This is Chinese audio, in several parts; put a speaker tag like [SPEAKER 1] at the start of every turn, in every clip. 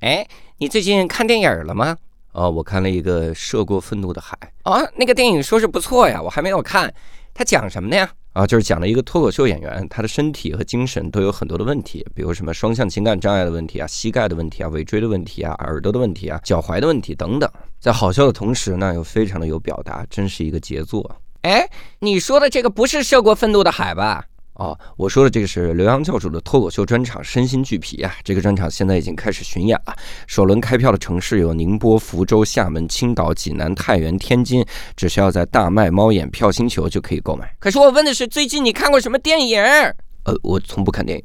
[SPEAKER 1] 哎，你最近看电影了吗？
[SPEAKER 2] 啊、我看了一个《涉过愤怒的海》
[SPEAKER 1] 啊，那个电影说是不错呀，我还没有看，它讲什么的呀？
[SPEAKER 2] 啊，就是讲了一个脱口秀演员，他的身体和精神都有很多的问题，比如什么双向情感障碍的问题啊、膝盖的问题啊、尾椎的问题啊、耳朵的问题啊、脚踝的问题等等。在好笑的同时呢，又非常的有表达，真是一个杰作啊
[SPEAKER 1] 哎，你说的这个不是涉过愤怒的海吧？
[SPEAKER 2] 啊！我说的这个是刘洋教主的脱口秀专场《身心俱疲》啊，这个专场现在已经开始巡演了。首轮开票的城市有宁波、福州、厦门、青岛、济南、太原、天津，只需要在大麦、猫眼、票星球就可以购买。
[SPEAKER 1] 可是我问的是最近你看过什么电影？
[SPEAKER 2] 呃，我从不看电影。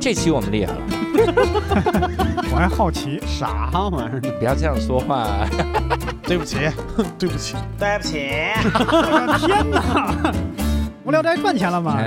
[SPEAKER 3] 这期我们厉害了，
[SPEAKER 4] 我还好奇，
[SPEAKER 5] 啥玩意儿？
[SPEAKER 3] 不要这样说话。
[SPEAKER 6] 对不起，对不起，
[SPEAKER 7] 对不起，
[SPEAKER 4] 我的天哪！无聊斋赚钱了 吗？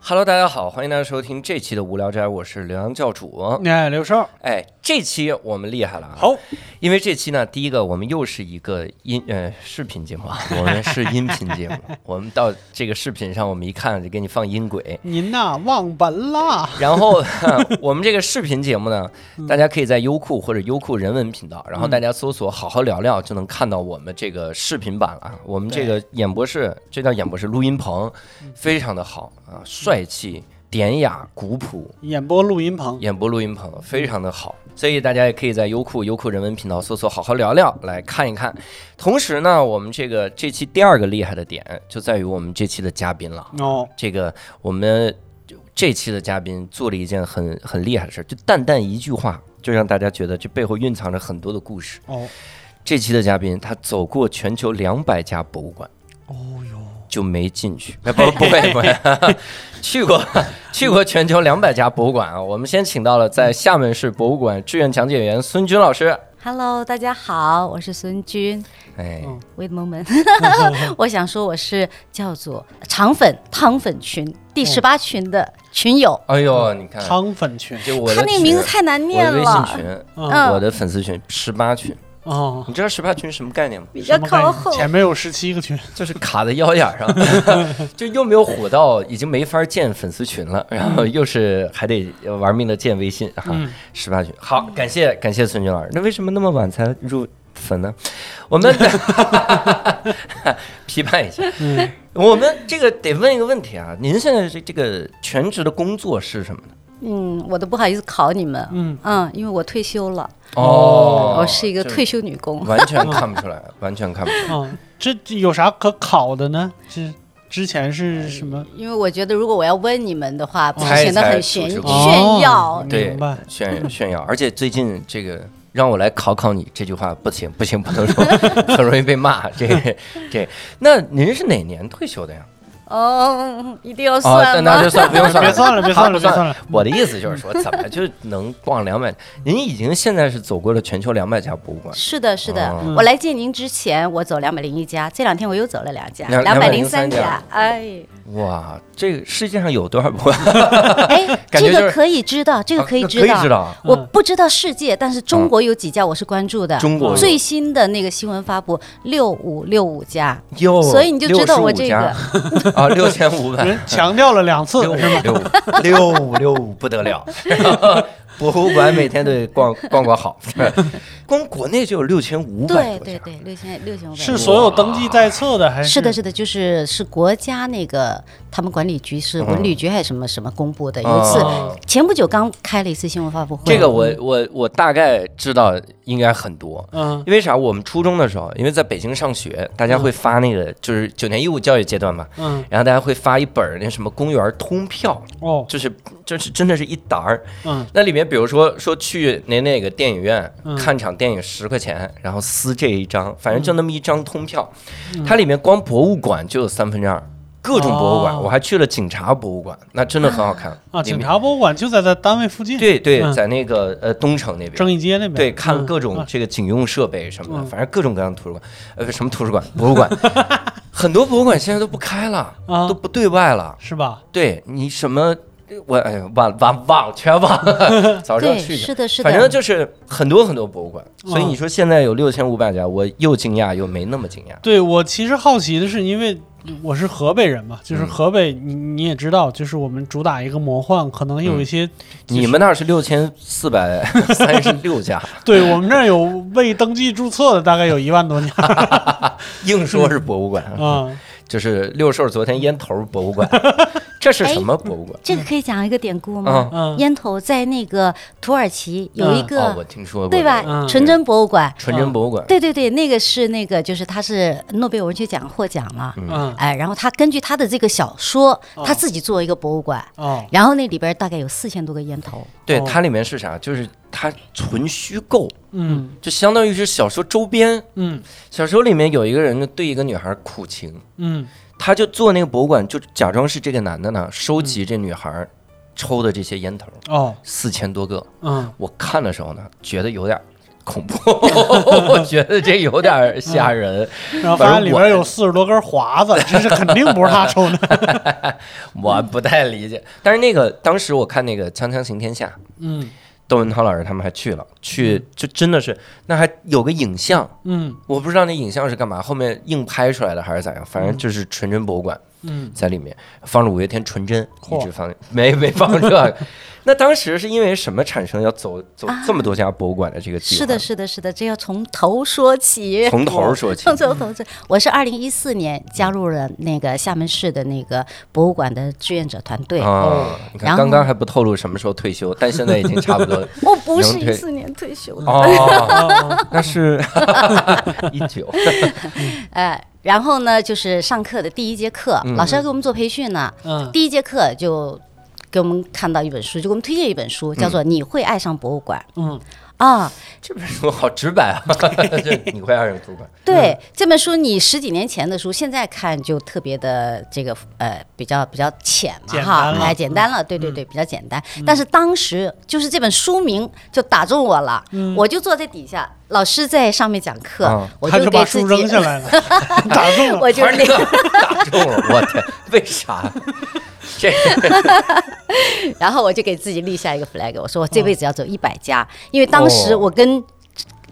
[SPEAKER 2] Hello，大家好，欢迎大家收听这期的无聊斋，我是刘洋教主。
[SPEAKER 6] 哎，刘少，
[SPEAKER 2] 哎，这期我们厉害了啊！
[SPEAKER 6] 好，
[SPEAKER 2] 因为这期呢，第一个我们又是一个音呃视频节目，啊，我们是音频节目，我们到这个视频上，我们一看就给你放音轨。
[SPEAKER 5] 您呐忘本啦！
[SPEAKER 2] 然后 我们这个视频节目呢，大家可以在优酷或者优酷人文频道，然后大家搜索“好好聊聊”，就能看到我们这个视频版了啊。我们这个演播室，这叫演播室录音棚，非常的好啊，帅气、典雅、古朴，
[SPEAKER 5] 演播录音棚，
[SPEAKER 2] 演播录音棚非常的好，所以大家也可以在优酷、优酷人文频道搜索“好好聊聊”来看一看。同时呢，我们这个这期第二个厉害的点就在于我们这期的嘉宾了。
[SPEAKER 5] 哦，
[SPEAKER 2] 这个我们这期的嘉宾做了一件很很厉害的事，就淡淡一句话，就让大家觉得这背后蕴藏着很多的故事。
[SPEAKER 5] 哦，
[SPEAKER 2] 这期的嘉宾他走过全球两百家博物馆。哦哟。就没进去，哎不不会不会， 去过去过全球两百家博物馆啊！我们先请到了在厦门市博物馆志愿讲解员孙军老师，
[SPEAKER 8] Hello，大家好，我是孙军。
[SPEAKER 2] 哎，
[SPEAKER 5] 嗯
[SPEAKER 8] Wait a moment，我 想说我是叫做肠粉汤粉群第十八群的群友，
[SPEAKER 2] 哎呦，你看，
[SPEAKER 5] 汤粉群
[SPEAKER 2] 就我
[SPEAKER 8] 他
[SPEAKER 2] 的
[SPEAKER 8] 那个
[SPEAKER 2] 群
[SPEAKER 8] 名字太难
[SPEAKER 2] 我
[SPEAKER 8] 念
[SPEAKER 2] 的微信
[SPEAKER 8] 了，
[SPEAKER 2] 群，
[SPEAKER 8] 嗯
[SPEAKER 2] 我的粉丝群十八群，
[SPEAKER 5] 哦，
[SPEAKER 2] 你知道十八群什么概念吗？
[SPEAKER 8] 比较
[SPEAKER 5] 什么概
[SPEAKER 8] 靠
[SPEAKER 5] 念
[SPEAKER 8] 后。
[SPEAKER 6] 前面有十七个群，
[SPEAKER 2] 就是卡在腰眼儿上， 就又没有火到已经没法建粉丝群了，然后又是还得玩命的建微信哈，十八群。好，感谢感谢孙军老师。那为什么那么晚才入粉呢？我们 批判一下，我们这个得问一个问题啊，您现在这这个全职的工作是什么呢？
[SPEAKER 8] 嗯，我都不好意思考你们。
[SPEAKER 5] 嗯
[SPEAKER 8] 因为我退休了，
[SPEAKER 2] 哦
[SPEAKER 8] 我是一个
[SPEAKER 2] 这
[SPEAKER 8] 退休女工。
[SPEAKER 2] 完全看不出来，完全看不出来。
[SPEAKER 5] 哦，这这有啥可考的呢？这之前是什么？
[SPEAKER 8] 因为我觉得，如果我要问你们的话，不是
[SPEAKER 2] 猜
[SPEAKER 8] 显得
[SPEAKER 2] 猜
[SPEAKER 8] 很
[SPEAKER 2] 主
[SPEAKER 8] 炫
[SPEAKER 2] 持
[SPEAKER 8] 炫
[SPEAKER 2] 工
[SPEAKER 5] 作
[SPEAKER 8] 耀。
[SPEAKER 2] 对
[SPEAKER 5] 哦明白，
[SPEAKER 2] 炫 炫耀，而且最近这个让我来考考你这句话不行不行不能说，很容易 被骂。这这，那您是哪年退休的呀？
[SPEAKER 8] 哦，一定要
[SPEAKER 2] 哦，
[SPEAKER 8] 算
[SPEAKER 2] 那
[SPEAKER 8] 吗？
[SPEAKER 2] 就算不用算
[SPEAKER 5] 别算了，别算
[SPEAKER 2] 不
[SPEAKER 5] 了，别算了。
[SPEAKER 2] 我的意思就是说，怎么就能逛两百？您已经现在是走过了全球两百家博物馆，
[SPEAKER 8] 是的，是的。
[SPEAKER 2] 哦
[SPEAKER 8] 我来见您之前，我走两百零一家，这两天我又走了两家，
[SPEAKER 2] 两
[SPEAKER 8] 百零三
[SPEAKER 2] 203家。
[SPEAKER 8] 哎，
[SPEAKER 2] 哇，这个世界上有多少博物馆？
[SPEAKER 8] 哎，
[SPEAKER 2] 感觉就
[SPEAKER 8] 这个
[SPEAKER 2] 是
[SPEAKER 8] 可以知道，这个可以
[SPEAKER 2] 啊
[SPEAKER 8] 知道。
[SPEAKER 2] 可以知道啊。
[SPEAKER 8] 我不知道世界，但是中国有几家我是关注的。
[SPEAKER 2] 中国有
[SPEAKER 8] 最新的那个新闻发布，六五六五家，
[SPEAKER 2] 哟，
[SPEAKER 8] 所以你就知道我这
[SPEAKER 2] 65
[SPEAKER 8] 个
[SPEAKER 2] 家 啊，六千五百
[SPEAKER 5] 人强调了两 次
[SPEAKER 2] 六五
[SPEAKER 5] 是吗？
[SPEAKER 2] 六五六五六五不得了， 博物馆每天都得逛逛逛好， 光国内就有六千五百
[SPEAKER 8] 对
[SPEAKER 2] 多
[SPEAKER 8] 对
[SPEAKER 2] 家。
[SPEAKER 8] 对，六千六千五百。
[SPEAKER 5] 是所有登记在册的还哎是？
[SPEAKER 8] 是的，是的，就是是国家那个他们管理局是文旅局还是什么什么公布的，有一次
[SPEAKER 2] 哦
[SPEAKER 8] 前不久刚开了一次新闻发布会，
[SPEAKER 2] 这个我我我大概知道应该很多，
[SPEAKER 5] 嗯
[SPEAKER 2] 因为啥？我们初中的时候，因为在北京上学，大
[SPEAKER 8] 嗯
[SPEAKER 2] 家会发那个就是九年义务教育阶段嘛，
[SPEAKER 5] 嗯
[SPEAKER 2] 然后大家会发一本儿那什么公园通票，
[SPEAKER 5] 哦
[SPEAKER 2] 就是就是真的是一沓儿，
[SPEAKER 5] 嗯
[SPEAKER 2] 那里面比如说说去哪哪个电影院、
[SPEAKER 5] 嗯
[SPEAKER 2] 看场电影十块钱，然后撕这一张，反正就那么一张通票，
[SPEAKER 5] 嗯
[SPEAKER 2] 它里面光博物馆就有三分之二。各种博物馆，
[SPEAKER 5] 哦
[SPEAKER 2] 我还去了警察博物馆，那真的很好看
[SPEAKER 5] 啊，
[SPEAKER 2] 里面
[SPEAKER 5] 警察博物馆就在咱单位附近，
[SPEAKER 2] 对对，
[SPEAKER 5] 嗯
[SPEAKER 2] 在那个呃东城那边，
[SPEAKER 5] 正义街那边。
[SPEAKER 2] 对，看了各
[SPEAKER 5] 嗯
[SPEAKER 2] 种
[SPEAKER 5] 啊
[SPEAKER 2] 这个警用设备什么的，
[SPEAKER 5] 嗯
[SPEAKER 2] 反正各种各样的图书馆，呃，什么图书馆、博物 馆，很多博物馆现在都不开了，
[SPEAKER 5] 啊
[SPEAKER 2] 都不对外了。
[SPEAKER 5] 是吧？
[SPEAKER 2] 对你什么，我哎呀忘忘忘，全忘 了，早知道
[SPEAKER 8] 对，
[SPEAKER 2] 去一下。
[SPEAKER 8] 是的，是哦的，
[SPEAKER 2] 反正就是很多很多博物馆，所以
[SPEAKER 5] 嗯
[SPEAKER 2] 你说现在有六千五百家，我又惊讶又没那么惊讶。
[SPEAKER 5] 对我其实好奇的是，因为我是河北人嘛，就是
[SPEAKER 2] 嗯
[SPEAKER 5] 河北，你你也知道，就是我们主打一个魔幻，可能有一些，
[SPEAKER 2] 嗯
[SPEAKER 5] 就是
[SPEAKER 2] 你们那儿是六千四百三十六 家，
[SPEAKER 5] 对我们这儿有未登记注册的，大概有一万多家
[SPEAKER 2] 硬说是博物馆，
[SPEAKER 8] 嗯
[SPEAKER 5] 啊。
[SPEAKER 2] 就是六兽昨天烟头博物 馆，这是什么博物馆？
[SPEAKER 8] 这个可以讲一个典故吗？
[SPEAKER 2] 啊，
[SPEAKER 5] 嗯，
[SPEAKER 8] 烟头在那个土耳其有一
[SPEAKER 2] 哦，
[SPEAKER 8] 个
[SPEAKER 2] 我听说过，
[SPEAKER 8] 哎对吧？
[SPEAKER 5] 嗯
[SPEAKER 8] 纯真博物馆，
[SPEAKER 2] 纯真博物馆，
[SPEAKER 8] 对对对，那个是那个就是他是诺贝尔文学奖获奖了，
[SPEAKER 5] 嗯
[SPEAKER 8] 哎，然后他根据他的这个小说，他自己做一个博物馆，
[SPEAKER 5] 哦，
[SPEAKER 8] 然后那里边大概有四千多个烟头，
[SPEAKER 2] 对
[SPEAKER 5] 哦
[SPEAKER 2] 它里面是啥？就是它纯虚构，
[SPEAKER 5] 嗯
[SPEAKER 2] 就相当于是小说周边。
[SPEAKER 5] 嗯
[SPEAKER 2] 小说里面有一个人对一个女孩苦情，
[SPEAKER 5] 嗯
[SPEAKER 2] 他就做那个博物馆，就假装是这个男的呢，收
[SPEAKER 8] 嗯
[SPEAKER 2] 集这女孩抽的这些烟头，
[SPEAKER 5] 哦
[SPEAKER 2] 四千多个。
[SPEAKER 5] 嗯
[SPEAKER 2] 我看的时候呢，觉得有点恐怖， 我觉得这有点吓人。
[SPEAKER 5] 然后发现里边有四十多根华子，这是肯定不是他抽的。
[SPEAKER 2] 我不太理解。但是那个当时我看那个《锵锵行天下》，
[SPEAKER 5] 嗯
[SPEAKER 2] 窦文涛老师他们还去了，去就真的是那还有个影像，
[SPEAKER 5] 嗯
[SPEAKER 2] 我不知道那影像是干嘛，后面硬拍出来的还是咋样，反正就是纯真博物馆
[SPEAKER 5] 嗯
[SPEAKER 2] 在里面放了五月天纯真，
[SPEAKER 5] 嚯
[SPEAKER 2] 一直放没没放这个。 那当时是因为什么产生要走走这么多家博物馆的这个计划？
[SPEAKER 8] 是的，，是的，是的，这要从头说起。
[SPEAKER 2] 从头说起
[SPEAKER 8] 从。头从头，我是二零一四年加入了那个厦门市的那个博物馆的志愿者团队。
[SPEAKER 2] 啊，你看
[SPEAKER 8] 然后
[SPEAKER 2] 刚刚还不透露什么时候退休，但现在已经差不 多了
[SPEAKER 8] 我不是
[SPEAKER 2] 能
[SPEAKER 8] 一
[SPEAKER 2] 退
[SPEAKER 8] 四年退休的，
[SPEAKER 2] 哦，那是一九，
[SPEAKER 8] 哎，然后呢，就是上课的第一节课，
[SPEAKER 2] 嗯
[SPEAKER 8] 老师要给我们做培训呢。
[SPEAKER 5] 嗯
[SPEAKER 8] 第一节课就给我们看到一本书，就给我们推荐一本书，叫做《你会爱上博物馆》
[SPEAKER 5] 嗯
[SPEAKER 8] 啊。
[SPEAKER 2] 这本书好直白 啊！这你会爱上主管，
[SPEAKER 8] 对、
[SPEAKER 5] 嗯
[SPEAKER 8] 这本书，你十几年前的书，现在看就特别的这个呃比较比较浅嘛
[SPEAKER 5] 简
[SPEAKER 8] 哈
[SPEAKER 5] 单，了嗯
[SPEAKER 8] 哎简单了，对对对，比较简单。但是当时就是这本书名就打中我了，
[SPEAKER 5] 嗯
[SPEAKER 8] 我就坐在底下，老师在上面讲课，
[SPEAKER 2] 啊
[SPEAKER 8] 我
[SPEAKER 5] 嗯他就
[SPEAKER 8] 给
[SPEAKER 5] 把
[SPEAKER 8] 自
[SPEAKER 5] 书
[SPEAKER 8] 己
[SPEAKER 5] 扔 下，来了，打中了。
[SPEAKER 8] 我就
[SPEAKER 2] 反正
[SPEAKER 8] 给
[SPEAKER 2] 你打中了，我天，为啥？这
[SPEAKER 8] 然后我就给自己立下一个 flag，我说我这辈子要走
[SPEAKER 2] 嗯
[SPEAKER 8] 一百家，因为当时
[SPEAKER 2] 哦
[SPEAKER 8] 我跟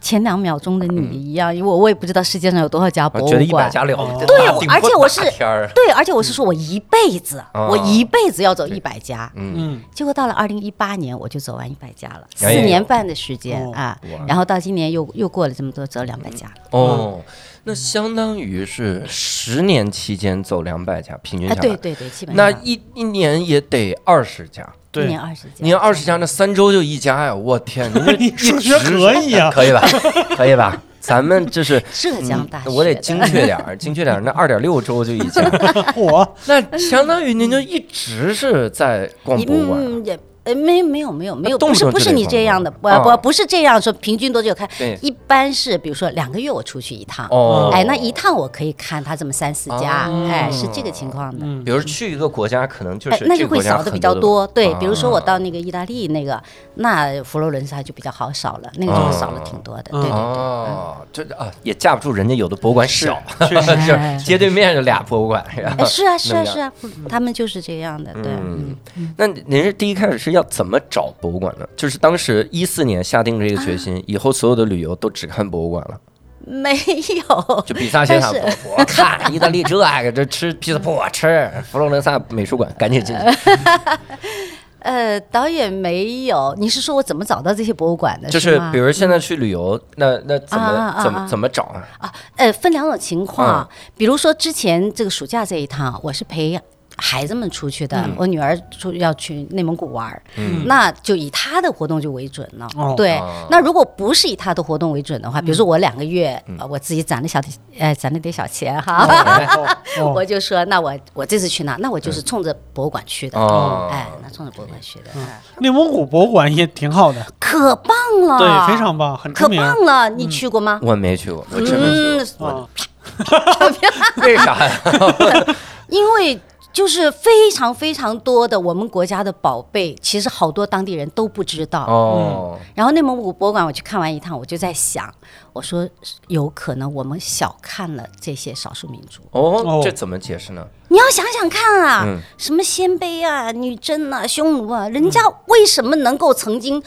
[SPEAKER 8] 前两秒钟的你一样，因为我我也不知道世界上有多少家博
[SPEAKER 2] 我
[SPEAKER 8] 物
[SPEAKER 2] 觉得一百
[SPEAKER 8] 馆。
[SPEAKER 2] 家了不得，
[SPEAKER 8] 对
[SPEAKER 2] 那
[SPEAKER 8] 我
[SPEAKER 2] 顶
[SPEAKER 8] 而且
[SPEAKER 2] 多大
[SPEAKER 8] 我是
[SPEAKER 2] 片儿，
[SPEAKER 8] 对，而且我是说，我一辈子，
[SPEAKER 2] 啊
[SPEAKER 8] 我一辈子要走一百家。
[SPEAKER 2] 嗯，
[SPEAKER 5] 嗯
[SPEAKER 8] 结果到了二零一八年，我就走完一百家了，四
[SPEAKER 2] 哎呦
[SPEAKER 8] 年半的时间
[SPEAKER 5] 哦
[SPEAKER 8] 啊
[SPEAKER 2] 哇。
[SPEAKER 8] 然后到今年又又过了这么多，走两百家。
[SPEAKER 2] 哦，那相当于是十年期间走两百家，平均
[SPEAKER 8] 哎，
[SPEAKER 2] 下
[SPEAKER 8] 对
[SPEAKER 2] 来，
[SPEAKER 8] 对对，基本
[SPEAKER 2] 那
[SPEAKER 8] 上
[SPEAKER 2] 一一年也得二十家。
[SPEAKER 8] 一
[SPEAKER 5] 对
[SPEAKER 8] 年二十家。嗯
[SPEAKER 2] 你要二十家，那三周就一家呀！我天， 您这一
[SPEAKER 5] 你数
[SPEAKER 2] 直
[SPEAKER 5] 学可以啊
[SPEAKER 2] 可以吧？可以吧？咱们这是
[SPEAKER 8] 浙江大学的，
[SPEAKER 2] 嗯我得精确点儿，精确点儿，那二点六周就一家，
[SPEAKER 5] 我
[SPEAKER 2] 那相当于您就一直是在逛博物馆啊。
[SPEAKER 8] 嗯，也呃没没有没有没有，
[SPEAKER 2] 动
[SPEAKER 8] 不
[SPEAKER 2] 不
[SPEAKER 8] 是
[SPEAKER 2] 动
[SPEAKER 8] 不
[SPEAKER 2] 就是得
[SPEAKER 8] 你
[SPEAKER 2] 逛
[SPEAKER 8] 这样的，呃不
[SPEAKER 2] 啊
[SPEAKER 8] 不不是这样说，平均多久看
[SPEAKER 2] 对？
[SPEAKER 8] 一般是比如说两个月我出去一趟，
[SPEAKER 2] 哦，
[SPEAKER 8] 哎，那一趟我可以看他这么三四家，
[SPEAKER 2] 哦
[SPEAKER 8] 哎，是这个情况的。
[SPEAKER 5] 嗯
[SPEAKER 2] 比如去一个国家，可能就
[SPEAKER 8] 哎
[SPEAKER 2] 是，
[SPEAKER 8] 那
[SPEAKER 2] 这
[SPEAKER 8] 就
[SPEAKER 2] 个
[SPEAKER 8] 会
[SPEAKER 2] 国家
[SPEAKER 8] 少的比较
[SPEAKER 2] 很多
[SPEAKER 8] 多，对，比如说我
[SPEAKER 2] 啊
[SPEAKER 8] 到那个意大利那个，那佛罗伦萨就比较好少了，那个就少了挺多的，对对
[SPEAKER 2] 的。
[SPEAKER 8] 对。
[SPEAKER 2] 哦，这啊也架不住人家有的博物馆小，
[SPEAKER 5] 确 实
[SPEAKER 8] 哎
[SPEAKER 2] 是街对面就俩博物馆。然
[SPEAKER 8] 哎，
[SPEAKER 2] 后
[SPEAKER 8] 是啊，是
[SPEAKER 2] 那
[SPEAKER 8] 啊，
[SPEAKER 2] 样
[SPEAKER 8] 是啊，不他们就是这样的，对，
[SPEAKER 2] 嗯，那您是第一开始是要怎么找博物馆呢？就是当时一四年下定这个
[SPEAKER 8] 啊
[SPEAKER 2] 决心，以后所有的旅游都只看博物馆了，
[SPEAKER 8] 没有，
[SPEAKER 2] 就比萨斜塔
[SPEAKER 8] 但是
[SPEAKER 2] 博我看意大利这个这吃披萨铺我吃，佛罗伦萨美术馆赶紧进去。
[SPEAKER 8] 呃，导演没有，你是说我怎么找到这些博物馆的？
[SPEAKER 2] 就是
[SPEAKER 8] 吗
[SPEAKER 2] 比如现在去旅游，那那怎
[SPEAKER 8] 啊啊
[SPEAKER 2] 么
[SPEAKER 8] 啊
[SPEAKER 2] 怎
[SPEAKER 8] 啊
[SPEAKER 2] 么怎么找啊？
[SPEAKER 8] 啊，呃，分两种情况，比如说之前这个暑假这一趟，我是陪。孩子们出去的，我女儿出要去内蒙古玩儿，那就以她的活动就为准了。
[SPEAKER 5] 哦
[SPEAKER 8] 对，
[SPEAKER 2] 哦
[SPEAKER 8] 那如果不是以她的活动为准的话，比如说我两个月，呃我自己攒了小点，呃，攒了点小钱哈，
[SPEAKER 5] 哦
[SPEAKER 8] 我就说，那我我这次去哪？那我就是冲着博物馆去的。
[SPEAKER 2] 哦
[SPEAKER 8] 哎，那冲着博物馆去的，哎
[SPEAKER 5] 内蒙古博物馆也挺好的，
[SPEAKER 8] 可棒了，
[SPEAKER 5] 对，非常棒，很
[SPEAKER 8] 啊可
[SPEAKER 5] 出名。嗯
[SPEAKER 8] 棒了。你去过吗？
[SPEAKER 2] 我没去过，我 真没去
[SPEAKER 8] 嗯，
[SPEAKER 5] 啊，
[SPEAKER 2] 过，为啥 呀？
[SPEAKER 8] 因为就是非常非常多的我们国家的宝贝，其实好多当地人都不知道。
[SPEAKER 5] 嗯
[SPEAKER 2] 哦，
[SPEAKER 8] 然后内蒙古博物馆我去看完一趟，我就在想，我说有可能我们小看了这些少数民族。
[SPEAKER 2] 哦
[SPEAKER 5] 哦，
[SPEAKER 2] 这怎么解释呢？
[SPEAKER 8] 你要想想看啊，
[SPEAKER 2] 嗯
[SPEAKER 8] 什么鲜卑啊、女真啊、匈奴啊，人家为什么能够曾经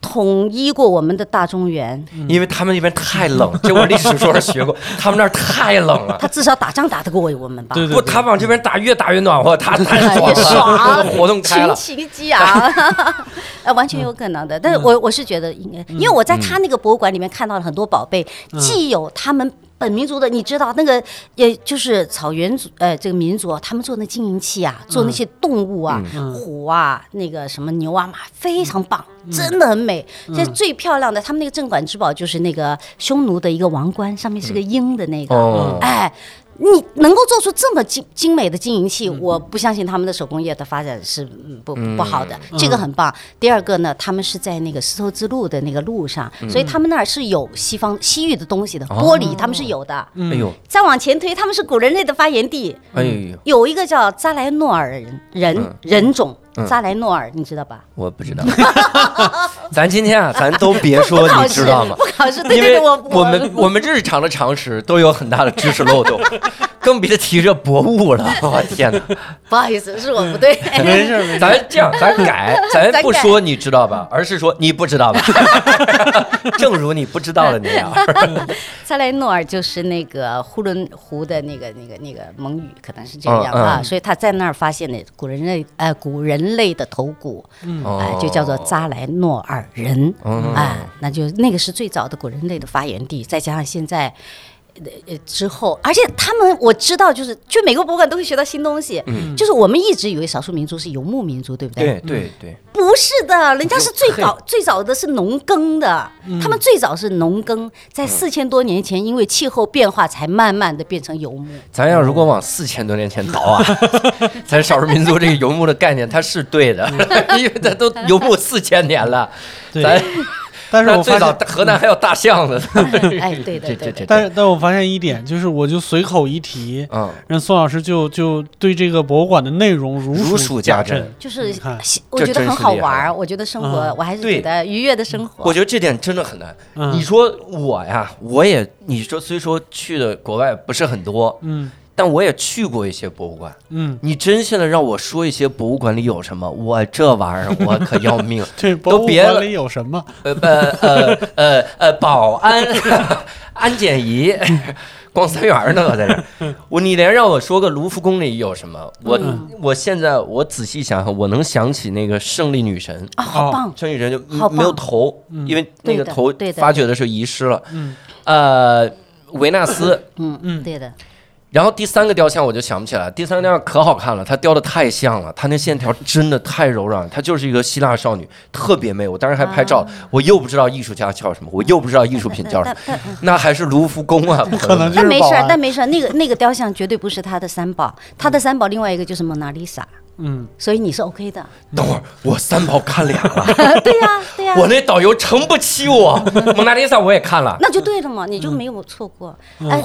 [SPEAKER 8] 统一过我们的大中原，
[SPEAKER 5] 嗯
[SPEAKER 2] 因为他们那边太冷，这我历史书上学过，他们那儿太冷了。
[SPEAKER 8] 他至少打仗打得过我们吧？
[SPEAKER 5] 对对
[SPEAKER 2] 不，他往这边打越打越暖和，他 太爽了，
[SPEAKER 8] 越爽
[SPEAKER 2] 这个 活动开
[SPEAKER 8] 群
[SPEAKER 2] 了。
[SPEAKER 8] 情激昂，啊 呃，完全有可能的。但是
[SPEAKER 2] 嗯
[SPEAKER 8] 我我是觉得应该，因为我在他那个博物馆里面看到了很多宝贝，
[SPEAKER 2] 嗯
[SPEAKER 8] 既有他们本民族的，你知道那个，也就是草原族，呃，这个民族啊他们做那金银器
[SPEAKER 2] 嗯
[SPEAKER 8] 啊，做那些动物啊，虎啊，那个什么牛啊马，非常棒，
[SPEAKER 2] 嗯
[SPEAKER 8] 真的很美。这最漂亮的，他们那个镇馆之宝就是那个匈奴的一个王冠，上面是个鹰的那个，
[SPEAKER 2] 嗯哦
[SPEAKER 8] 哎，你能够做出这么精精美的金银
[SPEAKER 2] 嗯
[SPEAKER 8] 器，我不相信他们的手工业的发展是嗯不不好的，这个很棒。第二个呢，他们是在那个丝绸之路的那个路上，
[SPEAKER 2] 嗯
[SPEAKER 8] 所以他们那儿是有西方西域的东西的，
[SPEAKER 2] 哦
[SPEAKER 8] 玻璃他们是有的。
[SPEAKER 2] 哎呦，
[SPEAKER 8] 再往前推，他们是古人类的发源地，
[SPEAKER 2] 哎呦，嗯
[SPEAKER 8] 有一个叫扎莱诺尔人人人种，扎莱诺尔，你知道吧？
[SPEAKER 2] 我不知道。 咱今天啊，咱都别说，
[SPEAKER 8] 不考
[SPEAKER 2] 你
[SPEAKER 8] 试
[SPEAKER 2] 知道吗？
[SPEAKER 8] 不考试，对
[SPEAKER 2] 因
[SPEAKER 8] 对对，
[SPEAKER 2] 为
[SPEAKER 8] 我
[SPEAKER 2] 我们我们日常的常识都有很大的知识 漏洞，更别提这博物了。我天哪！
[SPEAKER 8] 不好意思，是我 不对。
[SPEAKER 5] 没事没事，
[SPEAKER 2] 咱这样，咱 改，咱
[SPEAKER 8] 咱
[SPEAKER 2] 不
[SPEAKER 8] 改
[SPEAKER 2] 说你知道吧，而是说你不知道 吧，正如你不知道的那样。
[SPEAKER 8] 塞莱诺尔就是那个呼伦湖的那个、那个、那个蒙语，可能是这样啊，
[SPEAKER 2] 嗯嗯
[SPEAKER 8] 所以他在那儿发现的古人类呃古人类的头骨，啊、
[SPEAKER 2] 哦
[SPEAKER 8] 就叫做扎莱诺尔人，
[SPEAKER 2] 嗯
[SPEAKER 8] 啊、那就那个是最早的古人类的发源地，再加上现在。呃，呃之后，而且他们我知道，就是去美国博物馆都会学到新东西。就是我们一直以为少数民族是游牧民族，对不
[SPEAKER 2] 对对对，
[SPEAKER 8] 不是的，人家是最
[SPEAKER 2] 哎
[SPEAKER 8] 早最早的是农耕的，
[SPEAKER 2] 嗯
[SPEAKER 8] 他们最早是农耕，在四千多年前，因为气候变化才慢慢的变成游牧。
[SPEAKER 2] 咱要如果往四千多年前倒啊， 咱少数民族这个游牧的概念它是对的，
[SPEAKER 8] 嗯
[SPEAKER 2] 因为它都游牧四千年了。
[SPEAKER 5] 对
[SPEAKER 2] 咱
[SPEAKER 5] 但是
[SPEAKER 2] 那
[SPEAKER 5] 我
[SPEAKER 2] 最
[SPEAKER 5] 发
[SPEAKER 2] 早
[SPEAKER 5] 现，
[SPEAKER 2] 河南还有大象 呢。
[SPEAKER 8] 哎，
[SPEAKER 2] 这
[SPEAKER 8] 对对
[SPEAKER 2] 这
[SPEAKER 8] 对对，
[SPEAKER 2] 这，
[SPEAKER 5] 但是但我发现一点，就是我就随口一提，
[SPEAKER 2] 嗯，
[SPEAKER 5] 让宋老师就就对这个博物馆的内容如
[SPEAKER 2] 如数
[SPEAKER 5] 数
[SPEAKER 2] 家珍
[SPEAKER 5] 珍。
[SPEAKER 8] 就是
[SPEAKER 5] 你看
[SPEAKER 8] 我觉得很好
[SPEAKER 2] 这真是
[SPEAKER 8] 玩
[SPEAKER 2] 厉害啊嗯
[SPEAKER 8] 儿，我觉得生活
[SPEAKER 5] 嗯
[SPEAKER 8] 我还是觉得愉悦的生活。
[SPEAKER 2] 我觉得这点真的很难。
[SPEAKER 5] 嗯
[SPEAKER 2] 你说我呀，我也你说虽说去的国外不是很多，
[SPEAKER 5] 嗯
[SPEAKER 2] 但我也去过一些博物馆。
[SPEAKER 5] 嗯，
[SPEAKER 2] 你真现在让我说一些博物馆里有什么，我这玩意儿我可要 命。
[SPEAKER 5] 对，
[SPEAKER 2] 都
[SPEAKER 5] 博物
[SPEAKER 2] 别了
[SPEAKER 5] 馆里有什么？
[SPEAKER 2] 呃呃呃呃呃，保安 安检仪， 逛三元儿呢，我在这 儿。我你连让我说个卢浮宫里有什么，我、我现在我仔细想想，我能想起那个胜利女神，
[SPEAKER 8] 啊，好棒！
[SPEAKER 2] 胜利女神就
[SPEAKER 8] 好棒嗯
[SPEAKER 2] 没有头，因为那个
[SPEAKER 8] 对的
[SPEAKER 2] 头
[SPEAKER 8] 对的
[SPEAKER 2] 发掘的时候遗失了。
[SPEAKER 5] 嗯，
[SPEAKER 2] 呃，维纳斯。
[SPEAKER 8] 嗯嗯，对的，
[SPEAKER 2] 然后第三个雕像我就想不起来，第三个雕像可好看了，它雕的太像了，它那线条真的太柔软了，它就是一个希腊少女，特别美。我当时还拍照，
[SPEAKER 8] 啊
[SPEAKER 2] 我又不知道艺术家叫什么，我又不知道艺术品叫什
[SPEAKER 8] 但
[SPEAKER 2] 么，
[SPEAKER 8] 但
[SPEAKER 2] 那还是卢浮宫啊，可
[SPEAKER 5] 可能
[SPEAKER 8] 但
[SPEAKER 5] 就是
[SPEAKER 8] 没
[SPEAKER 5] 保
[SPEAKER 8] 事儿
[SPEAKER 5] 安，
[SPEAKER 8] 但没事儿，那个那个雕像绝对不是他的三宝，
[SPEAKER 2] 嗯
[SPEAKER 8] 他的三宝另外一个就是蒙娜丽莎，
[SPEAKER 5] 嗯，
[SPEAKER 8] 所以你是 OK 的。
[SPEAKER 2] 等会儿我三宝看俩了，
[SPEAKER 8] 对呀对呀，
[SPEAKER 2] 我那导游撑不起 我。蒙娜丽莎我也看了，
[SPEAKER 8] 那就对了嘛，你就
[SPEAKER 2] 嗯
[SPEAKER 8] 没有错过。哎，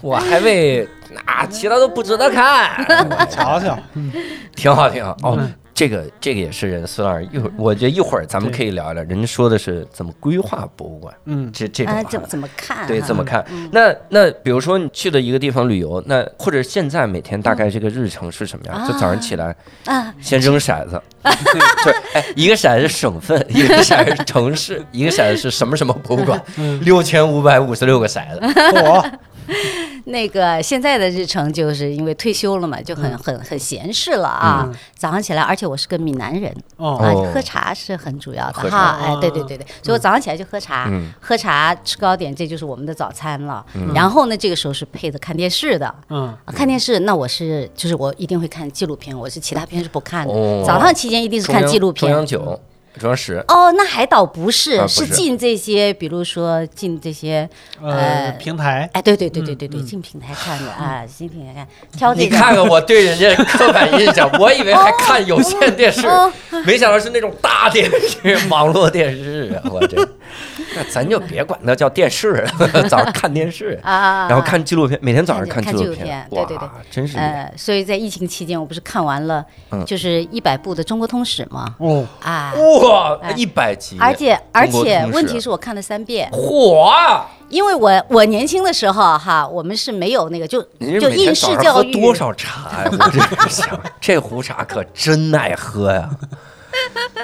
[SPEAKER 2] 我还为啊其他都不值得 看，
[SPEAKER 5] 瞧瞧，嗯
[SPEAKER 2] 挺好挺好哦。这个这个也是人，孙老师一会儿，我觉得一会儿咱们可以聊一聊。人家说的是怎么规划博物馆，
[SPEAKER 5] 嗯
[SPEAKER 2] 这这种
[SPEAKER 8] 啊，
[SPEAKER 2] 啊
[SPEAKER 8] 怎么怎么看？嗯
[SPEAKER 2] 对，怎么
[SPEAKER 8] 哈
[SPEAKER 2] 看？那那比如说你去了一个地方旅游，那或者现在每天大概这个日程是什么样？
[SPEAKER 8] 啊
[SPEAKER 2] 就早上起来
[SPEAKER 8] 啊？
[SPEAKER 2] 先扔骰 子，就是哎，一个骰子是省份，一个骰子是城市，一个骰子是什么什么博物馆，
[SPEAKER 5] 嗯
[SPEAKER 2] 六千五百五十六个骰子。
[SPEAKER 5] 我
[SPEAKER 8] 那个现在的日程就是因为退休了嘛，就很、
[SPEAKER 2] 嗯
[SPEAKER 8] 很很闲适了啊。早上起来，而且我是个闽南人、
[SPEAKER 5] 哦，
[SPEAKER 8] 啊
[SPEAKER 2] 哦，
[SPEAKER 8] 喝茶是很主要
[SPEAKER 2] 喝
[SPEAKER 8] 的
[SPEAKER 2] 茶
[SPEAKER 8] 哈。哎，对对对对，所以我早上起来就喝茶，
[SPEAKER 2] 嗯
[SPEAKER 8] 喝茶吃糕点，这就是我们的早餐了。然后呢，这个时候是配着看电视的。
[SPEAKER 5] 嗯
[SPEAKER 8] 啊看电视，那我是就是我一定会看纪录片，我是其他片是不看的。
[SPEAKER 2] 哦
[SPEAKER 8] 早上期间一定是
[SPEAKER 2] 中央
[SPEAKER 8] 看纪录
[SPEAKER 2] 中央
[SPEAKER 8] 片。
[SPEAKER 2] 九、中央十。
[SPEAKER 8] 哦，那海岛不是，
[SPEAKER 2] 啊不
[SPEAKER 8] 是
[SPEAKER 2] 是
[SPEAKER 8] 进这些，比如说进这些
[SPEAKER 5] 呃，平台
[SPEAKER 8] 哎，对对对对对对，进平台看的啊，进平台看，挑这
[SPEAKER 2] 嗯你
[SPEAKER 8] 个。
[SPEAKER 2] 看看我对人家刻板印象，我以为还看有线电视
[SPEAKER 8] 哦，
[SPEAKER 2] 没想到是那种大电视、 网络电视啊！我这，那咱就别管它叫电视了， 早上看电视，
[SPEAKER 8] 啊啊，啊
[SPEAKER 2] 然后。看纪录片，每天早上
[SPEAKER 8] 看
[SPEAKER 2] 纪
[SPEAKER 8] 纪录
[SPEAKER 2] 片
[SPEAKER 8] 片，
[SPEAKER 2] 哇
[SPEAKER 8] 对对对，
[SPEAKER 2] 真是厉害
[SPEAKER 8] 呃，所以在疫情期间，我不是看完了
[SPEAKER 2] 嗯
[SPEAKER 8] 就是一百部的《中国通史》吗？
[SPEAKER 5] 哦，
[SPEAKER 8] 啊，
[SPEAKER 2] 哇
[SPEAKER 8] 哎，
[SPEAKER 2] 一百集，
[SPEAKER 8] 而且而且问题
[SPEAKER 2] 是
[SPEAKER 8] 是我看了三遍，
[SPEAKER 2] 火，啊
[SPEAKER 8] 因为我我年轻的时候哈，我们是没有那个就
[SPEAKER 2] 您
[SPEAKER 8] 就
[SPEAKER 2] 这每天
[SPEAKER 8] 应试
[SPEAKER 2] 早上
[SPEAKER 8] 教
[SPEAKER 2] 喝
[SPEAKER 8] 育
[SPEAKER 2] 多少茶呀？我这想，这壶茶可真耐喝呀！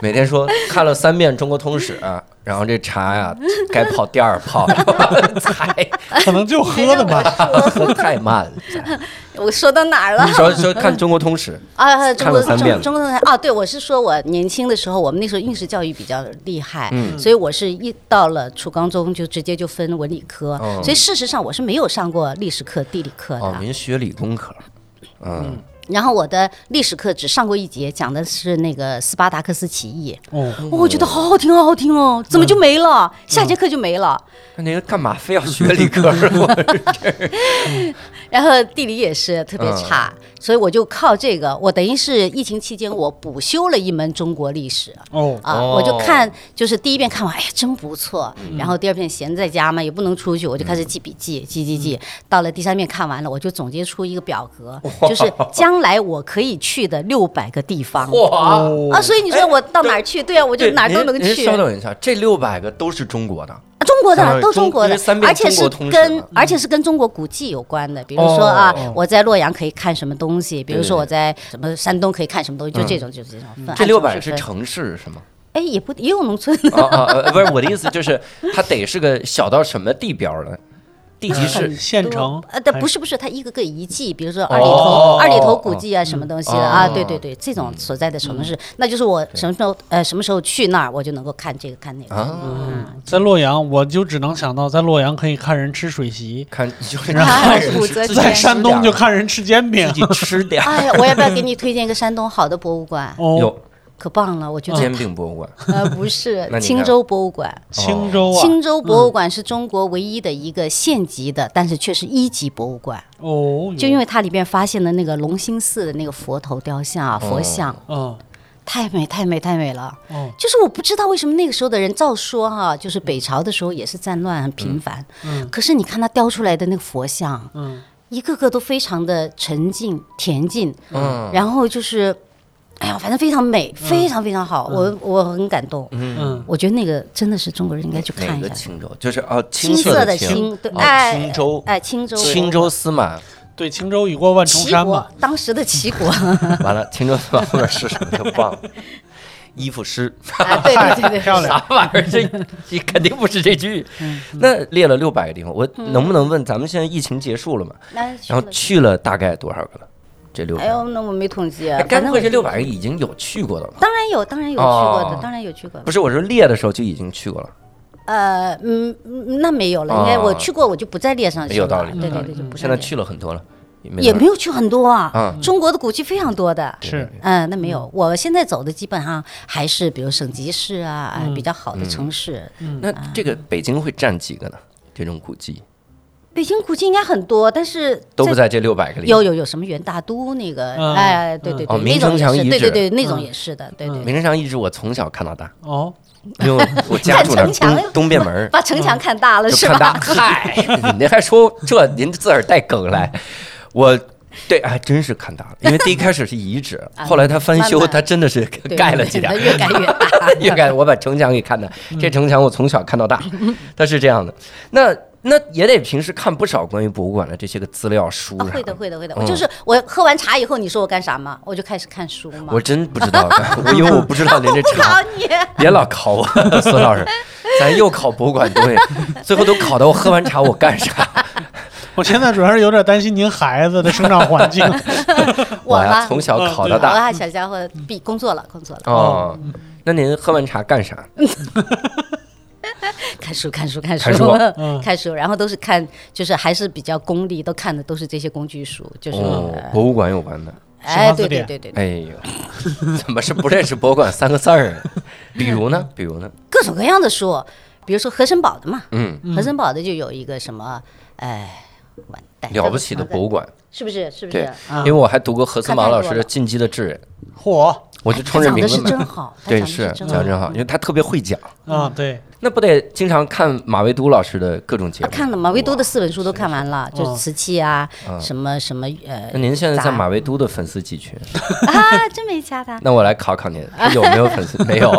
[SPEAKER 2] 每天说看了三遍《中国通史》啊然后这茶呀、该泡第二泡了， 太
[SPEAKER 5] 可能就喝的吧。
[SPEAKER 2] 喝太慢了。
[SPEAKER 8] 我说到哪儿了
[SPEAKER 2] 你？说说看《中国通史》，
[SPEAKER 8] 啊，中
[SPEAKER 2] 看
[SPEAKER 8] 国
[SPEAKER 2] 了三遍
[SPEAKER 8] 中中国同学啊，对我是说我年轻的时候，我们那时候应试教育比较厉害，
[SPEAKER 2] 嗯
[SPEAKER 8] 所以我是一到了初高中就直接就分文理科，
[SPEAKER 2] 哦
[SPEAKER 8] 所以事实上我是没有上过历史课、地理课的。
[SPEAKER 2] 哦，您学理工科，嗯，
[SPEAKER 8] 然后我的历史课只上过一节，讲的是那个斯巴达克斯起义，
[SPEAKER 5] 哦，
[SPEAKER 8] 哦我觉得好好听，好好听哦，怎么
[SPEAKER 2] 嗯
[SPEAKER 8] 就没了？下节课就没了。
[SPEAKER 2] 那您干嘛非要学理科？啊我
[SPEAKER 8] 然后地理也是特
[SPEAKER 2] 嗯
[SPEAKER 8] 别差，所以我就靠这个，我等于是疫情期间我补修了一门中国历史。
[SPEAKER 5] 哦，
[SPEAKER 8] 啊，
[SPEAKER 2] 哦嗯
[SPEAKER 8] 我就看，就是第一遍看完，哎呀，真不错。然后第二遍闲在家嘛，也不能出去，我就开始记笔记，记记记。
[SPEAKER 2] 嗯
[SPEAKER 8] 到了第三遍看完了，我就总结出一个表格，就是将来我可以去的六百个地方。
[SPEAKER 2] 哇！哎
[SPEAKER 8] 啊，所以你说我到哪儿去？对啊，我 就
[SPEAKER 2] 对
[SPEAKER 8] 哪儿都
[SPEAKER 2] 您
[SPEAKER 8] 能
[SPEAKER 2] 您
[SPEAKER 8] 去。
[SPEAKER 2] 稍等一下，这六百个都是中国的，
[SPEAKER 8] 啊中国
[SPEAKER 2] 相当
[SPEAKER 8] 的
[SPEAKER 2] 于
[SPEAKER 8] 都
[SPEAKER 2] 呃中
[SPEAKER 8] 中国
[SPEAKER 2] 因
[SPEAKER 8] 的
[SPEAKER 2] 为三，遍
[SPEAKER 8] 而且
[SPEAKER 2] 中国
[SPEAKER 8] 是
[SPEAKER 2] 通史
[SPEAKER 8] 跟
[SPEAKER 2] 嘛
[SPEAKER 8] 而且是跟中国古迹有关的，比如
[SPEAKER 2] 哦
[SPEAKER 8] 说啊
[SPEAKER 2] 哦，
[SPEAKER 8] 我在洛阳可以看什么东西，比如
[SPEAKER 2] 对对
[SPEAKER 8] 说我在什么山东可以看什么东西，就
[SPEAKER 2] 嗯
[SPEAKER 8] 这种啊就是这种分。
[SPEAKER 2] 这
[SPEAKER 8] 按
[SPEAKER 2] 六百
[SPEAKER 8] 城
[SPEAKER 2] 是
[SPEAKER 8] 市分
[SPEAKER 2] 城市是吗？
[SPEAKER 8] 哎，也不也有农村，
[SPEAKER 2] 啊啊，呃不是我的意思，就是它得是个小到什么地标呢？地级市
[SPEAKER 5] 看县城
[SPEAKER 8] 呃，但
[SPEAKER 5] 还
[SPEAKER 8] 不
[SPEAKER 5] 是
[SPEAKER 8] 是不是，它一个个遗迹，比如说二里头、
[SPEAKER 2] 哦
[SPEAKER 8] 二里头古迹啊，什
[SPEAKER 2] 嗯
[SPEAKER 8] 么东西的啊，对对对，这种所在的城市，那就是我什么时候呃什么时候去那儿，我就能够看这个看那个。
[SPEAKER 2] 啊
[SPEAKER 8] 嗯
[SPEAKER 5] 在洛阳，我就只能想到在洛阳可以看人吃水席，
[SPEAKER 2] 看就是
[SPEAKER 7] 看
[SPEAKER 2] 人
[SPEAKER 7] 武
[SPEAKER 2] 是
[SPEAKER 7] 则
[SPEAKER 2] 自己
[SPEAKER 5] 在
[SPEAKER 7] 天
[SPEAKER 5] 山东就看人吃煎饼
[SPEAKER 2] 自。己吃点儿。
[SPEAKER 8] 哎呀，我要不要给你推荐一个山东好的博物馆？
[SPEAKER 5] 哦，
[SPEAKER 2] 有
[SPEAKER 8] 可棒了，我觉
[SPEAKER 2] 煎
[SPEAKER 8] 得
[SPEAKER 2] 饼博物馆，
[SPEAKER 8] 呃不是
[SPEAKER 2] 嗯那你看
[SPEAKER 8] 青州博物馆。
[SPEAKER 5] 青州啊，
[SPEAKER 8] 青州博物馆是中国唯一的一个县级的，但是却是一级博物馆，
[SPEAKER 5] 哦，
[SPEAKER 8] 就因为它里边发现了那个龙兴寺的那个佛头雕像啊、
[SPEAKER 2] 哦
[SPEAKER 8] 佛像，
[SPEAKER 5] 嗯
[SPEAKER 8] 太美太美太美了。
[SPEAKER 5] 哦
[SPEAKER 8] 就是我不知道为什么那个时候的人，照说哈、就是北朝的时候也是战乱很频繁，
[SPEAKER 2] 嗯
[SPEAKER 8] 可是你看他雕出来的那个佛像，
[SPEAKER 5] 嗯
[SPEAKER 8] 一个个都非常的沉静恬静，
[SPEAKER 2] 嗯，
[SPEAKER 8] 然后就是，哎呀，反正非常美，非常非
[SPEAKER 2] 嗯
[SPEAKER 8] 常好，我我很感动。
[SPEAKER 5] 嗯，
[SPEAKER 8] 我觉得那个真的是中国人应该去看
[SPEAKER 2] 哪
[SPEAKER 8] 一
[SPEAKER 2] 个
[SPEAKER 8] 下。
[SPEAKER 2] 青州？就是哦，
[SPEAKER 8] 青
[SPEAKER 2] 色
[SPEAKER 8] 的
[SPEAKER 2] 青，
[SPEAKER 8] 青，对，
[SPEAKER 2] 哦
[SPEAKER 8] 哎，
[SPEAKER 2] 青州
[SPEAKER 8] 哎，青州，
[SPEAKER 2] 青州司马，
[SPEAKER 5] 对，青州已过万重
[SPEAKER 8] 齐
[SPEAKER 5] 山
[SPEAKER 8] 国
[SPEAKER 5] 嘛。，
[SPEAKER 8] 当时的齐 国，
[SPEAKER 2] 完了，青州司马后面是什么就忘了。衣服湿，
[SPEAKER 8] 哎对对 对对，嗯
[SPEAKER 5] 漂亮
[SPEAKER 2] 啥玩意儿？这这肯定不是这句。那列了六百个地方，我能不能问，咱们现在疫情结束了嘛？
[SPEAKER 8] 那嗯去
[SPEAKER 2] 然后
[SPEAKER 8] 了
[SPEAKER 2] 去了大概多少个了？这六
[SPEAKER 8] 哎
[SPEAKER 2] 百，
[SPEAKER 8] 呦，那我没统计啊
[SPEAKER 2] 哎，该
[SPEAKER 8] 反
[SPEAKER 2] 不
[SPEAKER 8] 正
[SPEAKER 2] 会
[SPEAKER 8] 我
[SPEAKER 2] 这六百个已经有去过的了吧？
[SPEAKER 8] 当然有，当然有去过
[SPEAKER 2] 哦
[SPEAKER 8] 的，当然有去过的
[SPEAKER 2] 不。是，我说列的时候就已经去过了。
[SPEAKER 8] 呃，嗯，嗯那没有了，
[SPEAKER 2] 啊
[SPEAKER 8] 应该我去过，我就不在列上去了。
[SPEAKER 2] 有道理
[SPEAKER 8] 对
[SPEAKER 2] 有道
[SPEAKER 8] 对
[SPEAKER 2] 理
[SPEAKER 8] 对，就不在
[SPEAKER 2] 现在
[SPEAKER 8] 列
[SPEAKER 2] 去了很多了，也没
[SPEAKER 8] 嗯也
[SPEAKER 2] 多
[SPEAKER 8] 没有去很多
[SPEAKER 2] 啊
[SPEAKER 8] 啊。中国的古迹非常多的。
[SPEAKER 5] 是，
[SPEAKER 8] 嗯，那没有，我现在走的基本上还是比如省级市啊，
[SPEAKER 2] 嗯
[SPEAKER 8] 哎比较好的城市。
[SPEAKER 2] 那这
[SPEAKER 8] 啊
[SPEAKER 2] 个北京会占几个呢？这种古迹
[SPEAKER 8] 北京古迹应该很多，但是
[SPEAKER 2] 都不
[SPEAKER 8] 在。
[SPEAKER 2] 在这六百个里。
[SPEAKER 8] 有有有什么元大都那个，
[SPEAKER 5] 嗯
[SPEAKER 8] 哎，对对
[SPEAKER 2] 哦
[SPEAKER 8] 对，
[SPEAKER 2] 明
[SPEAKER 8] 那
[SPEAKER 2] 城
[SPEAKER 8] 种也
[SPEAKER 2] 墙
[SPEAKER 8] 是，
[SPEAKER 2] 遗
[SPEAKER 8] 对
[SPEAKER 2] 址
[SPEAKER 8] 对对，那种
[SPEAKER 5] 嗯
[SPEAKER 8] 也是的，对对
[SPEAKER 2] 明
[SPEAKER 8] 对。
[SPEAKER 2] 城墙遗址，我从小看到大，
[SPEAKER 5] 哦，
[SPEAKER 2] 因为 我家住那儿
[SPEAKER 8] 看城墙
[SPEAKER 2] 东东便门儿，
[SPEAKER 8] 把城墙看大了
[SPEAKER 2] 嗯就是看大。
[SPEAKER 8] 吧？
[SPEAKER 2] 嗨，您还说这您自个儿带梗来，我。对，还真是看大了，因为第一开始是遗址，
[SPEAKER 8] 啊
[SPEAKER 2] 后来他翻修，
[SPEAKER 8] 慢慢
[SPEAKER 2] 他真的是
[SPEAKER 8] 对
[SPEAKER 2] 盖了
[SPEAKER 8] 对
[SPEAKER 2] 几点
[SPEAKER 8] 对，越盖越大
[SPEAKER 2] 。应该我把城墙给看的，这城墙我从小看到大，它是这样的。那那也得平时看不少关于博物馆的这些个资料书
[SPEAKER 8] 啊，
[SPEAKER 2] 啥
[SPEAKER 8] 会的，会的，会的。
[SPEAKER 2] 嗯
[SPEAKER 8] 我就是我喝完茶以后，你说我干啥嘛？我就开始看书嘛。
[SPEAKER 2] 我真不知道， 我因为我不知道您这
[SPEAKER 8] 考
[SPEAKER 2] 查，
[SPEAKER 8] 你，
[SPEAKER 2] 别老考我， 孙老师，咱又考博物馆东西，最后都考到我喝完茶我干啥？
[SPEAKER 5] 我现在主要是有点担心您孩子的生长环 境。
[SPEAKER 8] 我
[SPEAKER 2] 呀，
[SPEAKER 8] 吗？
[SPEAKER 2] 从小考
[SPEAKER 8] 我
[SPEAKER 2] 到大嗯
[SPEAKER 8] 啊，小家
[SPEAKER 5] 嗯
[SPEAKER 8] 伙，比工作了，工作了，
[SPEAKER 2] 哦。那您喝完茶干啥？
[SPEAKER 8] 看书，看书，看书
[SPEAKER 2] 看书，啊
[SPEAKER 5] 嗯
[SPEAKER 8] 看书，然后都是看，就是还是比较功利，都看的都是这些工具书，就是
[SPEAKER 2] 哦，
[SPEAKER 8] 呃
[SPEAKER 2] 博物馆有关的。
[SPEAKER 8] 哎，
[SPEAKER 5] 新华字
[SPEAKER 8] 对对
[SPEAKER 5] 典
[SPEAKER 8] 对对，对
[SPEAKER 2] 哎呦， 怎么是不认识博物馆三个字儿呢？比如呢？比如呢？
[SPEAKER 8] 各种各样的书，比如说和森宝的嘛，
[SPEAKER 2] 嗯，
[SPEAKER 8] 和森宝的就有一个什么，哎，完蛋，
[SPEAKER 2] 了不起的
[SPEAKER 8] 这个
[SPEAKER 2] 博物馆。
[SPEAKER 8] 是不是？是不
[SPEAKER 2] 对
[SPEAKER 8] 是？，
[SPEAKER 5] 啊
[SPEAKER 2] 因为我还读过何森马老师的《进击的智人》，
[SPEAKER 5] 嚯
[SPEAKER 2] 我就
[SPEAKER 8] 哎他
[SPEAKER 2] 冲着
[SPEAKER 8] 讲
[SPEAKER 2] 名
[SPEAKER 8] 的
[SPEAKER 2] 字
[SPEAKER 8] 是真
[SPEAKER 2] 买。
[SPEAKER 8] 好，他
[SPEAKER 2] 对，
[SPEAKER 8] 讲的
[SPEAKER 2] 是
[SPEAKER 8] 是
[SPEAKER 2] 讲
[SPEAKER 8] 真
[SPEAKER 2] 得
[SPEAKER 8] 好。嗯
[SPEAKER 2] 真好，因为他特别会讲，
[SPEAKER 5] 啊，对，
[SPEAKER 2] 那不得经常看马未都老师的各种节
[SPEAKER 8] 啊
[SPEAKER 2] 目。
[SPEAKER 8] 看了嘛，唯独的四本书都看完了，就
[SPEAKER 5] 哦
[SPEAKER 8] 是瓷器啊
[SPEAKER 2] 嗯，
[SPEAKER 8] 什么什么呃
[SPEAKER 2] 那您现在在
[SPEAKER 8] 杂
[SPEAKER 2] 马未都的粉丝几群？
[SPEAKER 8] 啊，真没加他。
[SPEAKER 2] 那我来考考您，有没有粉丝？没 有，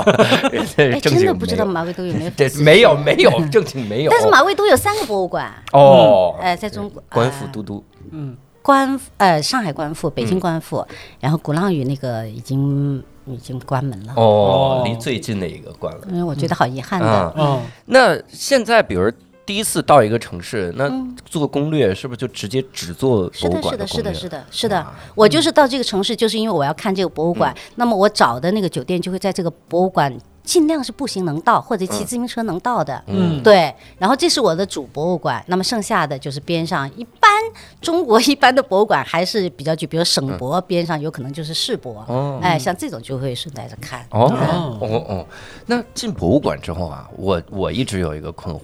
[SPEAKER 2] 这
[SPEAKER 8] 哎，
[SPEAKER 2] 正
[SPEAKER 8] 真
[SPEAKER 2] 经
[SPEAKER 8] 的不知道
[SPEAKER 2] 没有哦
[SPEAKER 8] 马未都有没有
[SPEAKER 2] 这
[SPEAKER 8] 粉丝
[SPEAKER 2] 没有没有正经没有。
[SPEAKER 8] 但是马未都有三个博物馆，
[SPEAKER 2] 哦，
[SPEAKER 8] 哎，在中国
[SPEAKER 2] 官府
[SPEAKER 8] 呃
[SPEAKER 2] 都督，嗯
[SPEAKER 5] 嗯，
[SPEAKER 8] 官呃上海官复、北京官复，然后鼓浪屿那个已经已经关门了，
[SPEAKER 2] 哦，离最近的一个关了。
[SPEAKER 8] 因为我觉得好遗憾的。
[SPEAKER 2] 啊，
[SPEAKER 5] 嗯，
[SPEAKER 2] 那现在比如第一次到一个城市，那做攻略是不是就直接只做
[SPEAKER 8] 嗯是
[SPEAKER 2] 博物
[SPEAKER 8] 的，
[SPEAKER 2] 馆
[SPEAKER 8] 是的，是
[SPEAKER 2] 攻略
[SPEAKER 8] 的，是的，是的。我就是到这个城市，就是因为我要看这个博物馆，那么我找的那个酒店就会在这个博物馆尽量是步行能到，或者骑自行车能到的。
[SPEAKER 2] 嗯，
[SPEAKER 8] 对，然后这是我的主博物馆，那么剩下的就是边上一般中国一般的博物馆还是比较就比如省博边上有可能就是市博，
[SPEAKER 2] 哦
[SPEAKER 8] 哎，像这种就会顺带着看。
[SPEAKER 2] 哦哦哦，那进博物馆之后啊，我我一直有一个困惑，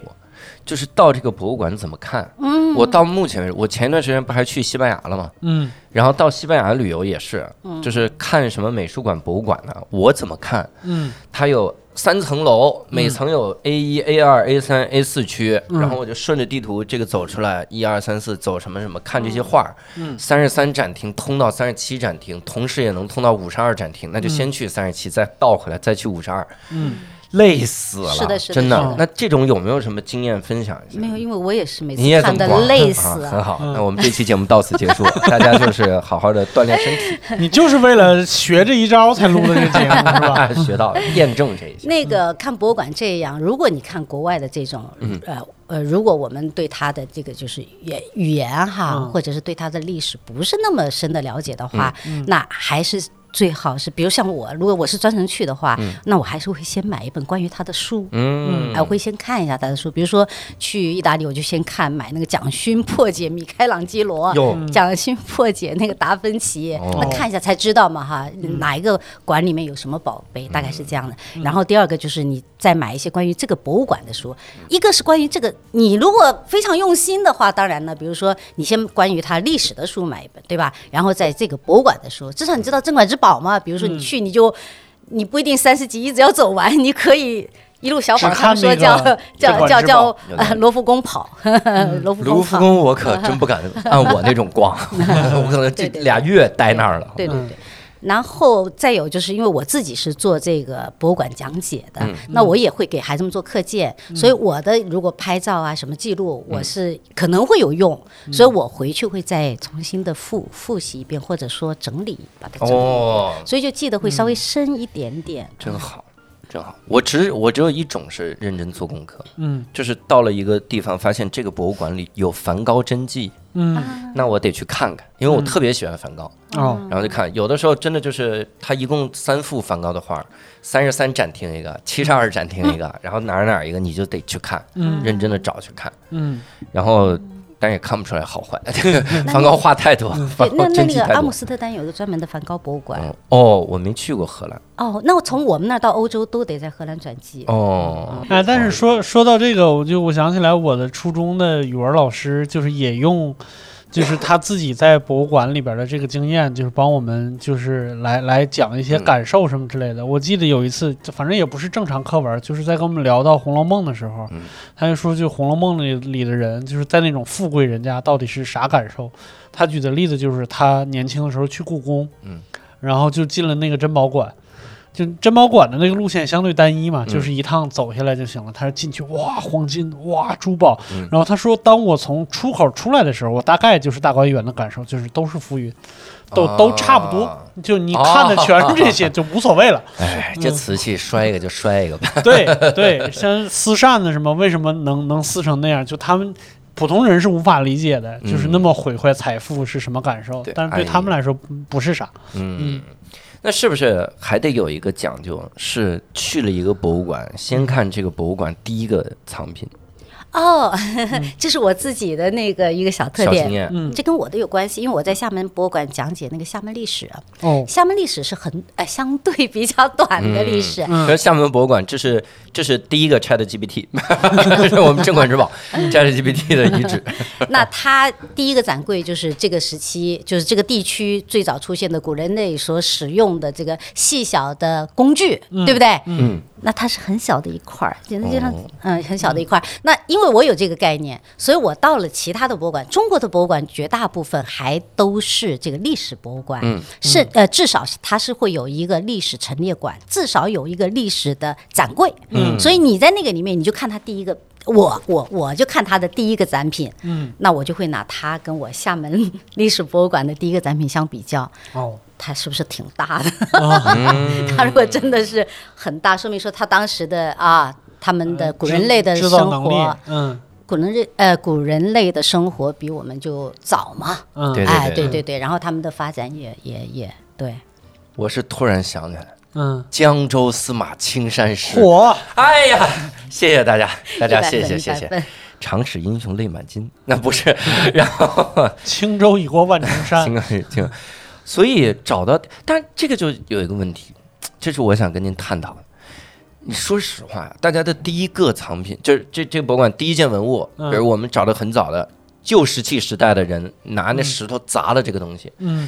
[SPEAKER 2] 就是到这个博物馆怎么看？嗯，我到目前为止，我前一段时间不还去西班牙了吗？
[SPEAKER 5] 嗯，
[SPEAKER 2] 然后到西班牙旅游也是，就是看什么美术馆、博物馆呢？我怎么看？
[SPEAKER 5] 嗯，
[SPEAKER 2] 它有三层楼，每层有 A 一、A 二、A 三、A 四区，
[SPEAKER 5] 嗯
[SPEAKER 2] 然后我就顺着地图这个走出来，一二三四走什么什么，看这些画儿。
[SPEAKER 5] 嗯
[SPEAKER 2] 三十三展厅通到三十七展厅，同时也能通到五十二展厅，那就先去三十七，再倒回来，再去五十二。
[SPEAKER 5] 嗯，
[SPEAKER 2] 累死了，
[SPEAKER 8] 是的是的
[SPEAKER 2] 真
[SPEAKER 8] 是的
[SPEAKER 2] 那这种有没有什么经验分享一下？
[SPEAKER 8] 没有，因为我也是每
[SPEAKER 2] 你也这
[SPEAKER 8] 次看
[SPEAKER 2] 么
[SPEAKER 8] 的
[SPEAKER 2] 逛
[SPEAKER 8] 累死
[SPEAKER 2] 啊很
[SPEAKER 8] 了。
[SPEAKER 2] 好，那我们这期节目到此 结束，大家就是好好的锻炼身体，
[SPEAKER 5] 嗯
[SPEAKER 2] 啊
[SPEAKER 5] 你就是为了学这一招才录的这节目 是吧？
[SPEAKER 2] 学到了验证这一些。
[SPEAKER 8] 那个看博物馆这样，如果你看国外的这种，呃呃，如果我们对它的这个就是语语言哈，或者是对它的历史不是那么深的了解的话，那还是。最好是，比如像我，如果我是专程去的话，那我还是会先买一本关于他的书，
[SPEAKER 2] 嗯，
[SPEAKER 8] 哎，我会先看一下他的书。比如说去意大利，我就先看买那个蒋勋破解米开朗基罗，
[SPEAKER 2] 哟，
[SPEAKER 8] 蒋勋破解那个达芬奇，
[SPEAKER 2] 哦嗯
[SPEAKER 8] 那看一下才知道嘛哈，嗯哪一个馆里面有什么宝贝，大概是这样的。
[SPEAKER 2] 嗯
[SPEAKER 8] 然后第二个就是你再买一些关于这个博物馆的书，一个是关于这个，你如果非常用心的话，当然呢，比如说你先关于它历史的书买一本，对吧？然后在这个博物馆的书，至少你知道镇馆之宝嘛。比如说你
[SPEAKER 2] 嗯
[SPEAKER 8] 去你就，你不一定三十集一直要走完，你可以。一路小跑，
[SPEAKER 5] 只
[SPEAKER 8] 他
[SPEAKER 5] 看
[SPEAKER 8] 们说
[SPEAKER 5] 那个
[SPEAKER 8] 叫
[SPEAKER 5] 镇
[SPEAKER 8] 叫
[SPEAKER 5] 馆
[SPEAKER 8] 叫
[SPEAKER 5] 之
[SPEAKER 8] 叫
[SPEAKER 5] 宝
[SPEAKER 2] 有道
[SPEAKER 8] 呃
[SPEAKER 2] 理
[SPEAKER 8] 罗浮宫跑，嗯罗浮
[SPEAKER 2] 卢
[SPEAKER 8] 宫
[SPEAKER 2] 浮
[SPEAKER 8] 跑。
[SPEAKER 2] 宫我可真不敢按我那种 逛，我可能这
[SPEAKER 8] 对对
[SPEAKER 2] 俩月待那儿了。
[SPEAKER 8] 对对对。然后再有就是因为我自己是做这个博物馆讲解的，那我也会给孩子们做课件，所以我的如果拍照啊什么记录，我是可能会有用，所以我回去会再重新的复复习一遍，或者说整理把它整理，
[SPEAKER 2] 哦，
[SPEAKER 8] 所以就记得会稍微深一点点。
[SPEAKER 2] 真好，真好。我只我只有一种是认真做功课，
[SPEAKER 5] 嗯
[SPEAKER 2] 就是到了一个地方，发现这个博物馆里有梵高真迹，
[SPEAKER 5] 嗯
[SPEAKER 2] 那我得去看看，因为我特别喜欢梵高。
[SPEAKER 5] 哦，
[SPEAKER 2] 然后就看，有的时候真的就是他一共三幅梵高的画，三十三展厅一个，七十二展厅一个，然后哪儿哪儿一个你就得去看，认真的找去看，
[SPEAKER 5] 嗯
[SPEAKER 2] 然后但也看不出来好 坏， 梵高画太多，
[SPEAKER 5] 嗯
[SPEAKER 2] 梵
[SPEAKER 8] 对，
[SPEAKER 2] 高
[SPEAKER 8] 那那
[SPEAKER 2] 真
[SPEAKER 8] 那
[SPEAKER 2] 迹
[SPEAKER 8] 个
[SPEAKER 2] 太
[SPEAKER 8] 阿姆
[SPEAKER 2] 多。
[SPEAKER 8] 斯特丹有一个专门的梵高博物馆、
[SPEAKER 2] 嗯哦，我没去过荷兰。
[SPEAKER 8] 哦，那我从我们那儿到欧洲都得在荷兰转机。
[SPEAKER 2] 哦，
[SPEAKER 5] 哎，但是说说到这个，我就我想起来我的初中的语文老师就是也用。就是他自己在博物馆里边的这个经验，就是帮我们就是来来讲一些感受什么之类的。我记得有一次，反正也不是正常课文，就是在跟我们聊到《红楼梦》的时候，
[SPEAKER 2] 嗯
[SPEAKER 5] 他就说，就《红楼梦》里里的人，就是在那种富贵人家到底是啥感受？他举的例子就是他年轻的时候去故宫，
[SPEAKER 2] 嗯，
[SPEAKER 5] 然后就进了那个珍宝馆。就珍宝馆的那个路线相对单一嘛，
[SPEAKER 2] 嗯
[SPEAKER 5] 就是一趟走下来就行了。他是进去哇，黄金哇，珠宝
[SPEAKER 2] 嗯。
[SPEAKER 5] 然后他说，当我从出口出来的时候，我大概就是大观园的感受，就是都是浮云，都都差不多
[SPEAKER 2] 啊。
[SPEAKER 5] 就你看的全是 这些，就无所谓了。
[SPEAKER 2] 哎，
[SPEAKER 5] 嗯
[SPEAKER 2] 这瓷器摔一个就摔一个吧。
[SPEAKER 5] 对对，像丝扇子什么，为什么能能撕成那样？就他们普通人是无法理解的，就是
[SPEAKER 2] 嗯
[SPEAKER 5] 那么毁坏财富是什么感受
[SPEAKER 2] 对？
[SPEAKER 5] 但是对他们来说不是啥。
[SPEAKER 2] 嗯，那是不是还得有一个讲究？是去了一个博物馆，先看这个博物馆第一个藏品，
[SPEAKER 8] 哦， 这是我自己的那个一个小
[SPEAKER 2] 嗯
[SPEAKER 8] 特
[SPEAKER 2] 小
[SPEAKER 8] 点
[SPEAKER 2] 经。验。
[SPEAKER 5] 嗯，
[SPEAKER 8] 这跟我的有关系，因为我在厦门博物馆讲解那个厦门历史，啊
[SPEAKER 5] 哦，
[SPEAKER 8] 厦门历史是很呃相对比较短的历史。啊
[SPEAKER 5] 嗯
[SPEAKER 2] 那厦门博物馆，这是这是第一个 Chat GPT，这 是我们镇馆之宝
[SPEAKER 8] 嗯
[SPEAKER 2] Chat GPT 的遗 址。
[SPEAKER 8] 那它第一个展柜就是这个时期，就是这个地区最早出现的古人类所使用的这个细小的工具，对不对？
[SPEAKER 2] 嗯，
[SPEAKER 8] 那它是很小的一块儿，简直就像
[SPEAKER 2] 哦
[SPEAKER 8] 嗯很小的一块儿。那因为我有这个概念，所以我到了其他的博物馆，中国的博物馆绝大部分还都是这个历史博物馆，
[SPEAKER 2] 嗯
[SPEAKER 8] 是呃至少是它是会有一个历史陈列馆，至少有一个历史的展柜，嗯，所以你在那个里面你就看它第一个。我我我就看他的第一个展品，
[SPEAKER 5] 嗯，
[SPEAKER 8] 那我就会拿它跟我厦门 历史博物馆的第一个展品相比较，
[SPEAKER 5] 哦，
[SPEAKER 8] 它是不是挺大的？
[SPEAKER 5] 啊，
[SPEAKER 2] 嗯
[SPEAKER 8] 它如果真的是很大，说明说他当时的啊，他们
[SPEAKER 2] 呃
[SPEAKER 8] 的古人类的
[SPEAKER 5] 制
[SPEAKER 8] 生
[SPEAKER 5] 造能
[SPEAKER 8] 活
[SPEAKER 5] 力，，嗯
[SPEAKER 8] 古人类呃古人类的生活比我们就早嘛，
[SPEAKER 5] 嗯，
[SPEAKER 2] 对
[SPEAKER 8] 哎，对对对，然后他们的发展也也也对，
[SPEAKER 2] 我是突然想起来了
[SPEAKER 5] 嗯，
[SPEAKER 2] 江州司马青衫诗。
[SPEAKER 5] 火，
[SPEAKER 2] 哎呀，谢谢大家，大家
[SPEAKER 8] 100
[SPEAKER 2] 谢谢
[SPEAKER 8] 分
[SPEAKER 2] 谢
[SPEAKER 8] 100
[SPEAKER 2] 谢。
[SPEAKER 8] 分
[SPEAKER 2] 长使英雄泪满襟，那不是， 然后
[SPEAKER 5] 轻舟已过万重山
[SPEAKER 2] 情， 感是情感，所以找到，但是这个就有一个问题，这是我想跟您探讨的。你说实话，大家的第一个藏品，就是这这个博物馆第一件文物，
[SPEAKER 5] 嗯
[SPEAKER 2] 比如我们找的很早的旧石器时代的人拿那石头砸的这个东西，
[SPEAKER 5] 嗯，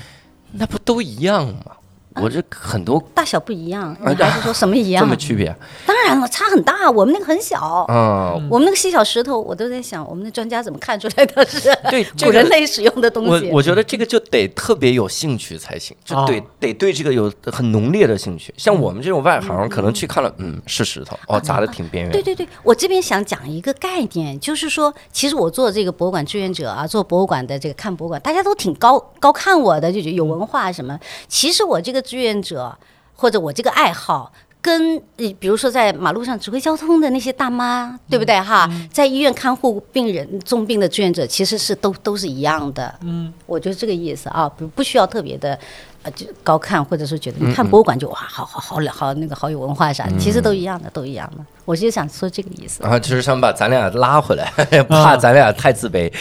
[SPEAKER 2] 那不都一样吗？我这很多
[SPEAKER 8] 大小不一样，
[SPEAKER 2] 哎
[SPEAKER 8] 你还是说什么嗯一
[SPEAKER 2] 这
[SPEAKER 8] 样
[SPEAKER 2] 么？区别
[SPEAKER 8] 当然了，差很大，我们那个很小。
[SPEAKER 2] 啊、嗯
[SPEAKER 8] 我们那个细小石头，我都在想，我们的专家怎么看出来它是
[SPEAKER 2] 对
[SPEAKER 8] 古人类使用的东
[SPEAKER 2] 我
[SPEAKER 8] 西？
[SPEAKER 2] 我觉得这个就得特别有兴趣才行，就
[SPEAKER 5] 啊
[SPEAKER 2] 得、得对这个有很浓烈的兴趣。像
[SPEAKER 8] 嗯
[SPEAKER 2] 我们这种外行，可能去看了，嗯，是石头，哦，砸的挺边缘，
[SPEAKER 8] 啊对对对，我这边想讲一个概念，就是说，其实我做这个博物馆志愿者啊，做博物馆的这个看博物馆，大家都挺高高看我的，就觉得有文化什么。其实我这个志愿者或者我这个爱好。跟呃比如说在马路上指挥交通的那些大妈，对不对哈？在医院看护病人、重病的志愿者，其实是都都是一样的。嗯，我觉得这个意思啊，不不需要特别的，呃，就高看，或者是觉得你看博物馆就哇，好好好好那个好有文化啥，其实都一样的，都一样的。我就想说这个意思。
[SPEAKER 2] 然后就是想把咱俩拉回来， 怕咱俩太自卑。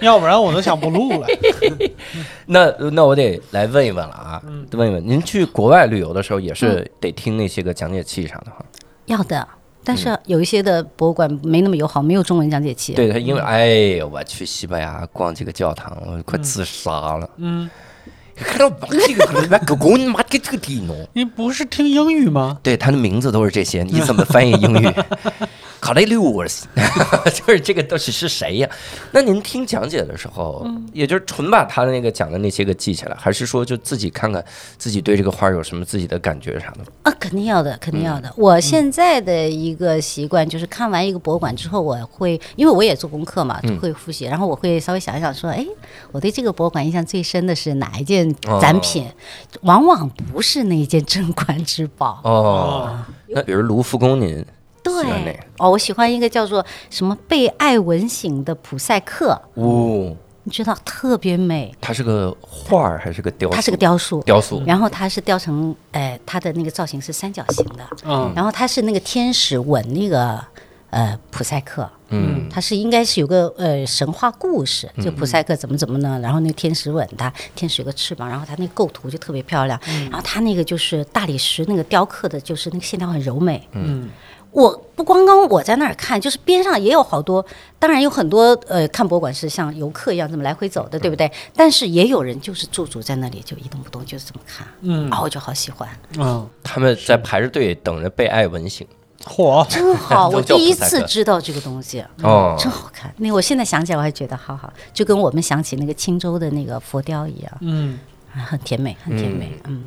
[SPEAKER 5] 要不然我都想不录了。
[SPEAKER 2] 那那我得来问一问了啊，问一问您去国外旅游的时候，也是得听那些个讲解器啥的哈。
[SPEAKER 8] 要的，但是有一些的博物馆没那么友好，没有中文讲解器。
[SPEAKER 2] 对他，因为哎呦，我去西班牙逛这个教堂，我快自杀了。
[SPEAKER 5] 嗯，
[SPEAKER 2] 看到我这个里面狗狗你妈给这个地弄。
[SPEAKER 5] 你不是听英语吗？
[SPEAKER 2] 对，他的名字都是这些，你怎么翻译英 语 c o l l e g u s 就是这个到底是谁呀？那您听讲解的时候，
[SPEAKER 8] 嗯
[SPEAKER 2] 也就是纯把他的那个讲的那些个记起来，还是说就自己看看自己对这个花有什么自己的感觉啥的？
[SPEAKER 8] 啊，肯定要的，肯定要的。
[SPEAKER 2] 嗯
[SPEAKER 8] 我现在的一个习惯就是看完一个博物馆之后，我会因为我也做功课嘛，
[SPEAKER 2] 嗯
[SPEAKER 8] 就会复习，然后我会稍微想一想说，哎，我对这个博物馆印象最深的是哪一件
[SPEAKER 2] 哦
[SPEAKER 8] 展品？往往不是那一件镇馆之宝。
[SPEAKER 2] 哦，那比如卢浮宫，您喜欢哪
[SPEAKER 8] 对
[SPEAKER 2] 个，
[SPEAKER 8] 哦，我喜欢一个叫做什么被爱吻醒的普赛克，
[SPEAKER 2] 哦，
[SPEAKER 8] 你知道特别美，
[SPEAKER 2] 它是个画儿还是个雕塑？
[SPEAKER 8] 它是个雕嗯塑，
[SPEAKER 2] 雕塑，
[SPEAKER 8] 然后它是雕成，呃，它的那个造型是三角形的，
[SPEAKER 5] 嗯
[SPEAKER 8] 然后它是那个天使吻那个呃普赛克，
[SPEAKER 2] 嗯，
[SPEAKER 8] 它是应该是有个呃神话故事，
[SPEAKER 5] 嗯
[SPEAKER 8] 就普赛克怎么怎么呢，然后那个天使吻它，天使有个翅膀，然后它那个构图就特别漂亮，
[SPEAKER 5] 嗯
[SPEAKER 8] 然后它那个就是大理石那个雕刻的，就是那个线条很柔美，
[SPEAKER 5] 嗯，
[SPEAKER 8] 我不光光我在那儿看，就是边上也有好多，当然有很多呃看博物馆是像游客一样这么来回走的，对不
[SPEAKER 5] 嗯
[SPEAKER 8] 对？但是也有人就是驻足在那里就一动不动，就是这么看，
[SPEAKER 5] 嗯
[SPEAKER 8] 啊，我就好喜欢，
[SPEAKER 5] 嗯，
[SPEAKER 2] 他们在排着队等着被爱吻醒。
[SPEAKER 5] 火，
[SPEAKER 8] 真 好，
[SPEAKER 2] 都
[SPEAKER 8] 我
[SPEAKER 2] 叫
[SPEAKER 8] 第一
[SPEAKER 2] 普赛
[SPEAKER 8] 次
[SPEAKER 2] 克
[SPEAKER 8] 知道这个东西，
[SPEAKER 2] 哦，
[SPEAKER 8] 真好看。那我现在想起来我还觉得好好，就跟我们想起那个青州的那个佛雕一样，
[SPEAKER 5] 嗯，
[SPEAKER 8] 啊很甜美，很甜美，嗯，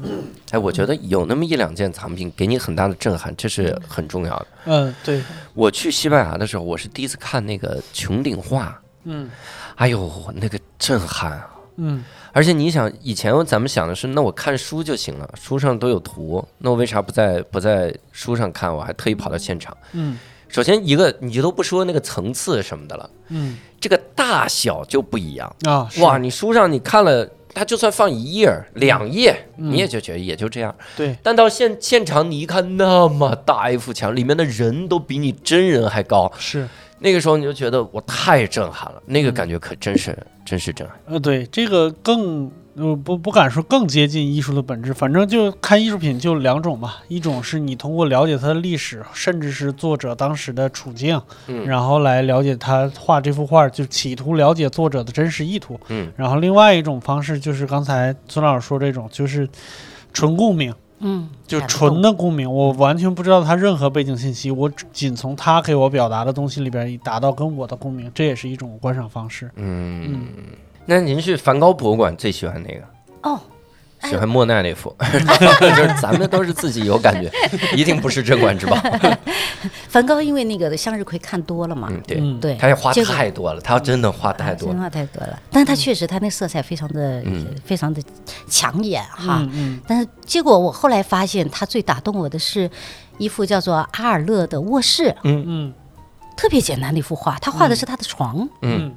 [SPEAKER 2] 哎，我觉得有那么一两件藏品给你很大的震撼，这是很重要的。
[SPEAKER 5] 嗯，对，
[SPEAKER 2] 我去西班牙的时候，我是第一次看那个穹顶画，
[SPEAKER 5] 嗯
[SPEAKER 2] 哎呦，那个震撼啊！
[SPEAKER 5] 嗯
[SPEAKER 2] 而且你想，以前咱们想的是，那我看书就行了，书上都有图，那我为啥不在不在书上看？我还特意跑到现场。
[SPEAKER 5] 嗯
[SPEAKER 2] 首先一个，你都不说那个层次什么的了，
[SPEAKER 5] 嗯
[SPEAKER 2] 这个大小就不一样。
[SPEAKER 5] 啊，是嗯
[SPEAKER 2] 哇，，你书上你看了，它就算放一页儿、两页，你也就觉得也就这样。
[SPEAKER 5] 对，
[SPEAKER 2] 但到现现场，你一看那么大一幅墙，里面的人都比你真人还高，
[SPEAKER 5] 是，
[SPEAKER 2] 那个时候你就觉得我太震撼了，
[SPEAKER 8] 嗯
[SPEAKER 2] 那个感觉可真是、真是震撼。
[SPEAKER 5] 呃，对，这个更。呃，不不敢说更接近艺术的本质，反正就看艺术品就两种吧，一种是你通过了解它的历史，甚至是作者当时的处境，
[SPEAKER 2] 嗯
[SPEAKER 5] 然后来了解他画这幅画，就企图了解作者的真实意图。
[SPEAKER 2] 嗯，
[SPEAKER 5] 然后另外一种方式就是刚才孙老师说这种，就是纯共鸣，
[SPEAKER 8] 嗯，
[SPEAKER 5] 就
[SPEAKER 8] 感
[SPEAKER 5] 纯
[SPEAKER 8] 动
[SPEAKER 5] 的共鸣，我完全不知道他任何背景信息，我只仅从他给我表达的东西里边达到跟我的共鸣，这也是一种观赏方式。嗯
[SPEAKER 2] 嗯嗯，那您去梵高博物馆最喜欢哪个？
[SPEAKER 8] 哦。
[SPEAKER 2] 喜欢莫奈那幅， 就是咱们都是自己有感 觉，一定不是镇馆之宝。
[SPEAKER 8] 梵高因为那个的向日葵看多了嘛，
[SPEAKER 2] 嗯，对，
[SPEAKER 5] 嗯，
[SPEAKER 8] 对，
[SPEAKER 2] 他也画
[SPEAKER 8] 结果
[SPEAKER 2] 太多了，他真的画太多
[SPEAKER 8] 真
[SPEAKER 2] 了。嗯
[SPEAKER 8] 话太多了。但是它确实，它那色彩非常的、非常的抢眼哈。
[SPEAKER 5] 嗯
[SPEAKER 8] 但是结果我后来发现，它最打动我的是一幅叫做阿尔勒的卧室，
[SPEAKER 5] 嗯
[SPEAKER 8] 特别简单的一幅画，他画的是他的床。
[SPEAKER 2] 嗯，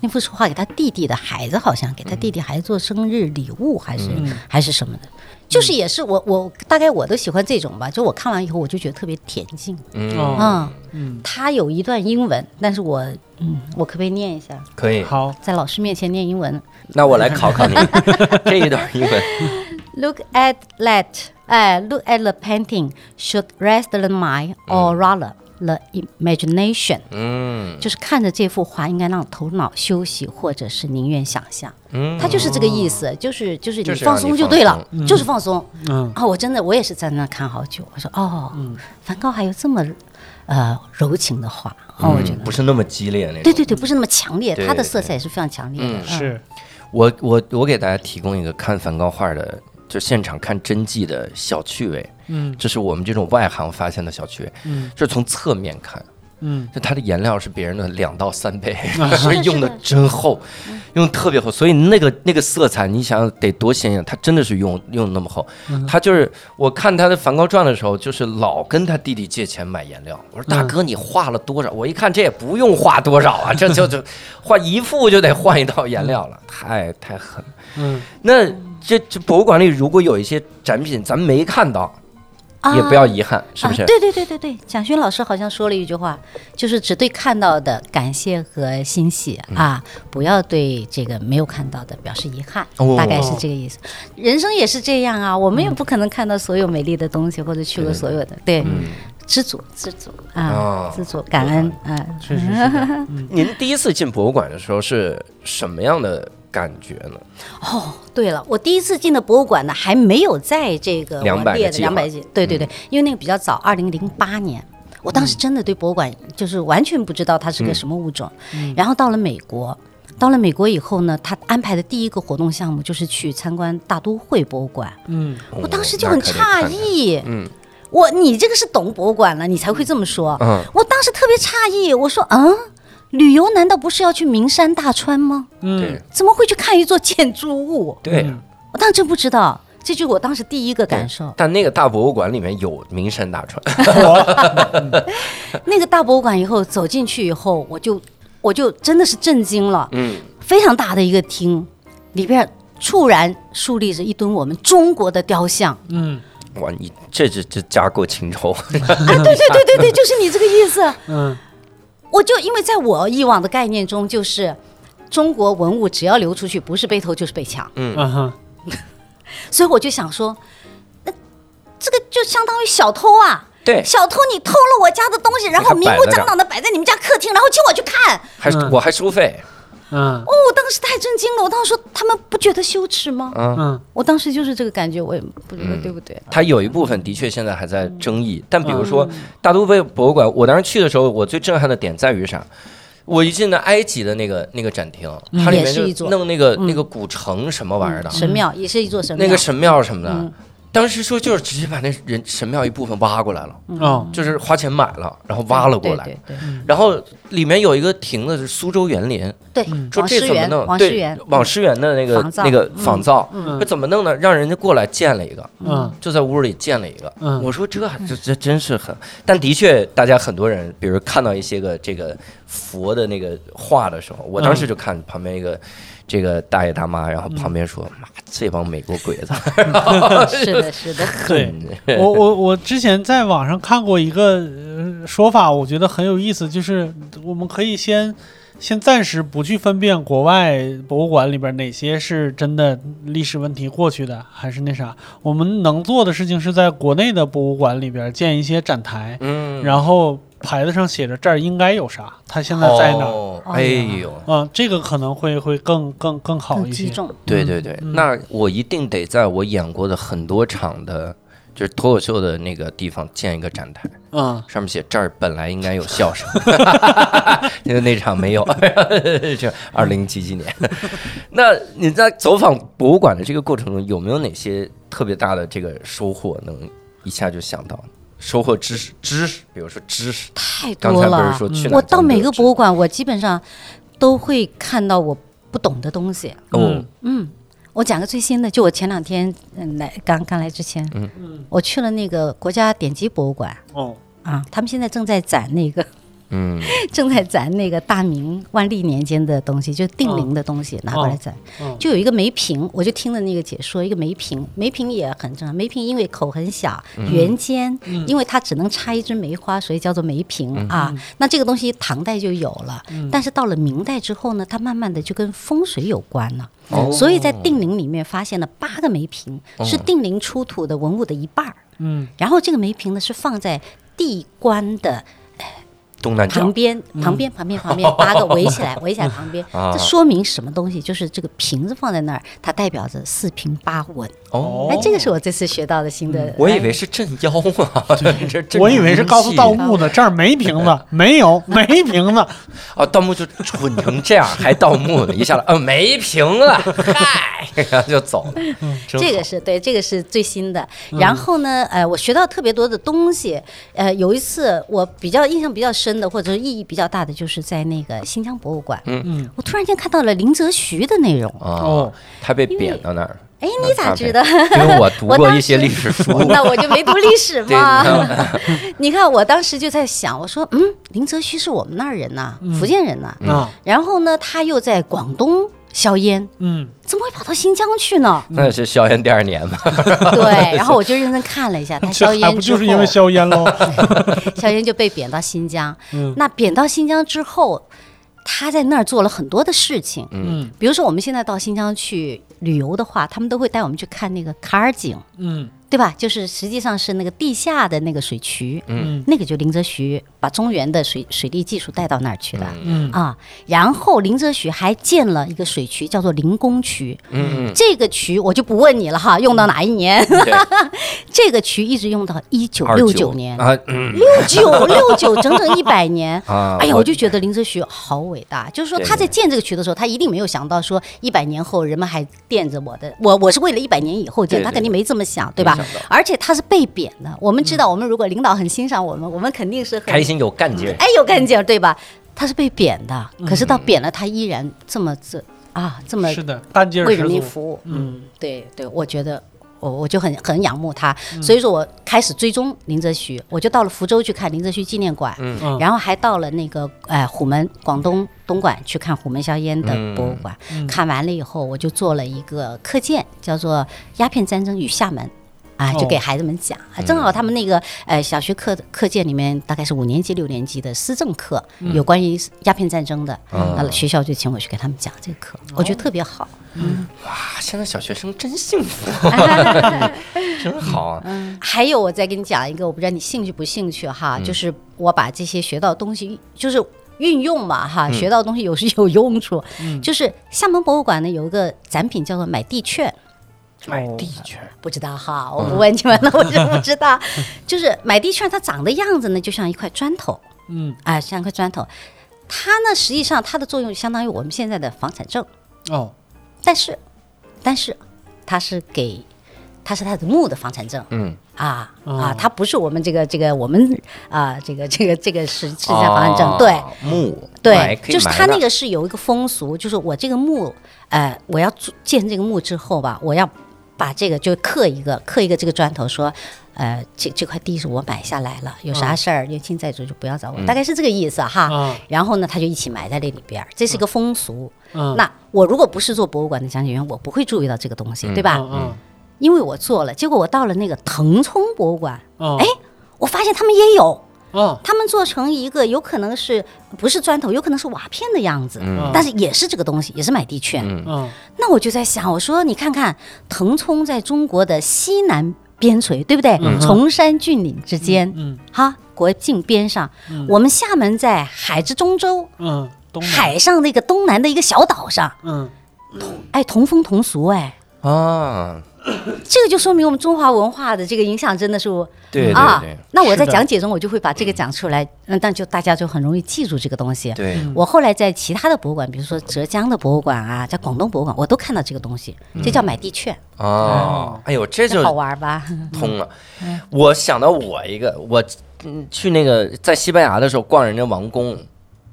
[SPEAKER 8] 那幅是画给他弟弟的孩子，好像给他弟弟孩子做生日礼物，还是、还是什么的，就是也是我我大概我都喜欢这种吧，就我看完以后我就觉得特别恬静。
[SPEAKER 5] 嗯
[SPEAKER 2] 嗯，
[SPEAKER 5] 哦
[SPEAKER 8] 嗯，他有一段英文，但是我嗯，我可不可以念一下？
[SPEAKER 2] 可以。
[SPEAKER 5] 好，
[SPEAKER 8] 在老师面前念英文
[SPEAKER 2] 那我来考考 你这一段英文。
[SPEAKER 8] ，Look at that，哎，Look at the painting should rest the mind or rather the imagination，、
[SPEAKER 2] 嗯
[SPEAKER 8] 就是看着这幅画应该让头脑休息，或者是宁愿想象。
[SPEAKER 2] 嗯
[SPEAKER 8] 它就是这个意思，就是就是
[SPEAKER 2] 就
[SPEAKER 8] 你
[SPEAKER 2] 是让
[SPEAKER 8] 放
[SPEAKER 2] 你
[SPEAKER 8] 松就
[SPEAKER 2] 放
[SPEAKER 8] 对了，就是放松。
[SPEAKER 5] 嗯
[SPEAKER 8] 啊，我真的我也是在那看好久，我说哦，
[SPEAKER 2] 嗯
[SPEAKER 8] 梵高还有这么呃柔情的画，哦，我觉得
[SPEAKER 2] 嗯不是那么激烈那种。
[SPEAKER 8] 对对对，不是那么强烈，
[SPEAKER 2] 对
[SPEAKER 8] 它的
[SPEAKER 2] 对
[SPEAKER 8] 色彩也是非常强烈的，嗯
[SPEAKER 5] 是
[SPEAKER 2] 我我我给大家提供一个看梵高画的，就现场看真迹的小趣味。
[SPEAKER 5] 嗯
[SPEAKER 2] 这是我们这种外行发现的小趣味，
[SPEAKER 5] 嗯
[SPEAKER 2] 就是从侧面看，
[SPEAKER 5] 嗯
[SPEAKER 2] 就它的颜料是别人的两到三 倍，
[SPEAKER 8] 是
[SPEAKER 2] 所以
[SPEAKER 8] 的
[SPEAKER 2] 用的真厚，用得特别厚，所以那个那个色彩，你想想得多显眼，它真的是用用得那么厚。
[SPEAKER 8] 嗯
[SPEAKER 2] 他就是我看他的《梵高传》的时候，就是老跟他弟弟借钱买颜料。我说大哥，
[SPEAKER 8] 嗯
[SPEAKER 2] 你画了多少？我一看这也不用画多少啊，这就就画一幅就得换一道颜料
[SPEAKER 8] 嗯
[SPEAKER 2] 了，太太狠。
[SPEAKER 5] 嗯，
[SPEAKER 2] 那这这博物馆里如果有一些展品咱没看到，
[SPEAKER 8] 啊
[SPEAKER 2] 也不要遗憾，是不是
[SPEAKER 8] 啊？？对对对对对，蒋勋老师好像说了一句话，就是只对看到的感谢和欣喜、啊，不要对这个没有看到的表示遗憾，
[SPEAKER 2] 哦
[SPEAKER 8] 大概是这个意思。人生也是这样啊，我们也不可能看到所有美丽的东西或者去过所有的，对，知足知足啊
[SPEAKER 2] 哦，
[SPEAKER 8] 知足感恩啊。
[SPEAKER 5] 确实 是的，
[SPEAKER 2] 您第一次进博物馆的时候是什么样的感觉呢？
[SPEAKER 8] 哦，对了，我第一次进的博物馆呢，还没有在这个
[SPEAKER 2] 200
[SPEAKER 8] 我列
[SPEAKER 2] 个
[SPEAKER 8] 的
[SPEAKER 2] 计划嗯
[SPEAKER 8] 两百几，对对对，因为那个比较早，二零零八年。我当时真的对博物馆就是完全不知道它是
[SPEAKER 2] 嗯
[SPEAKER 8] 个什么物种，然后到了美国，到了美国以后呢，他安排的第一个活动项目就是去参观大都会博物馆，
[SPEAKER 5] 嗯
[SPEAKER 8] 我当时就很
[SPEAKER 2] 哦那可得看
[SPEAKER 8] 诧
[SPEAKER 2] 看
[SPEAKER 8] 异，
[SPEAKER 2] 嗯
[SPEAKER 8] 我你这个是懂博物馆了，你才会这么说，
[SPEAKER 2] 嗯
[SPEAKER 8] 我当时特别诧异，我说嗯，旅游难道不是要去名山大川吗？
[SPEAKER 5] 嗯
[SPEAKER 2] 对
[SPEAKER 8] 怎么会去看一座建筑物？
[SPEAKER 2] 对。啊
[SPEAKER 5] 嗯
[SPEAKER 8] 我当时真不知道，这就是我当时第一个感受。
[SPEAKER 2] 但那个大博物馆里面有名山大川，
[SPEAKER 8] 那个大博物馆以后走进去以后，我就我就真的是震惊了，
[SPEAKER 2] 嗯，
[SPEAKER 8] 非常大的一个厅，里边猝然竖立着一尊我们中国的雕像。
[SPEAKER 5] 嗯
[SPEAKER 2] 哇，你这这这家够情仇，
[SPEAKER 8] 啊对对对对对，就是你这个意思。
[SPEAKER 5] 嗯
[SPEAKER 8] 我就因为在我以往的概念中，就是中国文物只要流出去，不是被偷就是被抢，
[SPEAKER 5] 嗯哼，
[SPEAKER 8] 所以我就想说，那这个就相当于小偷啊。
[SPEAKER 2] 对，
[SPEAKER 8] 小偷，你偷了我家的东西，然后
[SPEAKER 2] 还
[SPEAKER 8] 明
[SPEAKER 2] 哎摆
[SPEAKER 8] 目
[SPEAKER 2] 在这儿
[SPEAKER 8] 张胆的摆在你们家客厅，然后请我去看，
[SPEAKER 2] 还
[SPEAKER 5] 嗯
[SPEAKER 2] 我还收费，
[SPEAKER 5] 嗯
[SPEAKER 8] 哦，我当时太震惊了，我当时说他们不觉得羞耻吗？
[SPEAKER 5] 嗯
[SPEAKER 8] 我当时就是这个感觉，我也不觉得对不对。
[SPEAKER 2] 它有一部分的确现在还在争议，但比如说
[SPEAKER 5] 嗯
[SPEAKER 2] 大都会博物馆，我当时去的时候，我最震撼的点在于啥？我一进那埃及的那个那个展厅，它里
[SPEAKER 5] 嗯
[SPEAKER 8] 也
[SPEAKER 2] 面
[SPEAKER 8] 是一
[SPEAKER 2] 就
[SPEAKER 8] 座
[SPEAKER 2] 弄那个那个古城什么玩意儿的，
[SPEAKER 8] 嗯神庙也是一座神庙，嗯
[SPEAKER 2] 那个神庙什么的，当时说就是直接把那人神庙一部分挖过来了，
[SPEAKER 5] 哦
[SPEAKER 2] 就是花钱买了，然后挖了过来，
[SPEAKER 8] 嗯对对
[SPEAKER 2] 然后里面有一个亭子是苏州园林，
[SPEAKER 8] 对，
[SPEAKER 2] 说
[SPEAKER 5] 嗯
[SPEAKER 8] 对王
[SPEAKER 2] 这
[SPEAKER 8] 师
[SPEAKER 2] 怎么
[SPEAKER 8] 园，
[SPEAKER 2] 弄？
[SPEAKER 8] 王师
[SPEAKER 2] 对
[SPEAKER 8] 园，，
[SPEAKER 2] 往师园的那个
[SPEAKER 8] 仿造
[SPEAKER 2] 那个仿造，
[SPEAKER 5] 嗯
[SPEAKER 2] 这怎么弄呢？让人家过来建了一个，
[SPEAKER 5] 嗯
[SPEAKER 2] 就在屋里建了一个。
[SPEAKER 5] 嗯
[SPEAKER 2] 我说这这这真是很，但的确，大家很多人，比如看到一些个这个佛的那个画的时候，我当
[SPEAKER 8] 嗯
[SPEAKER 2] 时就看旁边一个。这个大爷大妈，然后旁边说：“妈，这帮美国鬼子，
[SPEAKER 5] 嗯
[SPEAKER 8] 是的，是的，
[SPEAKER 5] 对。
[SPEAKER 2] 嗯
[SPEAKER 5] 我我我之前在网上看过一个、呃说法，我觉得很有意思，就是我们可以先先暂时不去分辨国外博物馆里边哪些是真的历史问题过去的，还是那啥。我们能做的事情是在国内的博物馆里边建一些展台，
[SPEAKER 2] 嗯，
[SPEAKER 5] 然后牌子上写着这儿应该有啥，它现在在哪儿。
[SPEAKER 2] 哦哎呦，
[SPEAKER 5] 嗯，这个可能会会更更更 好
[SPEAKER 8] 更
[SPEAKER 5] 一
[SPEAKER 8] 击
[SPEAKER 5] 些。
[SPEAKER 8] 中。
[SPEAKER 2] 对对对，
[SPEAKER 5] 嗯
[SPEAKER 2] 那我一定得在我演过的很多场的就是脱口秀的那个地方建一个展台，
[SPEAKER 5] 嗯，
[SPEAKER 2] 上面写这儿本来应该有笑声， 因为那场没有， 这二零几几年。 那你在走访博物馆的这个过程中，有没有哪些特别大的这个收获，能一下就想到？收获知识，知识，比如说知识，
[SPEAKER 8] 太
[SPEAKER 2] 刚
[SPEAKER 8] 多
[SPEAKER 2] 才不
[SPEAKER 8] 了嗯
[SPEAKER 2] 是。说去哪儿
[SPEAKER 8] 我
[SPEAKER 2] 咱
[SPEAKER 8] 到
[SPEAKER 2] 们
[SPEAKER 8] 每
[SPEAKER 2] 都有
[SPEAKER 8] 个
[SPEAKER 2] 知
[SPEAKER 8] 博物馆，我基本上都会看到我不懂的东西。
[SPEAKER 2] 哦，
[SPEAKER 8] 嗯，我讲个最新的，就我前两天嗯来刚刚来之前，
[SPEAKER 2] 嗯
[SPEAKER 8] 我去了那个国家典籍博物馆
[SPEAKER 5] 哦，
[SPEAKER 8] 啊，他们现在正在展那个
[SPEAKER 2] 嗯，
[SPEAKER 8] 正在展那个大明万历年间的东西，就是定陵的东西拿过来展。
[SPEAKER 5] 嗯
[SPEAKER 8] 就有一个梅瓶，我就听了那个解说，一个梅瓶，梅瓶也很正常。梅瓶因为口很小，圆尖，因为它只能插一支梅花，所以叫做梅瓶、啊。那这个东西唐代就有了，但是到了明代之后呢，它慢慢的就跟风水有关了。
[SPEAKER 2] 哦
[SPEAKER 8] 所以在定陵里面发现了八个梅瓶，是定陵出土的文物的一半儿。
[SPEAKER 5] 嗯，
[SPEAKER 8] 然后这个梅瓶呢是放在地官的
[SPEAKER 2] 东南角
[SPEAKER 8] 旁边，旁边，旁边，旁边八个围起来，围起来旁边，
[SPEAKER 2] 嗯啊
[SPEAKER 8] 这说明什么东西？就是这个瓶子放在那儿，它代表着四平八稳。
[SPEAKER 2] 哦，嗯
[SPEAKER 8] 哎，这个是我这次学到的新的。
[SPEAKER 2] 我以为是镇妖啊， 这镇
[SPEAKER 5] 我以为是告诉盗
[SPEAKER 2] 墓
[SPEAKER 5] 墓的，这儿没瓶 子，没有，没瓶子，
[SPEAKER 2] 啊，盗墓就蠢成这样，还盗墓呢，一下来，啊，没瓶了，嗨，然后就走了，真
[SPEAKER 8] 这个
[SPEAKER 2] 好嗯
[SPEAKER 8] 是对，这个是最新的。然后呢，呃，我学到特别多的东西。呃，有一次我比较印象比较深的，或者是意义比较大的，就是在那个新疆博物馆，
[SPEAKER 2] 嗯
[SPEAKER 5] 嗯，
[SPEAKER 8] 我突然间看到了林则徐的内容。
[SPEAKER 2] 啊
[SPEAKER 5] 哦，
[SPEAKER 2] 他被贬到那儿，
[SPEAKER 8] 哎，你咋知道？
[SPEAKER 2] 因为 我读
[SPEAKER 8] 我
[SPEAKER 2] 过
[SPEAKER 8] 当
[SPEAKER 2] 一些
[SPEAKER 8] 时
[SPEAKER 2] 历史书，
[SPEAKER 8] 那我就没读历史
[SPEAKER 2] 对，？
[SPEAKER 8] 嘛。 你看，我当时就在想，我说，嗯，林则徐是我们那儿人呐、福建人呐、
[SPEAKER 5] 嗯啊，
[SPEAKER 8] 然后呢，他又在广东硝烟，
[SPEAKER 5] 嗯，
[SPEAKER 8] 怎么会跑到新疆去呢
[SPEAKER 2] 那是萧炎第二年嘛，
[SPEAKER 8] 对，然后我就认真看了一下，他
[SPEAKER 5] 这
[SPEAKER 8] 硝
[SPEAKER 5] 还
[SPEAKER 8] 烟
[SPEAKER 5] 不
[SPEAKER 8] 之
[SPEAKER 5] 就
[SPEAKER 8] 后
[SPEAKER 5] 是，因为 硝烟喽？
[SPEAKER 8] 硝烟就被贬到新疆。
[SPEAKER 5] 嗯
[SPEAKER 8] 那贬到新疆之后，他在那儿做了很多的事情，
[SPEAKER 5] 嗯
[SPEAKER 8] 比如说我们现在到新疆去旅游的话，他们都会带我们去看那个卡尔井。
[SPEAKER 5] 嗯
[SPEAKER 8] 对吧？就是实际上是那个地下的那个水渠，
[SPEAKER 5] 嗯
[SPEAKER 8] 那个就林则徐把中原的水水利技术带到那儿去了、
[SPEAKER 5] 嗯
[SPEAKER 8] 啊。然后林则徐还建了一个水渠，叫做林公渠。
[SPEAKER 2] 嗯嗯，
[SPEAKER 8] 这个渠我就不问你了哈，用到哪一年？
[SPEAKER 2] 对，
[SPEAKER 8] 这个渠一直用到一九六九年，
[SPEAKER 2] 啊，嗯
[SPEAKER 8] 六 九六九整整一百年。
[SPEAKER 2] 啊，
[SPEAKER 8] 哎呀，我就觉得林则徐好伟大，就是说
[SPEAKER 2] 对
[SPEAKER 8] 他在建这个渠的时候，他一定没有想到说一百年后人们还惦着我的，我我是为了一百年以后建，
[SPEAKER 2] 对
[SPEAKER 8] 他
[SPEAKER 2] 对
[SPEAKER 8] 肯定没这么想，对吧
[SPEAKER 2] 没想到？嗯
[SPEAKER 8] 而且他是被贬的，我们知道，我们如果领导很欣赏我们，我们肯定是很
[SPEAKER 2] 开，心有干劲儿，
[SPEAKER 8] 哎，有干劲儿，对吧？他是被贬的，可是到
[SPEAKER 2] 嗯
[SPEAKER 8] 贬了，他依然这么这啊，这么
[SPEAKER 5] 是的，干劲儿
[SPEAKER 8] 为
[SPEAKER 5] 十
[SPEAKER 8] 人民
[SPEAKER 5] 足。
[SPEAKER 8] 服务，
[SPEAKER 5] 嗯，
[SPEAKER 8] 对对，我觉得我我就很很仰慕他，
[SPEAKER 5] 嗯
[SPEAKER 8] 所以说我开始追踪林则徐，我就到了福州去看林则徐纪念馆，
[SPEAKER 5] 嗯
[SPEAKER 8] 然后还到了那个呃虎门广东东莞去看虎门硝烟的
[SPEAKER 5] 嗯
[SPEAKER 8] 博物馆，
[SPEAKER 2] 嗯
[SPEAKER 8] 看完了以后我就做了一个课件，叫做《鸦片战争与厦门》。啊，就给
[SPEAKER 5] 哦
[SPEAKER 8] 孩子们讲，啊正好他们那个呃小学课课件里面大概是五年级、六年级的思政课，
[SPEAKER 5] 嗯
[SPEAKER 8] 有关于鸦片战争的，
[SPEAKER 2] 嗯
[SPEAKER 8] 那学校就请我去给他们讲这个课，我
[SPEAKER 5] 哦
[SPEAKER 8] 觉得特别好。
[SPEAKER 2] 哇，现在小学生真幸福，真好
[SPEAKER 8] 嗯
[SPEAKER 2] 啊，
[SPEAKER 8] 还有，我再给你讲一个，我不知道你兴趣不兴趣哈，就是我把这些学到的东西，就是运用嘛哈，学到的东西有时有用处。就是厦门博物馆呢有一个展品叫做“买地券
[SPEAKER 2] 买地圈儿”，
[SPEAKER 8] 不知道哈，我不问你们了，我就不知道。就是买地券它长的样子呢，就像一块砖头，
[SPEAKER 5] 嗯
[SPEAKER 8] 啊，像一块砖头。它呢，实际上它的作用相当于我们现在的房产证，
[SPEAKER 5] 哦，
[SPEAKER 8] 但是，但是它是给，它是它的墓的房产证。
[SPEAKER 2] 嗯，
[SPEAKER 8] 啊
[SPEAKER 5] 哦
[SPEAKER 8] 啊，它不是我们这个这个我们啊这个这个这个是是在房产
[SPEAKER 2] 哦
[SPEAKER 8] 证，对
[SPEAKER 2] 墓买
[SPEAKER 8] 对
[SPEAKER 2] 可，以
[SPEAKER 8] 就是
[SPEAKER 2] 埋
[SPEAKER 8] 它
[SPEAKER 2] 的
[SPEAKER 8] 那个是有一个风俗，就是我这个墓，呃，我要做建这个墓之后吧，我要把这个就刻一个刻一个这个砖头，说，呃，这这块地是我买下来了，有啥事儿冤亲债主就不要找
[SPEAKER 2] 嗯
[SPEAKER 8] 我，大概是这个意思哈。
[SPEAKER 5] 啊，
[SPEAKER 8] 然后呢，他就一起埋在这里边儿，这是一个风俗。
[SPEAKER 5] 嗯，
[SPEAKER 8] 那我如果不是做博物馆的讲解员，我不会注意到这个东西，对吧？
[SPEAKER 5] 嗯
[SPEAKER 8] 因为我做了，结果我到了那个腾冲博物馆，
[SPEAKER 5] 嗯，
[SPEAKER 8] 哎我发现他们也有，
[SPEAKER 5] 哦，
[SPEAKER 8] 他们做成一个有可能是不是砖头，有可能是瓦片的样子，
[SPEAKER 2] 嗯
[SPEAKER 8] 但是也是这个东西，也是买地券。
[SPEAKER 2] 嗯
[SPEAKER 5] 嗯
[SPEAKER 8] 那我就在想，我说你看看腾冲在中国的西南边陲，对不对？
[SPEAKER 5] 嗯
[SPEAKER 8] 崇山峻岭之间，
[SPEAKER 5] 嗯
[SPEAKER 8] 哈，国境边上，
[SPEAKER 5] 嗯
[SPEAKER 8] 我们厦门在海之中洲，
[SPEAKER 5] 嗯，东南
[SPEAKER 8] 海上那个东南的一个小岛上，
[SPEAKER 5] 嗯
[SPEAKER 8] 哎，同风同俗，哎，
[SPEAKER 2] 啊，
[SPEAKER 8] 这个就说明我们中华文化的这个影响真的是我
[SPEAKER 2] 对对
[SPEAKER 8] 啊
[SPEAKER 2] 对。
[SPEAKER 8] 那我
[SPEAKER 5] 是
[SPEAKER 8] 在
[SPEAKER 5] 的
[SPEAKER 8] 讲解中，我就会把这个讲出来，嗯，但就大家就很容易记住这个东西。
[SPEAKER 2] 对，
[SPEAKER 8] 我后来在其他的博物馆，比如说浙江的博物馆啊，在广东博物馆，我都看到这个东西，这叫买地券，
[SPEAKER 2] 哦，哎呦，嗯这就
[SPEAKER 8] 好玩吧？
[SPEAKER 2] 通了。我想到我一个，我嗯去那个在西班牙的时候逛人家王宫，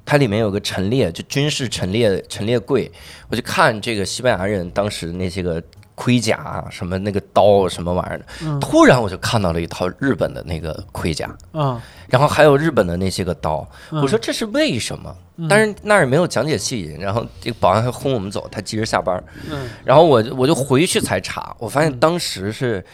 [SPEAKER 2] 它里面有个陈列，就军事陈列陈列柜，我就看这个西班牙人当时那些个。盔甲啊什么那个刀什么玩意儿的，突然我就看到了一套日本的那个盔甲，
[SPEAKER 5] 嗯
[SPEAKER 8] 哦
[SPEAKER 2] 然后还有日本的那些个刀，
[SPEAKER 5] 嗯
[SPEAKER 2] 我说这是为什么？但是那儿也没有讲解细，然后这个保安还轰我们走，他急着下班儿。
[SPEAKER 5] 嗯
[SPEAKER 2] 然后我就我就回去才查，我发现当时是，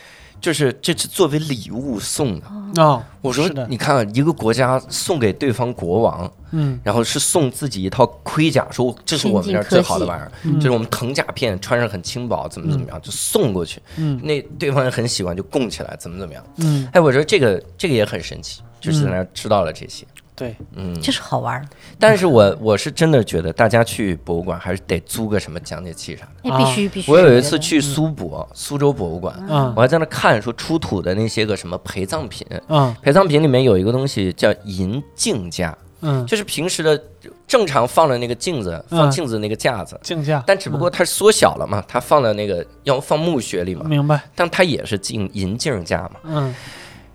[SPEAKER 2] 就是这是作为礼物送的。
[SPEAKER 5] 哦，
[SPEAKER 2] 我说
[SPEAKER 5] 是的，
[SPEAKER 2] 你看啊一个国家送给对方国王，
[SPEAKER 5] 嗯，
[SPEAKER 2] 然后是送自己一套盔甲，说这是我们这儿最好的玩意儿，
[SPEAKER 5] 嗯
[SPEAKER 2] 这是我们藤甲片，穿上很轻薄，怎么怎么样，就送过去。
[SPEAKER 5] 嗯
[SPEAKER 2] 那对方也很喜欢，就供起来，怎么怎么样。
[SPEAKER 5] 嗯，
[SPEAKER 2] 哎，我说这个这个也很神奇，就是在那儿知道了这些。
[SPEAKER 5] 对，
[SPEAKER 2] 嗯，
[SPEAKER 8] 就是好玩，
[SPEAKER 2] 但是我我是真的觉得大家去博物馆还是得租个什么讲解器啥的。
[SPEAKER 8] 那必须必须。
[SPEAKER 2] 我有一
[SPEAKER 8] 觉
[SPEAKER 2] 次
[SPEAKER 8] 得，
[SPEAKER 2] 去苏博，苏州博物馆，
[SPEAKER 5] 嗯
[SPEAKER 2] 我还在那看说出土的那些个什么陪葬品，
[SPEAKER 5] 嗯
[SPEAKER 2] 陪葬品里面有一个东西叫银镜架，
[SPEAKER 5] 嗯，
[SPEAKER 2] 就是平时的正常放的那个镜子，
[SPEAKER 5] 嗯
[SPEAKER 2] 放镜子那个架子，
[SPEAKER 5] 竞价，
[SPEAKER 2] 但只不过它缩小了嘛，它放在那个要放墓穴
[SPEAKER 8] 嗯
[SPEAKER 2] 里嘛，
[SPEAKER 5] 明白，
[SPEAKER 2] 但它也是镜银镜架嘛。
[SPEAKER 5] 嗯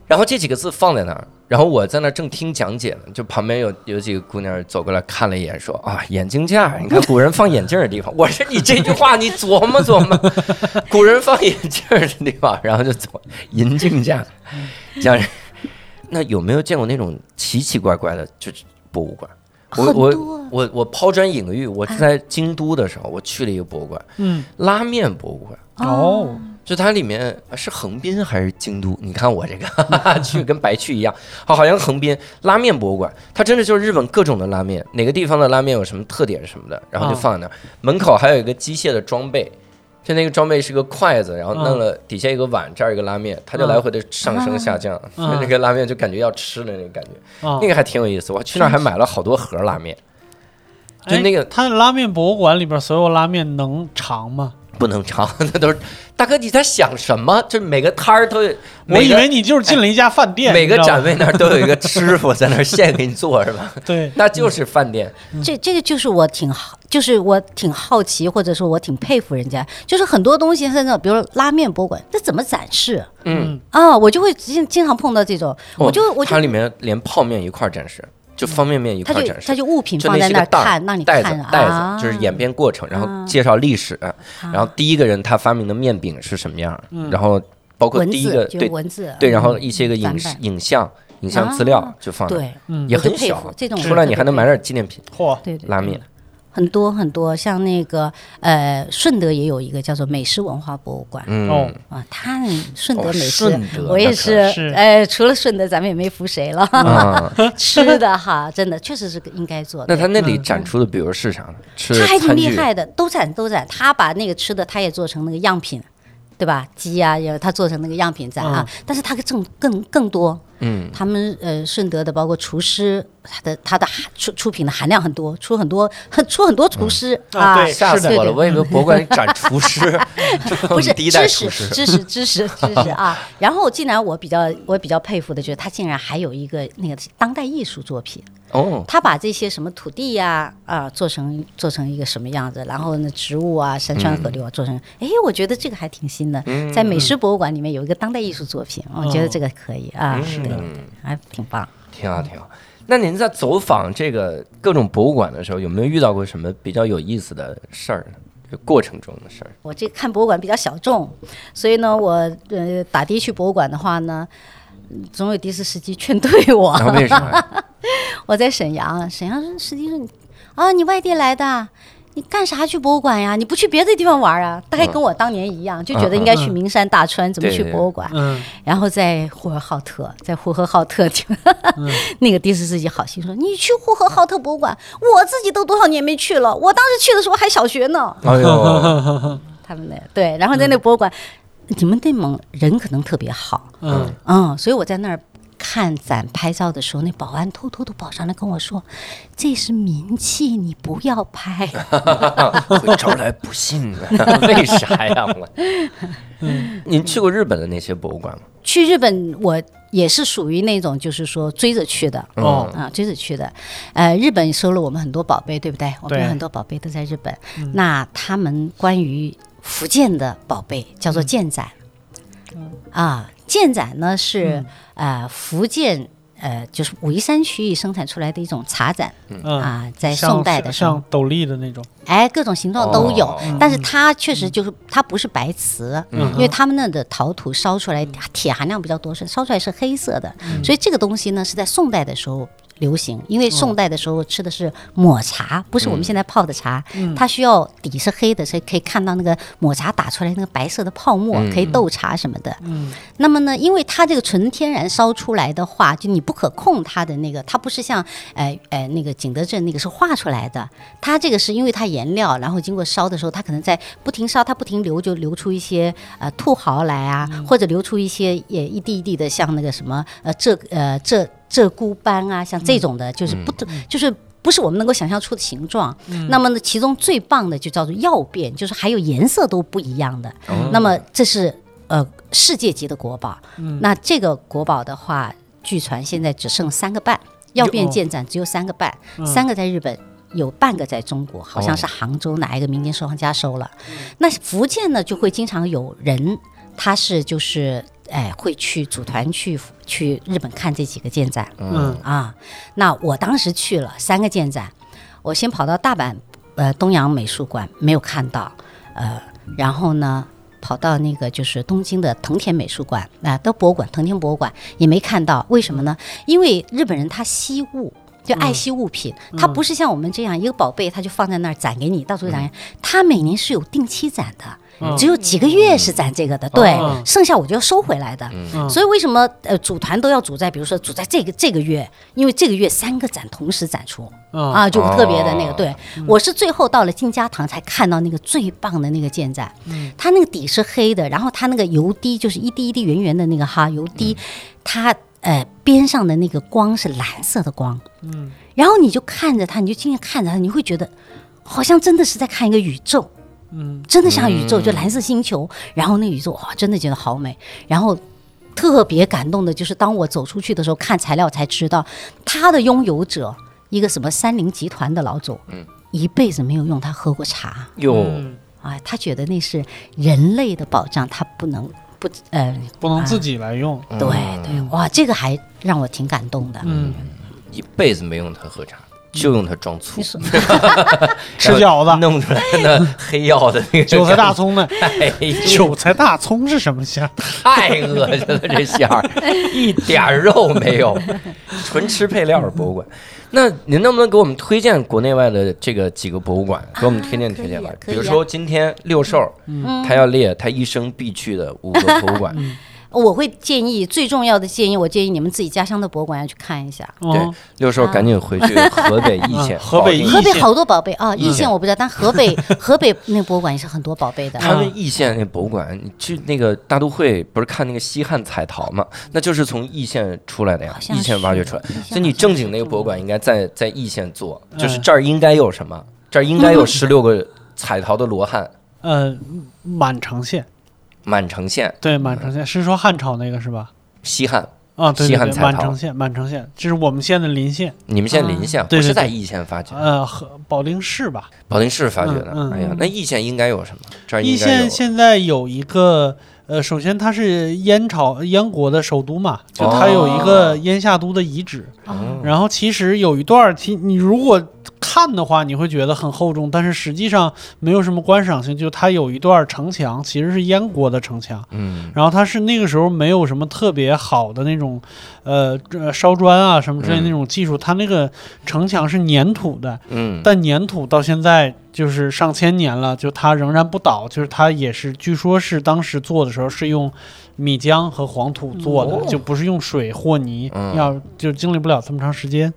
[SPEAKER 2] 然后这几个字放在那儿，然后我在那儿正听讲解呢，就旁边有有几个姑娘走过来看了一眼，说啊，眼镜架，你看古人放眼镜的地方。 我说你这句话你琢磨琢磨， 古人放眼镜的地方，然后就走银镜架，讲 那有没有见过那种奇奇怪怪的，就是博物馆？我
[SPEAKER 8] 很多啊
[SPEAKER 2] 我我我抛砖引玉，我在京都的时候，我去了一个博物馆，
[SPEAKER 5] 嗯，
[SPEAKER 2] 拉面博物馆。
[SPEAKER 5] 哦，
[SPEAKER 2] 就它里面是横滨还是京都？你看我这个 哈哈，去跟白去一样，好，好像横滨拉面博物馆，它真的就是日本各种的拉面，哪个地方的拉面有什么特点什么的，然后就
[SPEAKER 5] 啊
[SPEAKER 2] 放在那儿。门口还有一个机械的装备，就那个装备是个筷子，然后弄了底下一个碗，这儿一个拉面，它就
[SPEAKER 5] 啊
[SPEAKER 2] 来回的上升下降，
[SPEAKER 5] 啊
[SPEAKER 2] 那个拉面就感觉要吃的那个感觉，
[SPEAKER 5] 啊
[SPEAKER 2] 那，个还挺有意思。我去那儿还买了好多盒拉面，就那个
[SPEAKER 5] 哎他拉面博物馆里边所有拉面能尝吗？
[SPEAKER 2] 不能尝， 那都是大哥你在想什么？就是每个摊儿都有，
[SPEAKER 5] 我
[SPEAKER 2] 每
[SPEAKER 5] 以
[SPEAKER 2] 个哎
[SPEAKER 5] 为你就是进了一家饭店，
[SPEAKER 2] 每个
[SPEAKER 5] 你知道
[SPEAKER 2] 展
[SPEAKER 5] 吗
[SPEAKER 2] 位那儿都有一个师傅在那儿现给你做是吧？
[SPEAKER 5] 对，
[SPEAKER 2] 那就是饭店，
[SPEAKER 8] 这这个就是我挺好，就是我挺好奇，或者说我挺佩服人家，就是很多东西像那种，比如拉面博物馆，这怎么展示
[SPEAKER 2] 嗯，
[SPEAKER 8] 啊？我就会经经常碰到这种，我就我就
[SPEAKER 2] 哦它里面连泡面一块儿展示，就方便面一
[SPEAKER 8] 他
[SPEAKER 2] 块儿
[SPEAKER 8] 就
[SPEAKER 2] 展示
[SPEAKER 8] 他，就物品
[SPEAKER 2] 就
[SPEAKER 8] 放
[SPEAKER 2] 那
[SPEAKER 8] 在
[SPEAKER 2] 些
[SPEAKER 8] 那
[SPEAKER 2] 个
[SPEAKER 8] 儿
[SPEAKER 2] 袋
[SPEAKER 8] 看，让你
[SPEAKER 2] 袋
[SPEAKER 8] 看
[SPEAKER 2] 子
[SPEAKER 8] 啊，
[SPEAKER 2] 袋子就是演变过程，然后介绍历史，然后第一个人他发明的面饼是什么样，
[SPEAKER 5] 嗯
[SPEAKER 2] 然后包括
[SPEAKER 8] 文
[SPEAKER 2] 第一个
[SPEAKER 8] 字，就
[SPEAKER 2] 对
[SPEAKER 8] 文字，
[SPEAKER 2] 对，然后一些个影
[SPEAKER 8] 翻
[SPEAKER 2] 视
[SPEAKER 8] 版啊
[SPEAKER 2] 影像影像资料就放那儿，
[SPEAKER 8] 对，
[SPEAKER 5] 嗯
[SPEAKER 2] 也
[SPEAKER 8] 我就
[SPEAKER 2] 很
[SPEAKER 8] 佩
[SPEAKER 2] 小
[SPEAKER 8] 服，这种
[SPEAKER 2] 出
[SPEAKER 8] 我
[SPEAKER 2] 来
[SPEAKER 8] 特
[SPEAKER 2] 你还
[SPEAKER 8] 别
[SPEAKER 2] 能买
[SPEAKER 8] 佩
[SPEAKER 2] 点纪念品，
[SPEAKER 5] 嚯，
[SPEAKER 8] 对对
[SPEAKER 2] 拉面，
[SPEAKER 8] 很多很多，像那个呃，顺德也有一个叫做美食文化博物馆、
[SPEAKER 5] 哦
[SPEAKER 2] 嗯，
[SPEAKER 8] 啊，它顺德
[SPEAKER 2] 哦
[SPEAKER 8] 美食，
[SPEAKER 2] 顺德
[SPEAKER 8] 我也
[SPEAKER 2] 那
[SPEAKER 8] 是
[SPEAKER 2] 可
[SPEAKER 5] 是，
[SPEAKER 8] 呃，除了顺德，咱们也没服谁了，
[SPEAKER 2] 啊，
[SPEAKER 8] 吃的哈，真的确实是应该做
[SPEAKER 2] 那
[SPEAKER 8] 的。
[SPEAKER 2] 他那里展出的比如是啥呢？吃
[SPEAKER 8] 嗯他还挺
[SPEAKER 2] 餐
[SPEAKER 8] 厉
[SPEAKER 2] 具。
[SPEAKER 8] 害的，都展都展，他把那个吃的他也做成那个样品，对吧？鸡啊，也他做成那个样品展啊，但是他更更更多，
[SPEAKER 2] 嗯，
[SPEAKER 8] 他们呃顺德的包括厨师，他的他的含出出品的含量很多，出很多 出很多厨师、
[SPEAKER 5] 啊对
[SPEAKER 2] 嗯吓死我
[SPEAKER 8] 对
[SPEAKER 2] 了！
[SPEAKER 8] 对
[SPEAKER 2] 我以为博物馆展厨 师，
[SPEAKER 8] 不是
[SPEAKER 2] 第一代
[SPEAKER 8] 知
[SPEAKER 2] 厨
[SPEAKER 8] 识
[SPEAKER 2] 师，
[SPEAKER 8] 知识知识知识 啊！然后竟然我比较我比较佩服的就是他竟然还有一个那个当代艺术作品，
[SPEAKER 2] 哦，
[SPEAKER 8] 他把这些什么土地呀啊、做成做成一个什么样子，然后呢植物啊山川河流
[SPEAKER 2] 嗯
[SPEAKER 8] 啊、做成，哎，我觉得这个还挺新的，在美食博物馆里面有一个当代艺术作品，
[SPEAKER 2] 哦
[SPEAKER 8] 我觉得这个可以啊，
[SPEAKER 2] 嗯
[SPEAKER 8] 对，还挺棒。
[SPEAKER 2] 挺好挺好。啊那您在走访这个各种博物馆的时候，有没有遇到过什么比较有意思的事儿呢？就过程中的事儿，
[SPEAKER 8] 我这看博物馆比较小众，所以呢，我呃打的去博物馆的话呢，总有的士司机劝退我。
[SPEAKER 2] 然后为啥 呀？
[SPEAKER 8] 我在沈阳，沈阳司机说你啊，你外地来的，你干啥去博物馆呀？你不去别的地方玩啊？大概跟我当年一样，就觉得应该去名山大川，怎么去博物馆？
[SPEAKER 5] 嗯
[SPEAKER 8] 然后在呼和浩特，在呼和浩特就， 那个的士司机好心说：“你去呼和浩特博物馆，我自己都多少年没去了。我当时去的时候还小学呢。
[SPEAKER 2] 哎呦，”
[SPEAKER 8] 他们那对，然后在那博物馆，你们内蒙人可能特别好，
[SPEAKER 5] 嗯
[SPEAKER 8] 嗯，所以我在那儿看展拍照的时候，那保安偷偷的跑上来跟我说：“这是名气，你不要拍。
[SPEAKER 2] 会招来不幸 啊？为啥呀？我，您去过日本的那些博物馆吗？”
[SPEAKER 8] 去日本，我也是属于那种就是说追着去的。
[SPEAKER 5] 哦，
[SPEAKER 8] 啊，追着去的，呃，日本收了我们很多宝贝，对不对？我们
[SPEAKER 5] 对
[SPEAKER 8] 有很多宝贝都在日本。那他们关于福建的宝贝叫做建盏，啊，建盏呢是、呃福建呃就是武夷山区域生产出来的一种茶盏、
[SPEAKER 5] 嗯，
[SPEAKER 8] 啊，在
[SPEAKER 5] 像
[SPEAKER 8] 宋代的时候
[SPEAKER 5] 像，斗笠的那种，
[SPEAKER 8] 哎，各种形状都有，
[SPEAKER 2] 哦
[SPEAKER 8] 但是它确实就是它不是白瓷，
[SPEAKER 5] 嗯
[SPEAKER 8] 因为他们那的陶土烧出来铁含量比较多，是烧出来是黑色的，
[SPEAKER 5] 嗯
[SPEAKER 8] 所以这个东西呢是在宋代的时候。流行，因为宋代的时候吃的是抹茶，不是我们现在泡的茶，
[SPEAKER 5] 嗯
[SPEAKER 8] 它需要底是黑的，所以可以看到那个抹茶打出来那个白色的泡沫，可以斗茶什么的。
[SPEAKER 5] 嗯
[SPEAKER 8] 那么呢，因为它这个纯天然烧出来的话，就你不可控它的那个，它不是像呃呃那个景德镇那个是画出来的，它这个是因为它颜料，然后经过烧的时候，它可能在不停烧，它不停流，就流出一些呃兔毫来啊，或者流出一些也一滴一滴的，像那个什么呃鹧呃鹧鹧鸪斑啊，像这种的，就是不、就是。不是我们能够想象出的形状。那么呢，其中最棒的就叫做曜变，就是还有颜色都不一样的。那么这是呃世界级的国宝。那这个国宝的话，据传现在只剩三个半，曜变建盏只有三个半，三个在日本。有半个在中国，好像是杭州哪一个民间收藏家收了。那福建呢，就会经常有人，他是就是哎，会去组团去去日本看这几个建展。
[SPEAKER 5] 嗯
[SPEAKER 8] 啊，那我当时去了三个建展，我先跑到大阪呃东洋美术馆没有看到，呃，然后呢跑到那个就是东京的藤田美术馆啊、的博物馆藤田博物馆也没看到，为什么呢？因为日本人他惜物。就爱惜物品，他不是像我们这样一个宝贝，他就放在那儿展给你，到处展给你。他每年是有定期展的，
[SPEAKER 5] 嗯
[SPEAKER 8] 只有几个月是展这个的，对
[SPEAKER 5] 嗯，
[SPEAKER 8] 剩下我就要收回来的。
[SPEAKER 5] 嗯
[SPEAKER 8] 所以为什么呃组团都要组在，比如说组在这个这个月，因为这个月三个展同时展出
[SPEAKER 5] 啊
[SPEAKER 8] 啊，就特别的那个。
[SPEAKER 2] 哦
[SPEAKER 8] 对
[SPEAKER 5] 嗯
[SPEAKER 8] 我是最后到了金家堂才看到那个最棒的那个建展，
[SPEAKER 5] 嗯
[SPEAKER 8] 它那个底是黑的，然后它那个油滴就是一滴一滴圆圆的那个哈油滴，
[SPEAKER 5] 嗯
[SPEAKER 8] 它呃边上的那个光是蓝色的光，
[SPEAKER 5] 嗯，
[SPEAKER 8] 然后你就看着它，你就静静看着它，你会觉得好像真的是在看一个宇宙。
[SPEAKER 5] 嗯
[SPEAKER 8] 真的像宇宙，就蓝色星球，然后那宇宙哇，真的觉得好美。然后特别感动的就是，当我走出去的时候，看材料才知道，它的拥有者一个什么三菱集团的老总，一辈子没有用它喝过茶，
[SPEAKER 2] 哟，
[SPEAKER 5] 嗯
[SPEAKER 8] 啊，他觉得那是人类的宝藏，他不能不呃，
[SPEAKER 5] 不能自己来用，
[SPEAKER 8] 对对，哇，这个还让我挺感动的。
[SPEAKER 5] 嗯，
[SPEAKER 2] 一辈子没用它喝茶，就用它装醋
[SPEAKER 8] 你，说
[SPEAKER 5] 吃饺子，
[SPEAKER 2] 弄出来那黑药的那个
[SPEAKER 5] 韭菜大葱的，
[SPEAKER 2] 哎呦，
[SPEAKER 5] 韭菜大葱是什么馅儿？
[SPEAKER 2] 太恶心了，这馅 儿一点儿肉没有，纯吃配料儿博物馆。那您能不能给我们推荐国内外的这个几个博物馆，给我们推荐
[SPEAKER 8] 可以
[SPEAKER 2] 推荐吧？
[SPEAKER 8] 可
[SPEAKER 2] 比
[SPEAKER 8] 以啊嗯
[SPEAKER 2] 如说今天六兽儿，他要列他一生必去的五个博物馆，
[SPEAKER 8] 我会建议最重要的建议，我建议你们自己家乡的博物馆要去看一下。
[SPEAKER 5] 哦，
[SPEAKER 2] 六
[SPEAKER 8] 啊
[SPEAKER 2] 兽儿赶紧回去河北 易县，
[SPEAKER 5] 嗯河北
[SPEAKER 2] 保定
[SPEAKER 5] 易
[SPEAKER 8] 河北
[SPEAKER 5] 县
[SPEAKER 8] 好多宝贝
[SPEAKER 2] 嗯
[SPEAKER 8] 啊，易县我不知道，但河 北河北那博物馆也是很多宝贝的。哦
[SPEAKER 2] 他们易县那博物馆，你去那个大都会不是看那个西汉彩陶嘛？那就是从易县出来的呀
[SPEAKER 8] 好，像
[SPEAKER 2] 易县挖掘出来
[SPEAKER 8] 是易县。
[SPEAKER 2] 所以你正经那个博物馆应该在在易县做，就是
[SPEAKER 5] 嗯
[SPEAKER 2] 这儿应该有什么？这儿应该有十六个彩陶的罗汉，
[SPEAKER 5] 呃，满城县，
[SPEAKER 2] 满城县
[SPEAKER 5] 对，满城县是说汉朝那个是吧？
[SPEAKER 2] 西汉，
[SPEAKER 5] 啊，
[SPEAKER 2] 嗯
[SPEAKER 5] 对
[SPEAKER 2] 西
[SPEAKER 5] 对
[SPEAKER 2] 汉
[SPEAKER 5] 对，
[SPEAKER 2] 彩
[SPEAKER 5] 满
[SPEAKER 2] 陶
[SPEAKER 5] 城县，满城县，这是我们县的邻县，
[SPEAKER 2] 你们县
[SPEAKER 8] 嗯
[SPEAKER 2] 邻县
[SPEAKER 5] 对
[SPEAKER 2] 不是
[SPEAKER 5] 对
[SPEAKER 2] 在
[SPEAKER 5] 对
[SPEAKER 2] 易县发掘，
[SPEAKER 5] 呃，和保定市吧。
[SPEAKER 2] 保定市发掘的
[SPEAKER 5] 嗯嗯。
[SPEAKER 2] 哎呀，那易县应该有什么？这儿
[SPEAKER 5] 易
[SPEAKER 2] 应该有
[SPEAKER 5] 县现在有一个，呃，首先它是燕朝燕国的首都嘛，就它有一
[SPEAKER 2] 哦
[SPEAKER 5] 个燕下都的遗址。
[SPEAKER 2] 哦
[SPEAKER 5] 然后其实有一段儿，其你如果看的话，你会觉得很厚重，但是实际上没有什么观赏性。就它有一段城墙，其实是燕国的城墙。
[SPEAKER 2] 嗯
[SPEAKER 5] 然后它是那个时候没有什么特别好的那种，呃，呃烧砖啊什么之类的那种技术，它那个城墙是粘土的，
[SPEAKER 2] 嗯，
[SPEAKER 5] 但粘土到现在就是上千年了，就它仍然不倒，就是它也是，据说是当时做的时候是用米浆和黄土做的，
[SPEAKER 2] 哦
[SPEAKER 5] 就不是用水和泥，
[SPEAKER 2] 嗯
[SPEAKER 5] 要就经历不了这么长时间。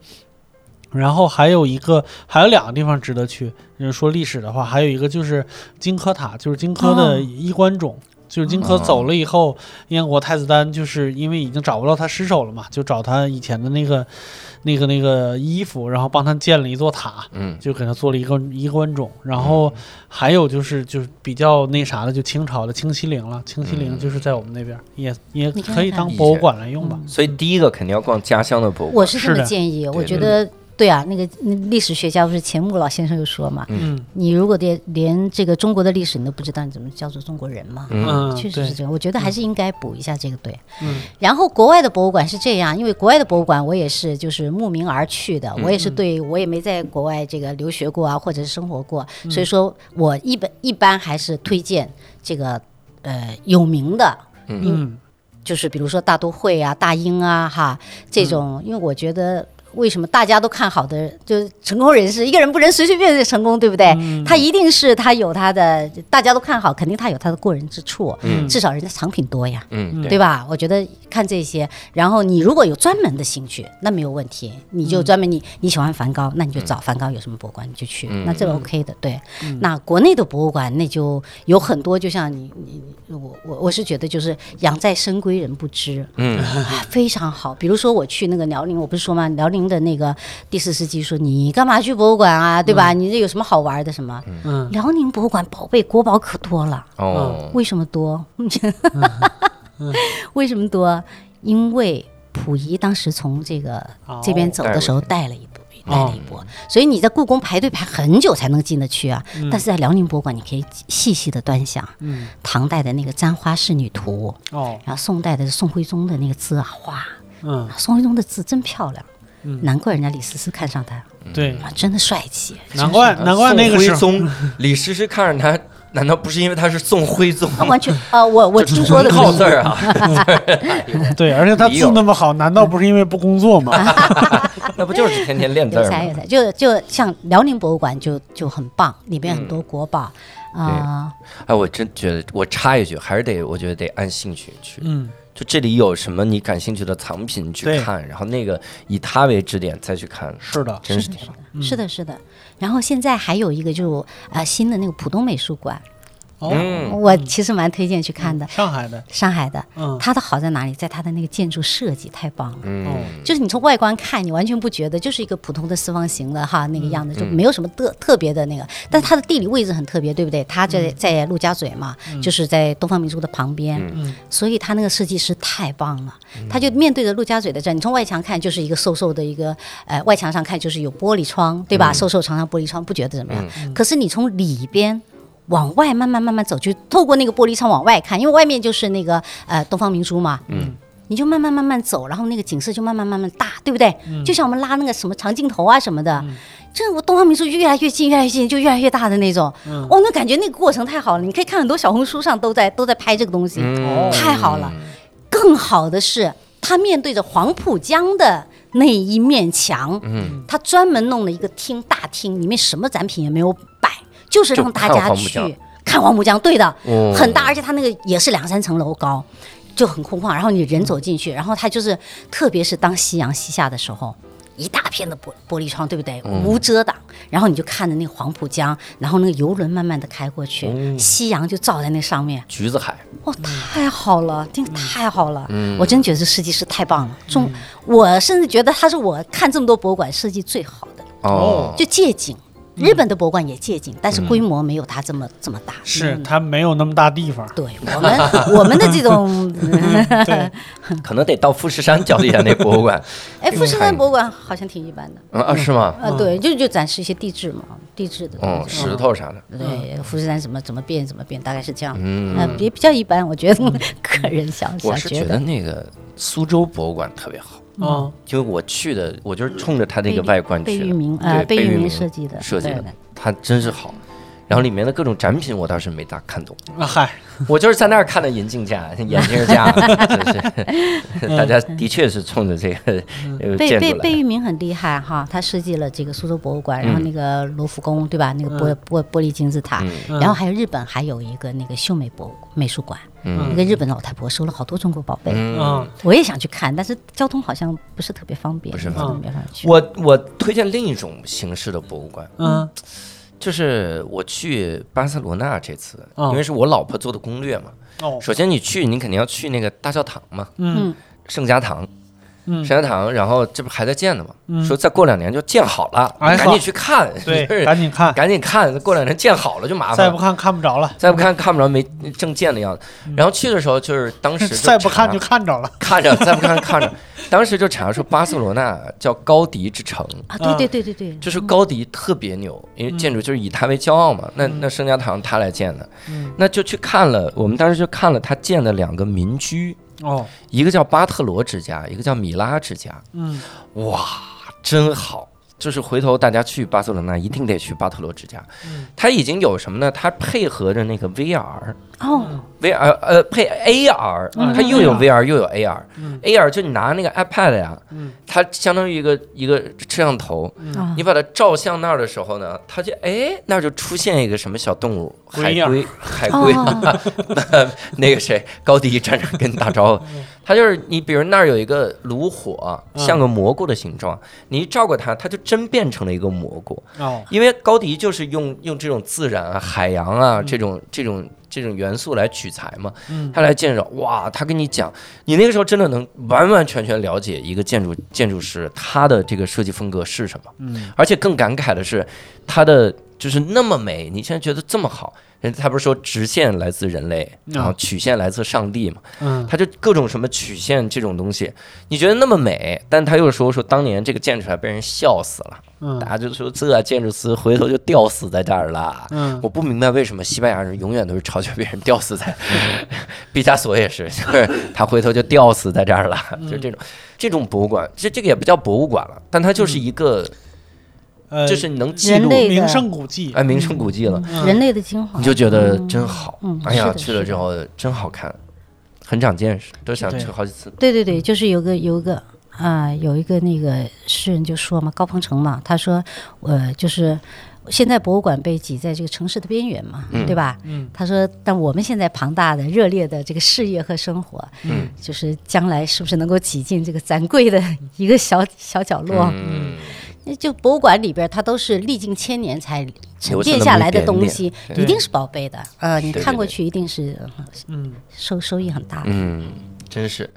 [SPEAKER 5] 然后还有一个，还有两个地方值得去。就是说历史的话，还有一个就是荆轲塔，就是荆轲的
[SPEAKER 8] 哦
[SPEAKER 5] 衣冠冢，就是荆
[SPEAKER 2] 嗯
[SPEAKER 5] 轲走了以后，燕国太子丹就是因为已经找不到他尸首了嘛，就找他以前的那个、那个、那个衣服，然后帮他建了一座塔，
[SPEAKER 2] 嗯
[SPEAKER 5] 就给他做了一个衣冠冢。然后还有就是就是比较那啥的，就清朝的清西陵了，清西
[SPEAKER 2] 嗯
[SPEAKER 5] 陵就是在我们那边，也也
[SPEAKER 8] 你看
[SPEAKER 5] 可以
[SPEAKER 8] 看
[SPEAKER 5] 当博物馆来用吧。
[SPEAKER 2] 所以第一个肯定要逛家乡的博物
[SPEAKER 8] 我
[SPEAKER 2] 馆。
[SPEAKER 8] 是这
[SPEAKER 5] 是
[SPEAKER 8] 么
[SPEAKER 5] 的
[SPEAKER 8] 建议，我
[SPEAKER 2] 对
[SPEAKER 8] 觉
[SPEAKER 2] 对
[SPEAKER 8] 得对啊，那个那历史学家不是钱穆老先生就说嘛，
[SPEAKER 5] 嗯
[SPEAKER 8] 你如果连连这个中国的历史你都不知道，你怎么叫做中国人嘛？
[SPEAKER 2] 嗯，
[SPEAKER 5] 嗯，
[SPEAKER 8] 确实
[SPEAKER 5] 对
[SPEAKER 8] 是这样，我觉得还是应该补一下这个对。
[SPEAKER 5] 嗯
[SPEAKER 8] 然后国外的博物馆是这样，因为国外的博物馆我也是就是慕名而去的，
[SPEAKER 5] 嗯
[SPEAKER 8] 我也是对我也没在国外这个留学过啊，或者是生活过，
[SPEAKER 5] 嗯
[SPEAKER 8] 所以说我一般一般还是推荐这个呃有名的。
[SPEAKER 5] 嗯
[SPEAKER 8] 就是比如说大都会啊、大英啊哈
[SPEAKER 5] 嗯
[SPEAKER 8] 这种，因为我觉得为什么大家都看好的，就是成功人士，一个人不能随随便便成功，对不对？
[SPEAKER 5] 嗯
[SPEAKER 8] 他一定是他有他的，大家都看好，肯定他有他的过人之处，
[SPEAKER 5] 嗯
[SPEAKER 8] 至少人家藏品多呀。
[SPEAKER 2] 嗯，
[SPEAKER 8] 对吧？我觉得看这些，然后你如果有专门的兴趣，那没有问题，你
[SPEAKER 5] 嗯
[SPEAKER 8] 就专门你、你喜欢梵高，那你就找梵高有什么博物馆你就去，
[SPEAKER 5] 嗯
[SPEAKER 8] 那这个 OK 的。对，那国内的博物馆那就有很多，就像你你你我我我是觉得就是养在深闺人 不知，嗯、非常好。比如说我去那个辽宁，我不是说嘛，辽宁的那个第四司机说你干嘛去博物馆啊，对吧？你这有什么好玩的什么？
[SPEAKER 5] 嗯
[SPEAKER 8] 辽宁博物馆宝贝国宝可多了。
[SPEAKER 2] 哦，
[SPEAKER 8] 为什么 多？为什么多？因为溥仪当时从这个
[SPEAKER 5] 哦
[SPEAKER 8] 这边走的时候带了一波，带了一波，所以你在故宫排队排很久才能进得去啊。但是在辽宁博物馆，你可以细细的端详
[SPEAKER 5] 嗯
[SPEAKER 8] 唐代的那个簪花仕女图，
[SPEAKER 5] 哦
[SPEAKER 8] 然后宋代的宋徽宗的那个字啊，哇，
[SPEAKER 5] 嗯
[SPEAKER 8] 宋徽宗的字真漂亮，
[SPEAKER 5] 嗯
[SPEAKER 8] 难怪人家李师师看上他，
[SPEAKER 5] 对，
[SPEAKER 8] 哇，真的帅 气。
[SPEAKER 5] 难怪
[SPEAKER 8] 嗯
[SPEAKER 2] 呃
[SPEAKER 5] 难怪那个
[SPEAKER 2] 嗯宋
[SPEAKER 5] 时
[SPEAKER 2] 徽
[SPEAKER 5] 候
[SPEAKER 2] 宗，李师师看着他，难道不是因为他是宋徽宗？
[SPEAKER 8] 他完全，呃， 我我
[SPEAKER 2] 这
[SPEAKER 8] 听说的
[SPEAKER 2] 纯靠字儿啊，
[SPEAKER 5] 对，而且他
[SPEAKER 2] 理由
[SPEAKER 5] 字那么好，难道不是因为不工作吗？
[SPEAKER 2] 那不就是天天练字
[SPEAKER 8] 有
[SPEAKER 2] 儿
[SPEAKER 8] 才有
[SPEAKER 2] 吗？
[SPEAKER 8] 才，就就像辽宁博物馆就就很棒，里面很
[SPEAKER 2] 嗯
[SPEAKER 8] 多国宝啊、
[SPEAKER 2] 哎，我真觉得，我插一句，还是得，我觉得得按兴趣去。
[SPEAKER 5] 嗯
[SPEAKER 2] 就这里有什么你感兴趣的藏品去
[SPEAKER 5] 对
[SPEAKER 2] 看，然后那个以它为支点再去看，
[SPEAKER 5] 是的，
[SPEAKER 2] 真
[SPEAKER 8] 是
[SPEAKER 2] 是嗯
[SPEAKER 8] 的，是的，是的，是的。然后现在还有一个就呃新的那个浦东美术馆，
[SPEAKER 5] 哦，
[SPEAKER 2] 嗯，
[SPEAKER 8] 我其实蛮推荐去看的，
[SPEAKER 5] 上海的，
[SPEAKER 8] 上海的。
[SPEAKER 5] 嗯
[SPEAKER 8] 它的好在哪里？在它的那个建筑设计太棒了，
[SPEAKER 2] 嗯
[SPEAKER 5] 哦
[SPEAKER 8] 就是你从外观看，你完全不觉得就是一个普通的四方形的哈那个样子，就没有什么特特别的那个。但它的地理位置很特别，对不对？它在在陆家嘴嘛，就是在东方明珠的旁边，
[SPEAKER 5] 嗯
[SPEAKER 8] 所以他那个设计师太棒了，他就面对着陆家嘴的站，你从外墙看就是一个瘦瘦的一个，呃，外墙上看就是有玻璃窗，对吧？瘦瘦长长玻璃窗，不觉得怎么样？可是你从里边。往外慢慢慢慢走，就透过那个玻璃窗往外看，因为外面就是那个呃东方明珠嘛，嗯，你就慢慢慢慢走，然后那个景色就慢慢慢慢大，对不对？就像我们拉那个什么长镜头啊什么的，这我东方明珠就越来越近，越来越近，就越来越大的那种，
[SPEAKER 5] 嗯
[SPEAKER 8] 哦，那感觉那个过程太好了，你可以看很多小红书上都在都在拍这个东西，
[SPEAKER 2] 嗯
[SPEAKER 8] 太好了。更好的是，他面对着黄浦江的那一面墙，
[SPEAKER 2] 嗯，
[SPEAKER 8] 他专门弄了一个厅大厅，里面什么展品也没有摆，就是让大家
[SPEAKER 2] 就看黄浦江
[SPEAKER 8] 去看黄浦江。对的，
[SPEAKER 2] 哦
[SPEAKER 8] 很大，而且它那个也是两三层楼高，就很空旷。然后你人走进去，然后它就是，特别是当夕阳西下的时候。一大片的玻玻璃窗，对不对？
[SPEAKER 2] 嗯
[SPEAKER 8] 无遮挡，然后你就看着那个黄浦江，然后那个游轮慢慢的开过去，
[SPEAKER 2] 哦
[SPEAKER 8] 夕阳就照在那上面，
[SPEAKER 2] 橘子海，
[SPEAKER 8] 哇，太好了，真
[SPEAKER 2] 嗯
[SPEAKER 8] 的太好了！我真觉得这设计师太棒了。中，我甚至觉得他是我看这么多博物馆设计最好的，
[SPEAKER 2] 哦，嗯
[SPEAKER 8] 就借景。日本的博物馆也借景，但是规模没有他这么这么大。
[SPEAKER 2] 嗯
[SPEAKER 5] 是他没有那么大地方，
[SPEAKER 8] 对 我们我们的这种，
[SPEAKER 2] 嗯
[SPEAKER 5] 对，
[SPEAKER 2] 可能得到富士山脚底下那博物 馆
[SPEAKER 8] 哎，富士山博物馆好像挺一般的
[SPEAKER 2] 嗯啊，是吗？
[SPEAKER 8] 啊，对，就就展示一些地质嘛，地质的
[SPEAKER 2] 哦
[SPEAKER 5] 嗯
[SPEAKER 8] 东，西。
[SPEAKER 2] 石头啥的，
[SPEAKER 8] 对，富士山怎么怎么变怎么变，大概是这样。
[SPEAKER 2] 嗯
[SPEAKER 8] 呃，比比较一般，我觉得 个人想
[SPEAKER 2] 我
[SPEAKER 8] 想
[SPEAKER 2] 是觉
[SPEAKER 8] 觉
[SPEAKER 2] 得
[SPEAKER 8] 得，
[SPEAKER 2] 那个苏州博物馆特别好，
[SPEAKER 5] 嗯
[SPEAKER 2] 就我去的，我就是冲着它那个外观
[SPEAKER 8] 贝
[SPEAKER 2] 去的。
[SPEAKER 8] 聿铭呃
[SPEAKER 2] 对贝
[SPEAKER 8] 贝
[SPEAKER 2] 聿
[SPEAKER 8] 聿
[SPEAKER 2] 铭
[SPEAKER 8] 铭设计的
[SPEAKER 2] 设计
[SPEAKER 8] 对
[SPEAKER 2] 的，它真是好。然后里面的各种展品，我倒是没大看懂，
[SPEAKER 5] 啊嗨，
[SPEAKER 2] 我就是在那儿看的银镜架、眼镜 架，就是 大家的确是冲着这个呃
[SPEAKER 8] 贝
[SPEAKER 2] 建
[SPEAKER 8] 贝
[SPEAKER 2] 筑来
[SPEAKER 8] 贝
[SPEAKER 2] 的。嗯
[SPEAKER 8] 聿铭很厉害哈，他设计了这个苏州博物馆，然后那个罗浮宫对吧？那个玻玻玻璃金字塔，然后还有日本还有一个那个秀美博物美术馆，
[SPEAKER 2] 嗯
[SPEAKER 8] 一个日本老太婆收了好多中国宝贝，
[SPEAKER 5] 嗯
[SPEAKER 8] 我也想去看，但是交通好像不是特别方便，
[SPEAKER 2] 不是
[SPEAKER 8] 真的
[SPEAKER 5] 方
[SPEAKER 8] 没办法去。
[SPEAKER 2] 我我推荐另一种形式的博物馆，
[SPEAKER 5] 嗯
[SPEAKER 2] 就是我去巴塞罗那这次，
[SPEAKER 5] 哦
[SPEAKER 2] 因为是我老婆做的攻略嘛，
[SPEAKER 5] 哦，
[SPEAKER 2] 首先你去，你肯定要去那个大教堂嘛，
[SPEAKER 5] 嗯
[SPEAKER 2] 圣家堂，
[SPEAKER 5] 嗯
[SPEAKER 2] 圣，家堂，然后这不还在建呢吗？
[SPEAKER 5] 嗯
[SPEAKER 2] 说再过两年就建好了，
[SPEAKER 5] 哎
[SPEAKER 2] 赶
[SPEAKER 5] 好
[SPEAKER 2] 紧去看，就是
[SPEAKER 5] 对，赶紧看，
[SPEAKER 2] 赶紧看，过两年建好了就麻烦
[SPEAKER 5] 再不
[SPEAKER 2] 了。
[SPEAKER 5] 看看不着了，
[SPEAKER 2] 再不看看不着没正建的样子，然后去的时候就是当时就
[SPEAKER 5] 再不看
[SPEAKER 2] 查
[SPEAKER 5] 就看着了。
[SPEAKER 2] 看着， 再不看看着，当时就查说巴塞罗那叫高迪之城，
[SPEAKER 8] 啊，对对对对对，
[SPEAKER 2] 就是高迪特别牛，因为建筑就是以他为骄傲嘛。那那圣家堂他来建的，
[SPEAKER 5] 嗯
[SPEAKER 2] 那就去看了，我们当时就看了他建的两个民居，
[SPEAKER 5] 哦，
[SPEAKER 2] 一个叫巴特罗之家，一个叫米拉之家，
[SPEAKER 5] 嗯
[SPEAKER 2] 哇，真好。就是回头大家去巴塞罗那，一定得去巴特罗之家。
[SPEAKER 5] 嗯
[SPEAKER 2] 它已经有什么呢？它配合着那个 VR，
[SPEAKER 8] 哦，
[SPEAKER 2] VR 呃配 AR，、
[SPEAKER 5] 嗯
[SPEAKER 2] 它又有 VR 又有 AR，AR、
[SPEAKER 5] 嗯
[SPEAKER 2] AR 就你拿那个 iPad 呀、
[SPEAKER 5] 嗯
[SPEAKER 2] 它相当于一个一个摄像头，
[SPEAKER 8] 啊
[SPEAKER 2] 你把它照向那儿的时候呢，它就哎那儿就出现一个什么小动物，
[SPEAKER 5] 龟
[SPEAKER 2] 海
[SPEAKER 5] 样
[SPEAKER 2] 龟，海龟， 那个谁高迪站长跟你打招呼，它就是你比如那儿有一个炉火，
[SPEAKER 5] 嗯
[SPEAKER 2] 像个蘑菇的形状，你一照过它，它就真变成了一个蘑菇。
[SPEAKER 5] 哦，
[SPEAKER 2] 因为高迪就是用用这种自然啊、海洋啊这种这种这种元素来取材嘛，
[SPEAKER 5] 嗯
[SPEAKER 2] 他来建筑，哇，他跟你讲，你那个时候真的能完完全全了解一个建筑建筑师他的这个设计风格是什么，
[SPEAKER 5] 嗯
[SPEAKER 2] 而且更感慨的是，他的就是那么美，你现在觉得这么好，人他不是说直线来自人类，然后曲线来自上帝嘛，
[SPEAKER 5] 嗯
[SPEAKER 2] 他就各种什么曲线这种东西，你觉得那么美，但他又说说当年这个建筑还被人笑死了。大
[SPEAKER 5] 嗯
[SPEAKER 2] 家就说这建筑师回头就吊死在这儿了。
[SPEAKER 5] 嗯，
[SPEAKER 2] 我不明白为什么西班牙人永远都是嘲笑别人吊死在，
[SPEAKER 5] 嗯
[SPEAKER 2] 毕加索也是，就是他回头就吊死在这儿了，
[SPEAKER 5] 嗯
[SPEAKER 2] 就这种这种博物馆，这这个也不叫博物馆了，但它
[SPEAKER 5] 嗯
[SPEAKER 2] 就是一个，
[SPEAKER 5] 呃
[SPEAKER 2] 就是你能记
[SPEAKER 8] 人
[SPEAKER 2] 录
[SPEAKER 8] 类
[SPEAKER 5] 名
[SPEAKER 8] 的
[SPEAKER 5] 胜古迹，
[SPEAKER 2] 哎名胜古迹了，
[SPEAKER 5] 嗯
[SPEAKER 8] 人类的精华，
[SPEAKER 2] 你就觉得真好
[SPEAKER 8] 嗯，
[SPEAKER 2] 哎呀
[SPEAKER 8] 是的
[SPEAKER 2] 去了之后真好看，很长见识，都想
[SPEAKER 5] 对
[SPEAKER 2] 去好几次。
[SPEAKER 8] 对对对，就是有个有一个啊、有一个那个诗人就说嘛，高鹏程嘛，他说呃，就是现在博物馆被挤在这个城市的边缘嘛，
[SPEAKER 2] 嗯
[SPEAKER 8] 对吧？
[SPEAKER 5] 嗯，
[SPEAKER 8] 他说，但我们现在庞大的、热烈的这个事业和生活，
[SPEAKER 2] 嗯，
[SPEAKER 8] 就是将来是不是能够挤进这个展柜的一个小小角落？
[SPEAKER 2] 嗯，
[SPEAKER 8] 就博物馆里边，它都是历经千年才沉
[SPEAKER 2] 留下
[SPEAKER 8] 淀
[SPEAKER 2] 那
[SPEAKER 8] 下
[SPEAKER 2] 么一
[SPEAKER 8] 来的
[SPEAKER 2] 点
[SPEAKER 8] 东
[SPEAKER 2] 点
[SPEAKER 8] 西，
[SPEAKER 2] 对
[SPEAKER 8] 一定是宝贝的。呃，你
[SPEAKER 2] 对对
[SPEAKER 8] 看过
[SPEAKER 2] 对
[SPEAKER 8] 去一定是呃
[SPEAKER 5] 嗯
[SPEAKER 8] 收收益很大的。
[SPEAKER 2] 嗯，真是。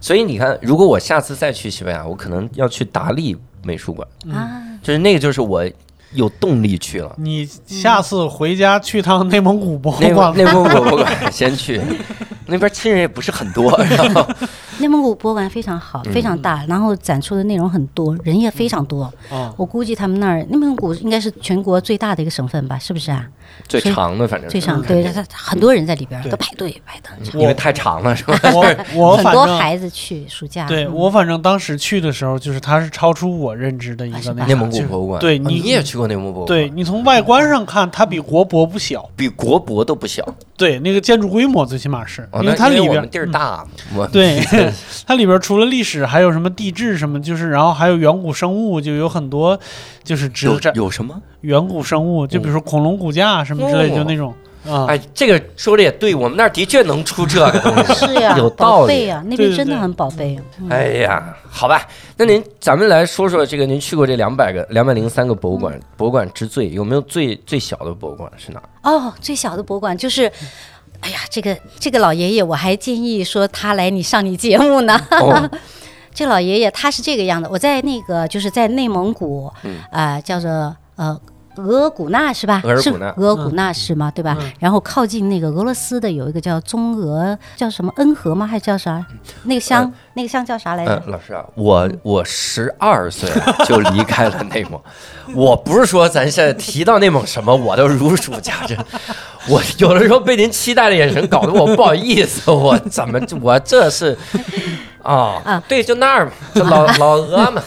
[SPEAKER 2] 所以你看，如果我下次再去西班牙，我可能要去达利美术馆，
[SPEAKER 5] 嗯
[SPEAKER 8] 啊，
[SPEAKER 2] 就是那个就是我有动力去 了。
[SPEAKER 5] 你下次回家去趟内蒙古博
[SPEAKER 2] 那
[SPEAKER 5] 物
[SPEAKER 2] 个
[SPEAKER 5] 馆，
[SPEAKER 2] 那部我不管，先去。 那边亲人也不是很 多，然后
[SPEAKER 8] 内蒙古博物馆非常好，
[SPEAKER 5] 嗯
[SPEAKER 8] 非常大，然后展出的内容很多，人也非常多。
[SPEAKER 5] 哦
[SPEAKER 8] 我估计他们那儿内蒙古应该是全国最大的一个省份吧，是不是啊？
[SPEAKER 2] 最长的反正是
[SPEAKER 8] 最上对，它它很多人在里边儿
[SPEAKER 5] 对
[SPEAKER 8] 都排队排的，
[SPEAKER 2] 因为太长了是吧？
[SPEAKER 5] 我 我
[SPEAKER 8] 很
[SPEAKER 5] 反
[SPEAKER 8] 多
[SPEAKER 5] 正
[SPEAKER 8] 孩子去暑假。
[SPEAKER 5] 对
[SPEAKER 8] 嗯
[SPEAKER 5] 我反正当时去的时候，就是它是超出我认知的一个那
[SPEAKER 2] 内
[SPEAKER 5] 啥
[SPEAKER 2] 蒙古
[SPEAKER 5] 就是
[SPEAKER 2] 博物馆，
[SPEAKER 5] 对
[SPEAKER 2] 哦
[SPEAKER 5] 你
[SPEAKER 2] 你也去过内蒙古博物馆，
[SPEAKER 5] 对，你从外观上看，它比国博不小，
[SPEAKER 2] 比国博都不小。
[SPEAKER 5] 对那个建筑规模最起码是，
[SPEAKER 2] 哦，
[SPEAKER 5] 因为
[SPEAKER 2] 那
[SPEAKER 5] 它里
[SPEAKER 2] 我
[SPEAKER 5] 边
[SPEAKER 2] 们地儿
[SPEAKER 5] 嗯
[SPEAKER 2] 大，我
[SPEAKER 5] 对， 它里边除了历史，还有什么地质什么，就是然后还有远古生物，就有很多就是只
[SPEAKER 2] 有
[SPEAKER 5] 展
[SPEAKER 2] 有什么？
[SPEAKER 5] 远古生物，就比如说恐龙骨架什么之类，
[SPEAKER 2] 哦
[SPEAKER 5] 就那种啊，
[SPEAKER 2] 哎，这个说的也对，我们那儿的确能出这个东西。
[SPEAKER 8] 是 呀，
[SPEAKER 2] 有道理
[SPEAKER 8] 宝贝呀，那
[SPEAKER 5] 对
[SPEAKER 8] 边
[SPEAKER 5] 对
[SPEAKER 8] 真的
[SPEAKER 5] 对
[SPEAKER 8] 很宝贝。嗯
[SPEAKER 2] 哎呀，好吧，那您咱们来说说这个，您去过这两百个、两百零三个博物馆，博物馆之最有没有最最小的博物馆是哪 儿？
[SPEAKER 8] 哦，最小的博物馆就是。哎呀，这个这个老爷爷，我还建议说他来你上你节目呢。
[SPEAKER 2] 哦，
[SPEAKER 8] 这老爷爷他是这个样的，我在那个就是在内蒙古，啊、
[SPEAKER 2] 嗯
[SPEAKER 8] 叫做呃额尔古纳是吧？
[SPEAKER 2] 额尔古
[SPEAKER 8] 是
[SPEAKER 2] 纳嗯
[SPEAKER 8] 额尔古纳市嘛，对吧？然后靠近那个俄罗斯的有一个叫中俄叫什么恩河吗？还是叫啥？那个
[SPEAKER 2] 呃
[SPEAKER 8] 乡、那个乡叫啥来着？
[SPEAKER 2] 嗯，老师啊，我我十二岁啊就离开了内蒙， 我不是说咱现在提到内蒙什么我都如数家珍，我有的时候被您期待的眼神搞得我不好意思，我怎么我这是啊、
[SPEAKER 8] 啊
[SPEAKER 2] 对，就那儿嘛，就 老老鹅嘛，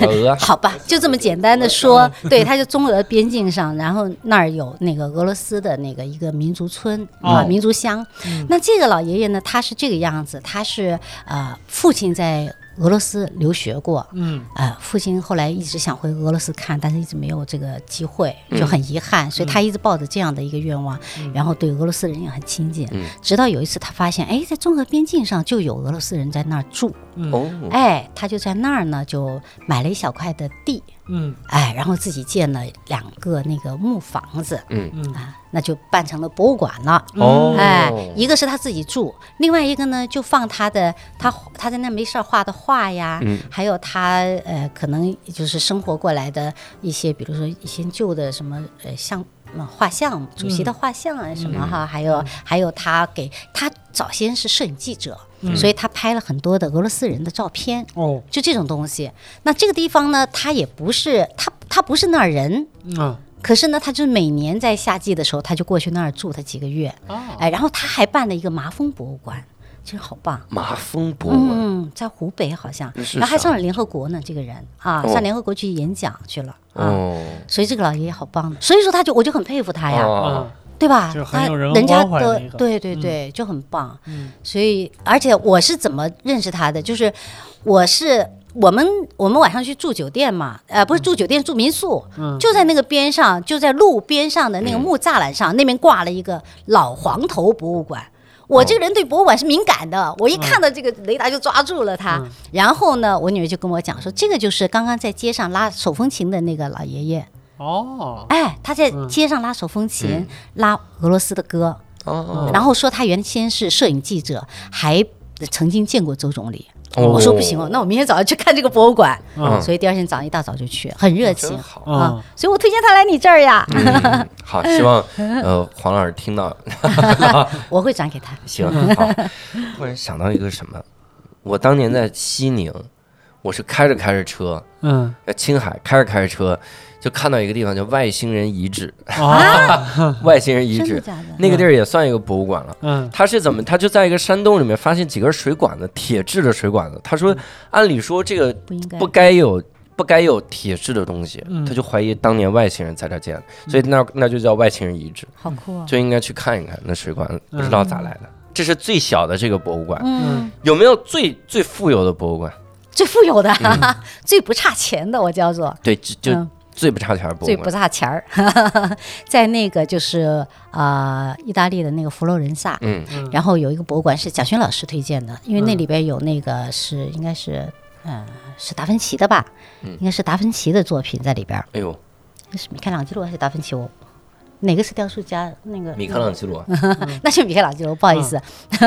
[SPEAKER 2] 老鹅，
[SPEAKER 8] 好吧，就这么简单的
[SPEAKER 2] 呃
[SPEAKER 8] 说，对，它就中俄边境上，然后那儿有那个俄罗斯的那个一个民族村啊，
[SPEAKER 5] 哦
[SPEAKER 8] 民族乡。
[SPEAKER 2] 嗯
[SPEAKER 8] 那这个老爷爷呢，他是这个样子，他是呃，父亲在俄罗斯留学过，
[SPEAKER 5] 嗯，
[SPEAKER 8] 呃，父亲后来一直想回俄罗斯看，但是一直没有这个机会，就很遗憾，所以他一直抱着这样的一个愿望，然后对俄罗斯人也很亲近。直到有一次，他发现，哎，在中俄边境上就有俄罗斯人在那儿住，
[SPEAKER 2] 哦，
[SPEAKER 8] 哎，他就在那儿呢，就买了一小块的地，
[SPEAKER 5] 嗯
[SPEAKER 8] 哎，然后自己建了两个那个木房子，
[SPEAKER 2] 嗯
[SPEAKER 5] 嗯
[SPEAKER 8] 啊，那就办成了博物馆了。
[SPEAKER 2] 哦，
[SPEAKER 8] 哎，一个是他自己住，另外一个呢，就放他的他他在那没事儿画的画呀，还有他呃，可能就是生活过来的一些，比如说以前旧的什么呃像。嗯画像，主席的画像啊，什么哈，还有还有他给他早先是摄影记者，所以他拍了很多的俄罗斯人的照片，
[SPEAKER 5] 哦，
[SPEAKER 8] 就这种东西。那这个地方呢，他也不是他他不是那儿人，
[SPEAKER 5] 嗯啊，
[SPEAKER 8] 可是呢，他就是每年在夏季的时候，他就过去那儿住他几个月，
[SPEAKER 2] 哦
[SPEAKER 8] 哎，然后他还办了一个麻风博物馆，真好棒。
[SPEAKER 2] 马蜂博物馆，
[SPEAKER 8] 嗯，在湖北好像，
[SPEAKER 2] 是
[SPEAKER 8] 然后还
[SPEAKER 2] 啥
[SPEAKER 8] 上了联合国呢，这个人啊，
[SPEAKER 2] 哦
[SPEAKER 8] 上联合国去演讲去了啊，
[SPEAKER 2] 哦，
[SPEAKER 8] 所以这个老爷爷好棒的，所以说他就我就很佩服他哎呀，
[SPEAKER 2] 哦，
[SPEAKER 8] 对吧
[SPEAKER 5] 就？很
[SPEAKER 8] 他
[SPEAKER 5] 有人文
[SPEAKER 8] 人家
[SPEAKER 5] 关怀
[SPEAKER 8] 的
[SPEAKER 5] 的一个嗯
[SPEAKER 8] 对对对，就很棒。所以而且我是怎么认识他的？就是我是我们我们晚上去住酒店嘛，呃，不是住酒店住民宿，
[SPEAKER 5] 嗯
[SPEAKER 8] 就在那个边上，就在路边上的那个木栅栏上，那边挂了一个老黄头博物
[SPEAKER 5] 哦
[SPEAKER 8] 馆。我这个人对博物馆是敏感的，我一看到这个雷达就抓住了
[SPEAKER 5] 嗯
[SPEAKER 8] 它。然后呢，我女儿就跟我讲说，这个就是刚刚在街上拉手风琴的那个老爷爷，
[SPEAKER 5] 哦，
[SPEAKER 8] 哎，他在
[SPEAKER 5] 嗯
[SPEAKER 8] 街上拉手风琴，拉俄罗斯的歌，
[SPEAKER 2] 嗯哦，
[SPEAKER 8] 然后说他原先是摄影记者，还曾经见过周总理。
[SPEAKER 2] 哦
[SPEAKER 8] 我说不行哦，那我明天早上去看这个博物馆。
[SPEAKER 2] 嗯
[SPEAKER 8] 所以第二天早上一大早就去，很热情
[SPEAKER 2] 真好。
[SPEAKER 8] 啊、
[SPEAKER 5] 嗯
[SPEAKER 8] 所以我推荐他来你这儿呀，
[SPEAKER 2] 嗯好，希 望呃黄老师听到嗯
[SPEAKER 8] 我会转给他。
[SPEAKER 2] 行。好，突然想到一个什么，我当年在西宁，我是开着开着车，
[SPEAKER 5] 嗯
[SPEAKER 2] 在青海开着开着车，就看到一个地方叫外星人遗址，
[SPEAKER 5] 啊，
[SPEAKER 2] 外星人遗嗯
[SPEAKER 8] 真的
[SPEAKER 2] 址
[SPEAKER 8] 假的？
[SPEAKER 2] 那个地儿也算一个博物馆了。
[SPEAKER 5] 嗯
[SPEAKER 2] 他是怎么？他就在一个山洞里面发现几根水管子，铁制的水管子。他说，按理说这个
[SPEAKER 8] 不应该
[SPEAKER 2] 不该有不该有铁质的东西，
[SPEAKER 5] 嗯
[SPEAKER 2] 他就怀疑当年外星人在这建的，所以那那就叫外星人遗址，
[SPEAKER 8] 好酷啊！
[SPEAKER 2] 就应该去看一看那水管不知道咋来的。这是最小的这个博物馆，
[SPEAKER 8] 嗯，
[SPEAKER 2] 有没有最最富有的博物馆？
[SPEAKER 8] 最富有的，哈哈， 最不差钱的，我叫做
[SPEAKER 2] 对，就嗯就
[SPEAKER 8] 嗯
[SPEAKER 2] 最不差钱的博
[SPEAKER 8] 最
[SPEAKER 2] 物
[SPEAKER 8] 不
[SPEAKER 2] 馆。
[SPEAKER 8] 差钱儿， 哈哈哈在那个就是呃意大利的那个佛罗伦萨，
[SPEAKER 2] 嗯，
[SPEAKER 8] 然后有一个博物馆是贾勋老师推荐的，因为那里边有那个是应该是，呃，是达芬奇的吧？
[SPEAKER 2] 嗯
[SPEAKER 8] 应该是达芬奇的作品在里边儿，
[SPEAKER 2] 哎呦，
[SPEAKER 8] 是米开朗基罗还是达芬奇？我哪个是雕塑家？那个
[SPEAKER 2] 米开朗基罗，
[SPEAKER 8] 那是米开朗基罗，不好意思，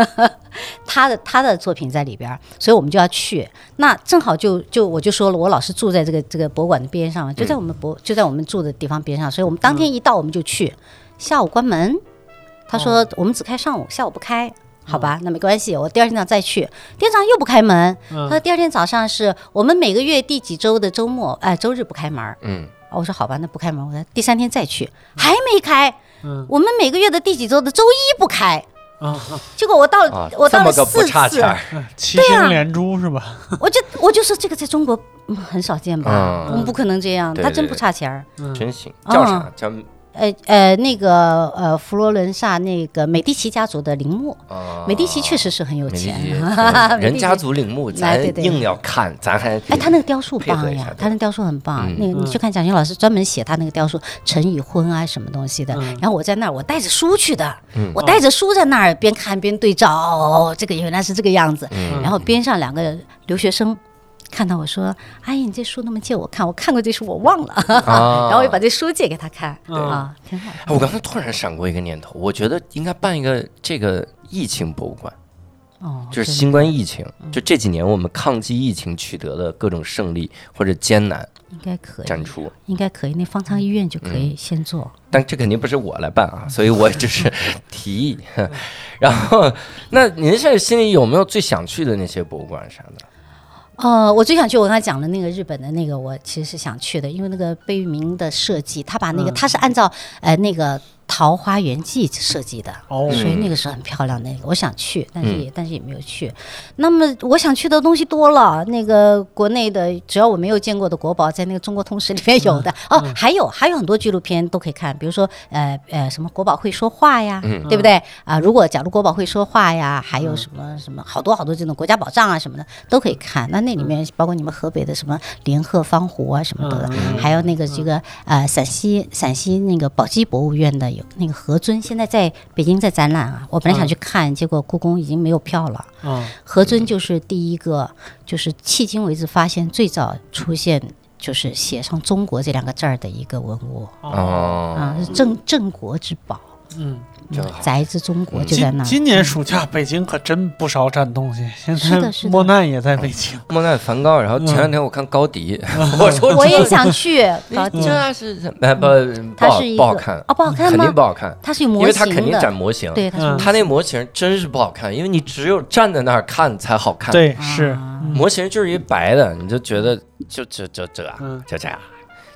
[SPEAKER 8] 他的他的作品在里边儿，所以我们就要去。那正好就就我就说了，我老是住在这个这个博物馆的边上嘛，就在我们博、就在我们住的地方边上，所以我们当天一到我们就去，下午关门。他说我们只开上午，下午不开。好吧，那没关系，我第二天早上再去。第二天早上又不开门，
[SPEAKER 5] 嗯
[SPEAKER 8] 他说第二天早上是我们每个月第几周的周末，哎、周日不开门儿。哦
[SPEAKER 2] 嗯，
[SPEAKER 8] 我说好吧，那不开门，我说第三天再去，还没开。
[SPEAKER 5] 嗯
[SPEAKER 8] 我们每个月的第几周的周一不开，
[SPEAKER 5] 啊，
[SPEAKER 8] 结果我到了，
[SPEAKER 2] 啊，
[SPEAKER 8] 我
[SPEAKER 2] 这
[SPEAKER 8] 到
[SPEAKER 2] 么
[SPEAKER 8] 了
[SPEAKER 2] 个不
[SPEAKER 8] 四
[SPEAKER 2] 差
[SPEAKER 8] 次
[SPEAKER 2] 钱，儿，
[SPEAKER 5] 七星连珠是吧？
[SPEAKER 8] 我就我就说这个在中国、嗯、很少见吧，
[SPEAKER 2] 嗯
[SPEAKER 8] 我们不可能这样，
[SPEAKER 2] 对
[SPEAKER 8] 他
[SPEAKER 2] 对
[SPEAKER 8] 真
[SPEAKER 2] 对
[SPEAKER 8] 不差钱儿。
[SPEAKER 5] 嗯
[SPEAKER 2] 真行。
[SPEAKER 8] 嗯
[SPEAKER 2] 叫啥？叫
[SPEAKER 8] 呃呃，那个呃，佛罗伦萨那个美第奇家族的陵墓，
[SPEAKER 2] 啊
[SPEAKER 8] 美第奇确实是很有
[SPEAKER 2] 美第
[SPEAKER 8] 钱啊
[SPEAKER 2] 奇，
[SPEAKER 8] 哈
[SPEAKER 2] 嗯人家族陵墓，咱
[SPEAKER 8] 哎对对
[SPEAKER 2] 硬要看，咱还
[SPEAKER 8] 哎，他那个雕塑
[SPEAKER 2] 配合
[SPEAKER 8] 棒
[SPEAKER 2] 一下
[SPEAKER 8] 呀
[SPEAKER 2] 对，
[SPEAKER 8] 他那雕塑很棒。
[SPEAKER 2] 嗯
[SPEAKER 8] 那个你去看蒋勋老师专门写他那个雕塑《陈与婚》啊，什么东西的。然后我在那儿，我带着书去的，
[SPEAKER 2] 嗯
[SPEAKER 8] 我带着书在那儿边看边对照，哦，这个原来是这个样子。
[SPEAKER 2] 嗯
[SPEAKER 8] 然后边上两个留学生。看到我说：“阿姨，你这书能不能借我看？我看过这书，我忘了。
[SPEAKER 2] 啊
[SPEAKER 8] 然后我就把这书借给他看啊，挺好。
[SPEAKER 2] 哎我刚才突然闪过一个念头，我觉得应该办一个这个疫情博物馆，
[SPEAKER 8] 哦，嗯
[SPEAKER 2] 就是
[SPEAKER 8] 真
[SPEAKER 2] 新冠疫情，就这几年我们抗击疫情取得的各种胜利或者艰难
[SPEAKER 8] 应该可以，
[SPEAKER 2] 展出。
[SPEAKER 8] 应该可以。那方舱医院就可
[SPEAKER 2] 嗯
[SPEAKER 8] 以先做。
[SPEAKER 2] 但这肯定不是我来办啊，所以我只是提议。然后，那您现在心里有没有最想去的那些博物馆啥的？
[SPEAKER 8] 呃，我最想去我刚才讲的那个日本的那个，我其实是想去的，因为那个贝聿铭的设计，他把那个、他是按照呃那个《桃花源记》设计的。
[SPEAKER 5] 哦
[SPEAKER 8] 所以那个是很漂亮的那个，我想去，但是也、但是也没有去。那么我想去的东西多了，那个国内的只要我没有见过的国宝，在那个中国通史里面有的、哦，还有还有很多纪录片都可以看，比如说呃呃什么国宝会说话呀，对不对啊、如果假如国宝会说话呀，还有什么什么好多好多这种国家宝藏啊什么的都可以看。那那里面包括你们河北的什么莲鹤方湖啊什么的，还有那个这个呃陕西陕西那个宝鸡博物院的有那个何尊，现在在北京在展览啊。我本来
[SPEAKER 2] 嗯
[SPEAKER 8] 想去看，结果故宫已经没有票了。
[SPEAKER 5] 啊，
[SPEAKER 8] 何尊就是第一个，就是迄今为止发现最早出现就是写上“中国”这两个字儿的一个文物
[SPEAKER 2] 哦，
[SPEAKER 8] 啊，是镇镇国之宝。
[SPEAKER 5] 嗯，
[SPEAKER 2] 真好。嗯
[SPEAKER 8] 宅子中国就在
[SPEAKER 5] 今
[SPEAKER 8] 那儿。
[SPEAKER 5] 今年暑假北京可真不少展东西，现
[SPEAKER 8] 是
[SPEAKER 5] 在
[SPEAKER 8] 的是的
[SPEAKER 5] 莫奈也在北京，
[SPEAKER 2] 莫奈、梵高，然后前两天我看高迪， 我说
[SPEAKER 8] 嗯我也想去，搞定
[SPEAKER 2] 这是怎么哎不不
[SPEAKER 8] 它
[SPEAKER 2] 好
[SPEAKER 8] 是一
[SPEAKER 2] 不好
[SPEAKER 8] 个
[SPEAKER 2] 看，
[SPEAKER 8] 嗯哦，不好看
[SPEAKER 2] 肯定
[SPEAKER 8] 吗
[SPEAKER 2] 不？好看，
[SPEAKER 8] 它是有
[SPEAKER 2] 因
[SPEAKER 8] 模
[SPEAKER 2] 为
[SPEAKER 8] 型
[SPEAKER 2] 他
[SPEAKER 8] 的，
[SPEAKER 2] 肯定展模型，
[SPEAKER 8] 对，它是有
[SPEAKER 5] 嗯
[SPEAKER 8] 模
[SPEAKER 2] 他那模型真是不好看，因为你只有站在那儿看才好看。，
[SPEAKER 5] 对，
[SPEAKER 8] 型
[SPEAKER 5] 是，
[SPEAKER 8] 啊
[SPEAKER 2] 模型就是一白的，你就觉得就这这这啊
[SPEAKER 5] 嗯
[SPEAKER 2] 就这样。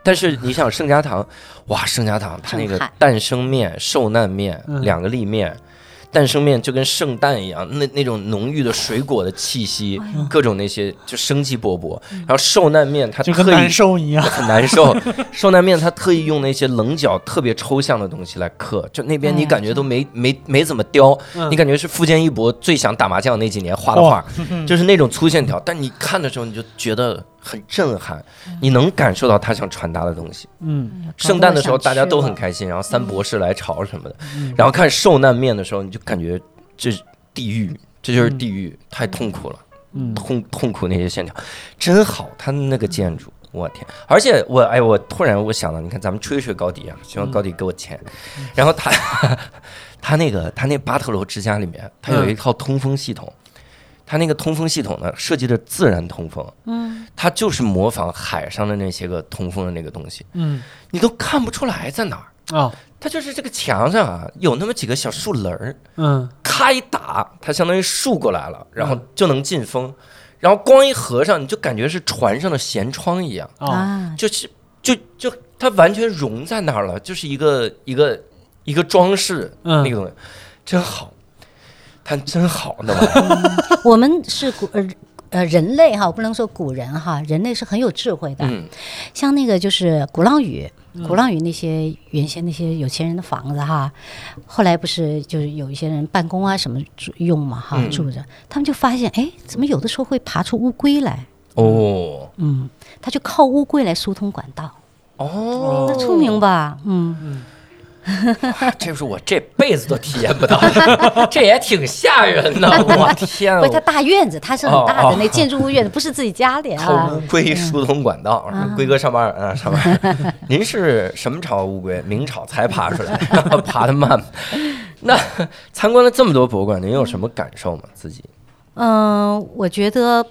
[SPEAKER 2] 但是你想盛家堂，哇，盛家堂它那个
[SPEAKER 8] 震撼
[SPEAKER 2] 诞生面、受难面
[SPEAKER 5] 嗯
[SPEAKER 2] 两个立面，诞生面就跟圣诞一样，那那种浓郁的水果的气息，
[SPEAKER 8] 哎
[SPEAKER 2] 各种那些就生机勃勃。
[SPEAKER 8] 嗯
[SPEAKER 2] 然后受难面它
[SPEAKER 5] 就跟
[SPEAKER 2] 特意
[SPEAKER 5] 难受一样，
[SPEAKER 2] 很难受。 受难面他特意用那些棱角特别抽象的东西来刻，就那边
[SPEAKER 8] 哎
[SPEAKER 2] 你
[SPEAKER 8] 呀
[SPEAKER 2] 感觉都没、没没怎么雕，
[SPEAKER 5] 嗯
[SPEAKER 2] 你感觉是富坚义博最想打麻将那几年画的画， 就是那种粗线条。但你看的时候你就觉得很震撼，
[SPEAKER 8] 嗯
[SPEAKER 2] 你能感受到他想传达的东西。
[SPEAKER 5] 嗯，
[SPEAKER 2] 圣诞的时候大家都很
[SPEAKER 8] 搞
[SPEAKER 2] 开心，然后三博士来朝什么的，
[SPEAKER 8] 嗯
[SPEAKER 2] 然后看受难面的时候你就感觉这是地狱，这就是地狱，太痛苦了。
[SPEAKER 5] 嗯
[SPEAKER 2] 痛痛苦那些线条，真好，他那个建筑，我天！而且我哎，我突然我想到，你看咱们吹吹高迪啊，希望高迪给我钱。然后他 他那个他那八特楼之家里面，他有一套通风系统，他那个通风系统呢设计的自然通风，嗯，它就是模仿海上的那些个通风的那个东西，
[SPEAKER 5] 嗯
[SPEAKER 2] 你都看不出来在哪儿。
[SPEAKER 5] 啊，
[SPEAKER 2] 它就是这个墙上啊有那么几个小树林儿，
[SPEAKER 5] 嗯
[SPEAKER 2] 咔一打，它相当于竖过来了，然后就能进风。然后光一合上，你就感觉是船上的舷窗一样，
[SPEAKER 8] 不懂
[SPEAKER 5] 啊，
[SPEAKER 8] 啊，
[SPEAKER 2] 就是就就它完全融在那儿了，就是一个一个一个装饰、
[SPEAKER 5] 嗯
[SPEAKER 2] 那个东西，真好，它真好那玩意儿。
[SPEAKER 8] 我们是古呃呃人类哈，不能说古人哈，人类是很有智慧的。
[SPEAKER 2] 嗯，
[SPEAKER 8] 像那个就是鼓浪屿，鼓浪屿那些原先那些有钱人的房子哈，后来不是就是有一些人办公啊什么住用嘛哈、
[SPEAKER 2] 嗯
[SPEAKER 8] 住着，他们就发现哎，怎么有的时候会爬出乌龟来？
[SPEAKER 2] 哦
[SPEAKER 8] 嗯，他就靠乌龟来疏通管道，
[SPEAKER 2] 哦，哎
[SPEAKER 8] 那聪明吧？嗯，
[SPEAKER 2] 这是我这辈子都体验不到的，这也挺吓人的，我天
[SPEAKER 8] 不
[SPEAKER 2] 啊！
[SPEAKER 8] 是他大院子，他是很大
[SPEAKER 2] 哦
[SPEAKER 8] 的
[SPEAKER 2] 哦
[SPEAKER 8] 那建筑物院子，不是自己家 里
[SPEAKER 2] 靠
[SPEAKER 8] 啊
[SPEAKER 2] 乌。龟疏通管道，
[SPEAKER 8] 嗯
[SPEAKER 2] 龟哥上班啊，上班。您是什么朝乌龟？明朝才爬出来， 爬得慢。那参观了这么多博物馆，您有什么感受吗？自己？
[SPEAKER 8] 嗯，我觉得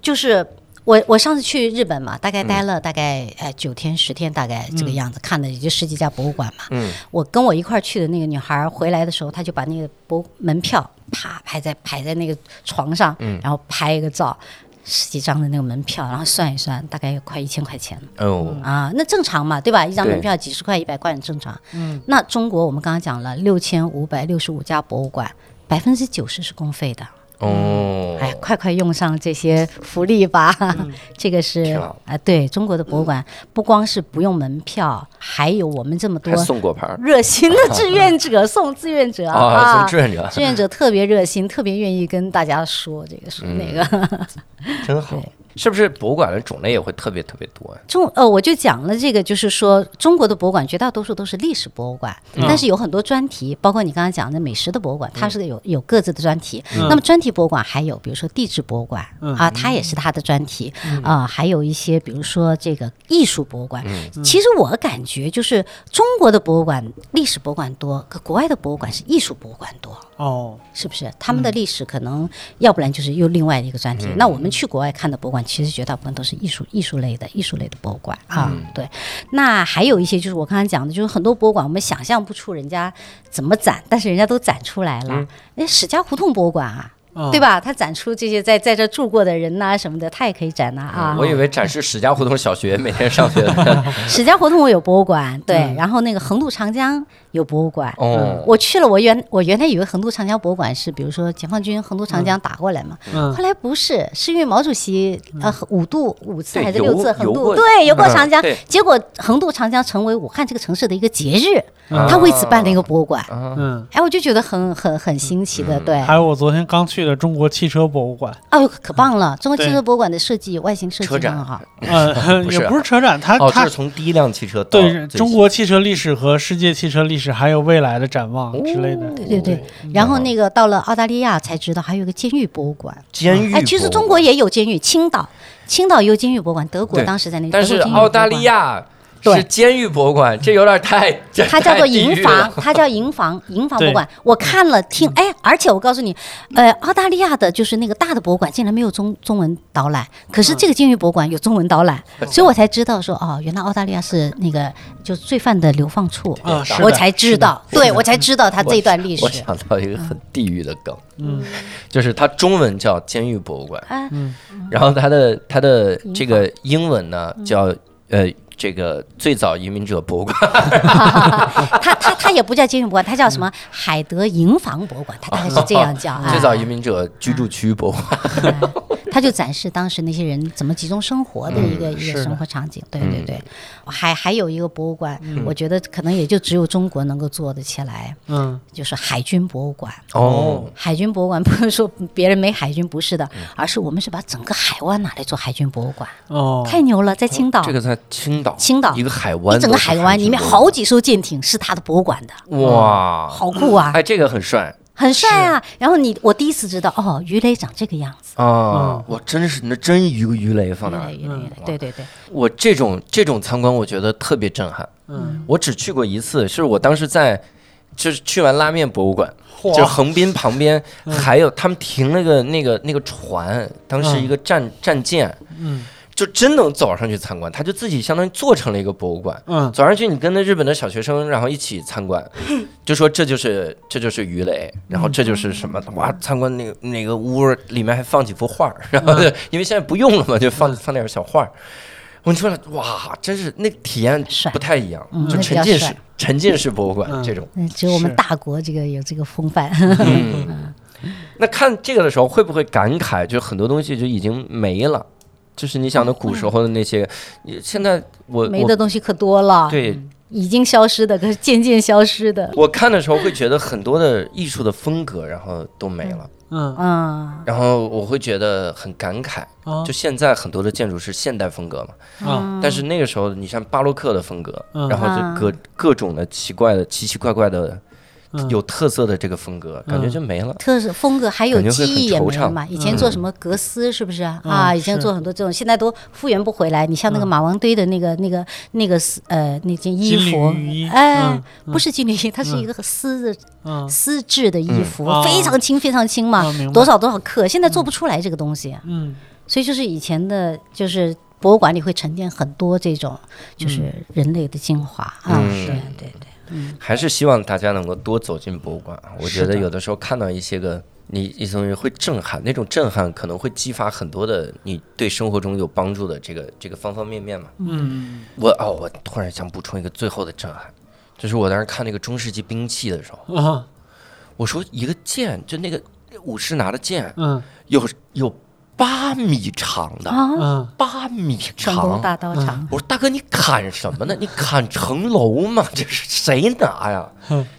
[SPEAKER 8] 就是我我上次去日本嘛，大
[SPEAKER 2] 嗯
[SPEAKER 8] 概待了大概哎九天十天，大概这个样子，看了也就十几家博物馆嘛。
[SPEAKER 2] 嗯，
[SPEAKER 8] 我跟我一块儿去的那个女孩儿回来的时候，她就把那个博门票啪排在排在那个床上，
[SPEAKER 2] 嗯
[SPEAKER 8] 然后拍一个照。十几张的那个门票，然后算一算，大概有快一千块钱
[SPEAKER 2] 哦，
[SPEAKER 8] 啊，那正常嘛，对吧？一张
[SPEAKER 2] 对
[SPEAKER 8] 门票几十块、一百块很正常。嗯，那中国我们刚刚讲了，六千五百六十五家博物馆，百分之九十是公费的。
[SPEAKER 2] 哦，
[SPEAKER 8] 嗯
[SPEAKER 2] 嗯
[SPEAKER 8] 哎，快快用上这些福利吧！ 这个是
[SPEAKER 2] 挺
[SPEAKER 8] 啊
[SPEAKER 2] 好、嗯
[SPEAKER 8] 对中国的博物馆、不光是不用门票，还有我们这么多
[SPEAKER 2] 还送果盘儿
[SPEAKER 8] 热心的志愿者送志愿者
[SPEAKER 2] 啊，
[SPEAKER 8] 啊
[SPEAKER 2] 送，志愿者
[SPEAKER 8] 志愿者特别热心，特别愿意跟大家说这个说那
[SPEAKER 2] 嗯
[SPEAKER 8] 个。
[SPEAKER 2] 真好。是不是博物馆的种类也会特别特别多呀？
[SPEAKER 8] 中呃，我就讲了这个，就是说中国的博物馆绝大多数都是历史博物馆，但是有很多专题，包括你刚刚讲的美食的博物馆，它是有有各自的专题。那么专题博物馆还有，比如说地质博物馆啊，它也是它的专题啊，还有一些比如说这个艺术博物馆。其实我感觉就是中国的博物馆历史博物馆多，可国外的博物馆是艺术博物馆多。
[SPEAKER 5] 哦，
[SPEAKER 8] 是不是他们的历史可能，要不然就是又另外的一个专题。那我们去国外看的博物馆，其实绝大部分都是艺术、艺术类的、艺术类的博物馆啊。对，那还有一些就是我刚才讲的，就是很多博物馆我们想象不出人家怎么展，但是人家都展出来了。那、史家胡同博物馆啊，
[SPEAKER 5] 啊
[SPEAKER 8] 对？吧？他展出这些在在这住过的人呐、什么的，他也可以展呐啊。
[SPEAKER 2] 嗯我以为展示史家胡同小学每天上学 的
[SPEAKER 8] 史家胡同我有博物馆，对，然后那个横渡长江有博物馆，
[SPEAKER 2] 哦，
[SPEAKER 8] 我去了，我原我原来以为横渡长江博物馆是，比如说解放军横渡长江打过来嘛，
[SPEAKER 5] 嗯
[SPEAKER 8] 后来不是，是因为毛主席呃五度五
[SPEAKER 2] 嗯
[SPEAKER 8] 次
[SPEAKER 2] 对
[SPEAKER 8] 还是六次
[SPEAKER 2] 游
[SPEAKER 8] 横
[SPEAKER 2] 游
[SPEAKER 8] 渡，
[SPEAKER 2] 过
[SPEAKER 8] 对，游过长江
[SPEAKER 2] 嗯对，
[SPEAKER 8] 结果横渡长江成为武汉这个城市的一个节日，
[SPEAKER 5] 嗯
[SPEAKER 8] 他为此办了一个博物馆，
[SPEAKER 5] 嗯，
[SPEAKER 8] 哎，我就觉得很很很新奇
[SPEAKER 2] 嗯
[SPEAKER 8] 的，对，
[SPEAKER 5] 还有我昨天刚去的中国汽车博物馆，
[SPEAKER 8] 哎呦，可棒了，中国汽
[SPEAKER 6] 对
[SPEAKER 8] 车博物馆的设计外形设计
[SPEAKER 2] 车展
[SPEAKER 8] 很好，
[SPEAKER 5] 嗯，
[SPEAKER 2] 不是啊
[SPEAKER 5] 也不是车展，它
[SPEAKER 2] 哦，这
[SPEAKER 5] 它
[SPEAKER 2] 是从哦第一辆汽车到
[SPEAKER 5] 对
[SPEAKER 2] 最
[SPEAKER 5] 中
[SPEAKER 2] 新
[SPEAKER 5] 国汽车历史和世界汽车历史，还有未来的展望之类的。
[SPEAKER 2] 嗯
[SPEAKER 8] 对对对，然后那个到了澳大利亚才知道还有一个监狱博物馆，
[SPEAKER 2] 监狱博物
[SPEAKER 8] 哎，
[SPEAKER 2] 馆，
[SPEAKER 8] 其实中国也有监狱，青岛，青岛也有监狱博物馆，德国
[SPEAKER 2] 对
[SPEAKER 8] 当时在那，
[SPEAKER 2] 但
[SPEAKER 8] 德
[SPEAKER 2] 是
[SPEAKER 8] 国监狱博物
[SPEAKER 2] 澳大
[SPEAKER 8] 馆
[SPEAKER 2] 利亚
[SPEAKER 8] 对
[SPEAKER 2] 是监狱博物馆，这有点太，这
[SPEAKER 8] 它叫
[SPEAKER 2] 太
[SPEAKER 8] 做
[SPEAKER 2] 地
[SPEAKER 8] 营
[SPEAKER 2] 狱
[SPEAKER 8] 房
[SPEAKER 2] 了，
[SPEAKER 8] 它叫营房，营房博物
[SPEAKER 5] 对
[SPEAKER 8] 馆。我看了听，哎，而且我告诉你，呃，澳大利亚的就是那个大的博物馆竟然没有中中文导览，可是这个监狱博物馆有中文导览，所以我才知道说，哦，原来澳大利亚是那个就是罪犯的流放处，
[SPEAKER 2] 哦
[SPEAKER 5] 啊，是
[SPEAKER 8] 我
[SPEAKER 5] 的
[SPEAKER 8] 才知道，对我才知道它这一段历
[SPEAKER 2] 我
[SPEAKER 8] 史。
[SPEAKER 2] 想到一个很地狱的梗，
[SPEAKER 5] 嗯，
[SPEAKER 2] 就是它中文叫监狱博物馆，
[SPEAKER 8] 啊，
[SPEAKER 2] 然后它的它的这个英文呢
[SPEAKER 8] 嗯
[SPEAKER 2] 叫呃这个最早移民者博物馆，
[SPEAKER 8] 啊它它它也不叫监狱博物馆，它叫什么海德营房博物馆，它大概是这样叫啊。
[SPEAKER 2] 最早移民者居住区博物馆。
[SPEAKER 8] 他就展示当时那些人怎么集中生活
[SPEAKER 2] 嗯
[SPEAKER 8] 的一个、一
[SPEAKER 5] 是
[SPEAKER 8] 个
[SPEAKER 5] 的
[SPEAKER 8] 生活场景。对对对，还还有一个博物馆，
[SPEAKER 2] 嗯
[SPEAKER 8] 我觉得可能也就只有中国能够做得起来，
[SPEAKER 5] 嗯
[SPEAKER 8] 就是海军博物馆。
[SPEAKER 2] 哦，嗯
[SPEAKER 8] 海军博物馆不是说别人没海军，不是的，而是我们是把整个海湾拿来做海军博物馆，
[SPEAKER 5] 哦，
[SPEAKER 8] 太牛了！在青岛，
[SPEAKER 2] 这个在青岛，
[SPEAKER 8] 青岛
[SPEAKER 2] 一个海湾
[SPEAKER 8] 一
[SPEAKER 2] 都是
[SPEAKER 8] 整
[SPEAKER 2] 海军博物馆，
[SPEAKER 8] 个海湾里面好几艘舰艇是他的博物馆的，
[SPEAKER 2] 哇，
[SPEAKER 8] 好酷啊，
[SPEAKER 2] 哦哎，这个很帅
[SPEAKER 8] 很帅啊！然后你，我第一次知道，哦，鱼雷长这个样子，
[SPEAKER 2] 啊！我真是那真鱼鱼雷放
[SPEAKER 8] 鱼
[SPEAKER 2] 那儿嗯
[SPEAKER 8] 雷，，鱼雷，鱼雷，对对对，
[SPEAKER 2] 我这种这种参观，我觉得特别震撼。嗯，我只去过一次，是我当时在，就是去完拉面博物馆，就是横滨旁边还有他们停了个那个那个船，当时一个战战舰，
[SPEAKER 5] 嗯，
[SPEAKER 2] 就真能走上去参观，他就自己相当于做成了一个博物馆。
[SPEAKER 5] 嗯
[SPEAKER 2] 走上去，你跟那日本的小学生，然后一起参 观，就说这就是这就是鱼雷，
[SPEAKER 8] 嗯
[SPEAKER 2] 然后这就是什么哇，参观那个那个屋里面还放几幅画儿， 然后就
[SPEAKER 8] 嗯
[SPEAKER 2] 因为现在不用了嘛，就放放点小画儿。我说了，哇，真是那个体验
[SPEAKER 8] 帅
[SPEAKER 2] 不太一样，
[SPEAKER 8] 嗯
[SPEAKER 2] 就
[SPEAKER 8] 那比
[SPEAKER 2] 沉
[SPEAKER 8] 较
[SPEAKER 2] 浸式
[SPEAKER 8] 帅
[SPEAKER 2] 沉浸式博物馆
[SPEAKER 5] 嗯
[SPEAKER 2] 这种。
[SPEAKER 8] 嗯，只有我们
[SPEAKER 5] 是
[SPEAKER 8] 大国这个有这个风范。
[SPEAKER 2] 嗯，那看这个的时候会不会感慨，就很多东西就已经没了？就是你想的古时候的那些，你现在 我
[SPEAKER 8] 嗯没
[SPEAKER 2] 我
[SPEAKER 8] 的东西可多了，
[SPEAKER 2] 对
[SPEAKER 8] 已经消失的，可是渐渐消失的，
[SPEAKER 2] 我看的时候会觉得很多的艺术的风格，然后都没了，
[SPEAKER 5] 嗯
[SPEAKER 8] 嗯，
[SPEAKER 2] 然后我会觉得很感慨。
[SPEAKER 5] 啊
[SPEAKER 2] 就现在很多的建筑是现代风格嘛，
[SPEAKER 5] 啊
[SPEAKER 2] 但是那个时候你像巴洛克的风格，
[SPEAKER 5] 嗯
[SPEAKER 2] 然后
[SPEAKER 8] 啊
[SPEAKER 2] 就各各种的奇怪的、奇奇怪怪的、
[SPEAKER 5] 嗯
[SPEAKER 2] 有特色的这个风格，感觉就没了。
[SPEAKER 8] 特色风格还有
[SPEAKER 2] 感觉
[SPEAKER 8] 记
[SPEAKER 2] 会
[SPEAKER 8] 忆也
[SPEAKER 2] 很惆
[SPEAKER 8] 没了
[SPEAKER 2] 怅嗯
[SPEAKER 8] 嘛。以前做什么格斯是不是啊？啊，
[SPEAKER 5] 嗯
[SPEAKER 8] 以前
[SPEAKER 5] 是
[SPEAKER 8] 做很多这种，现在都复原不回来。你像
[SPEAKER 2] 嗯
[SPEAKER 8] 那个马王堆的那个那个那个丝呃那件衣
[SPEAKER 5] 金
[SPEAKER 8] 服
[SPEAKER 5] 缕玉衣，
[SPEAKER 8] 哎
[SPEAKER 5] 嗯，
[SPEAKER 8] 不是金缕衣，它是一个丝的
[SPEAKER 5] 嗯
[SPEAKER 8] 丝质的衣服
[SPEAKER 5] 嗯，
[SPEAKER 8] 非常轻非常轻嘛
[SPEAKER 5] 啊明白，
[SPEAKER 8] 多少多少克，
[SPEAKER 2] 嗯
[SPEAKER 8] 现在做不出来这个东西。
[SPEAKER 5] 嗯
[SPEAKER 8] 所以就是以前的，就是博物馆里会沉淀很多这种，就是人类的精华啊，
[SPEAKER 2] 嗯
[SPEAKER 8] 是，对对，
[SPEAKER 2] 还是希望大家能够多走进博物馆。啊我觉
[SPEAKER 5] 是
[SPEAKER 2] 得
[SPEAKER 5] 的
[SPEAKER 2] 有的时候看到一些个你一些东西会震撼，那种震撼可能会激发很多的你对生活中有帮助的这个这个方方面面嘛。
[SPEAKER 5] 嗯
[SPEAKER 2] 我哦，我突然想补充一个最后的震撼，就是我当时看那个中世纪兵器的时候，
[SPEAKER 5] 啊
[SPEAKER 2] 我说一个剑，就那个武士拿的剑，
[SPEAKER 5] 嗯
[SPEAKER 2] 有有八米长的，
[SPEAKER 8] 啊，
[SPEAKER 5] 嗯
[SPEAKER 2] 八米
[SPEAKER 8] 成功
[SPEAKER 2] 长。
[SPEAKER 8] 大道场，
[SPEAKER 2] 我说大哥，你砍什么呢？你砍城楼吗？这是谁拿呀？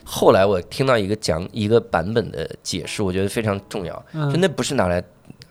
[SPEAKER 2] 后来我听到一个讲一个版本的解释，我觉得非常重要，
[SPEAKER 5] 嗯
[SPEAKER 2] 就那不是拿来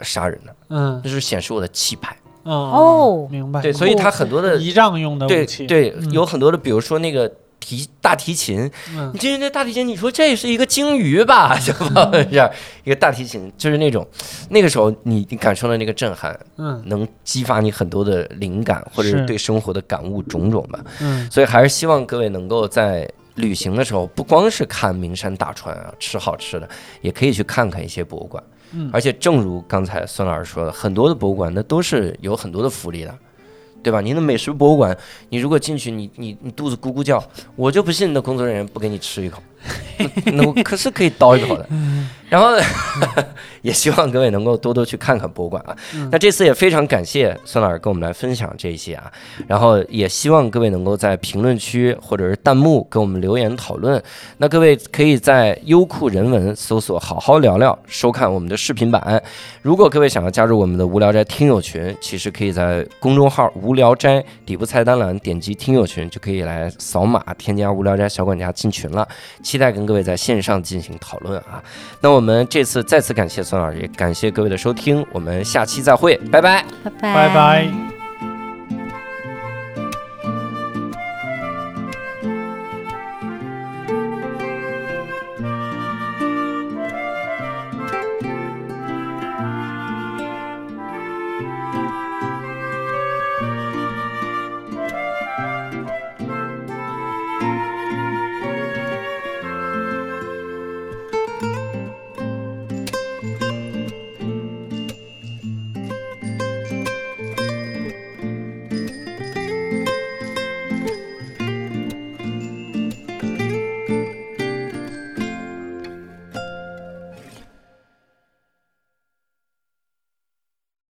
[SPEAKER 2] 杀人的，
[SPEAKER 5] 嗯
[SPEAKER 2] 那是显示我的气派。
[SPEAKER 5] 哦，明白
[SPEAKER 2] 对，所以它很多的
[SPEAKER 5] 仪仗用的
[SPEAKER 2] 对
[SPEAKER 5] 武器，
[SPEAKER 2] 对，
[SPEAKER 5] 嗯
[SPEAKER 2] 有很多的，比如说那个提大提琴，
[SPEAKER 5] 嗯
[SPEAKER 2] 你这那大提琴，你说这是一个鲸鱼吧， 就吧？这样一个大提琴，就是那种那个时候你你感受到那个震撼，
[SPEAKER 5] 嗯
[SPEAKER 2] 能激发你很多的灵感，或者是
[SPEAKER 5] 是
[SPEAKER 2] 对生活的感悟种种吧。
[SPEAKER 5] 嗯
[SPEAKER 2] 所以还是希望各位能够在。旅行的时候，不光是看名山大川啊，吃好吃的，也可以去看看一些博物馆。
[SPEAKER 5] 嗯
[SPEAKER 2] 而且正如刚才孙老师说的，很多的博物馆那都是有很多的福利的，对吧？您的美食博物馆，你如果进去，你你你肚子咕咕叫，我就不信那工作人员不给你吃一口， 那那我可是可以叨一口的。
[SPEAKER 5] 嗯
[SPEAKER 2] 然后呢， 也希望各位能够多多去看看博物馆啊。
[SPEAKER 5] 嗯
[SPEAKER 2] 那这次也非常感谢孙老师跟我们来分享这一些啊，然后也希望各位能够在评论区或者是弹幕给我们留言讨论。那各位可以在优酷人文搜索“好好聊聊”，收看我们的视频版。如果各位想要加入我们的无聊斋听友群，其实可以在公众号“无聊斋”底部菜单栏点击听友群，就可以来扫码添加“无聊斋小管家”进群了。期待跟各位在线上进行讨论啊！那我们这次再次感谢孙老师，也感谢各位的收听，我们下期再会，拜拜。
[SPEAKER 8] 拜
[SPEAKER 5] 拜拜。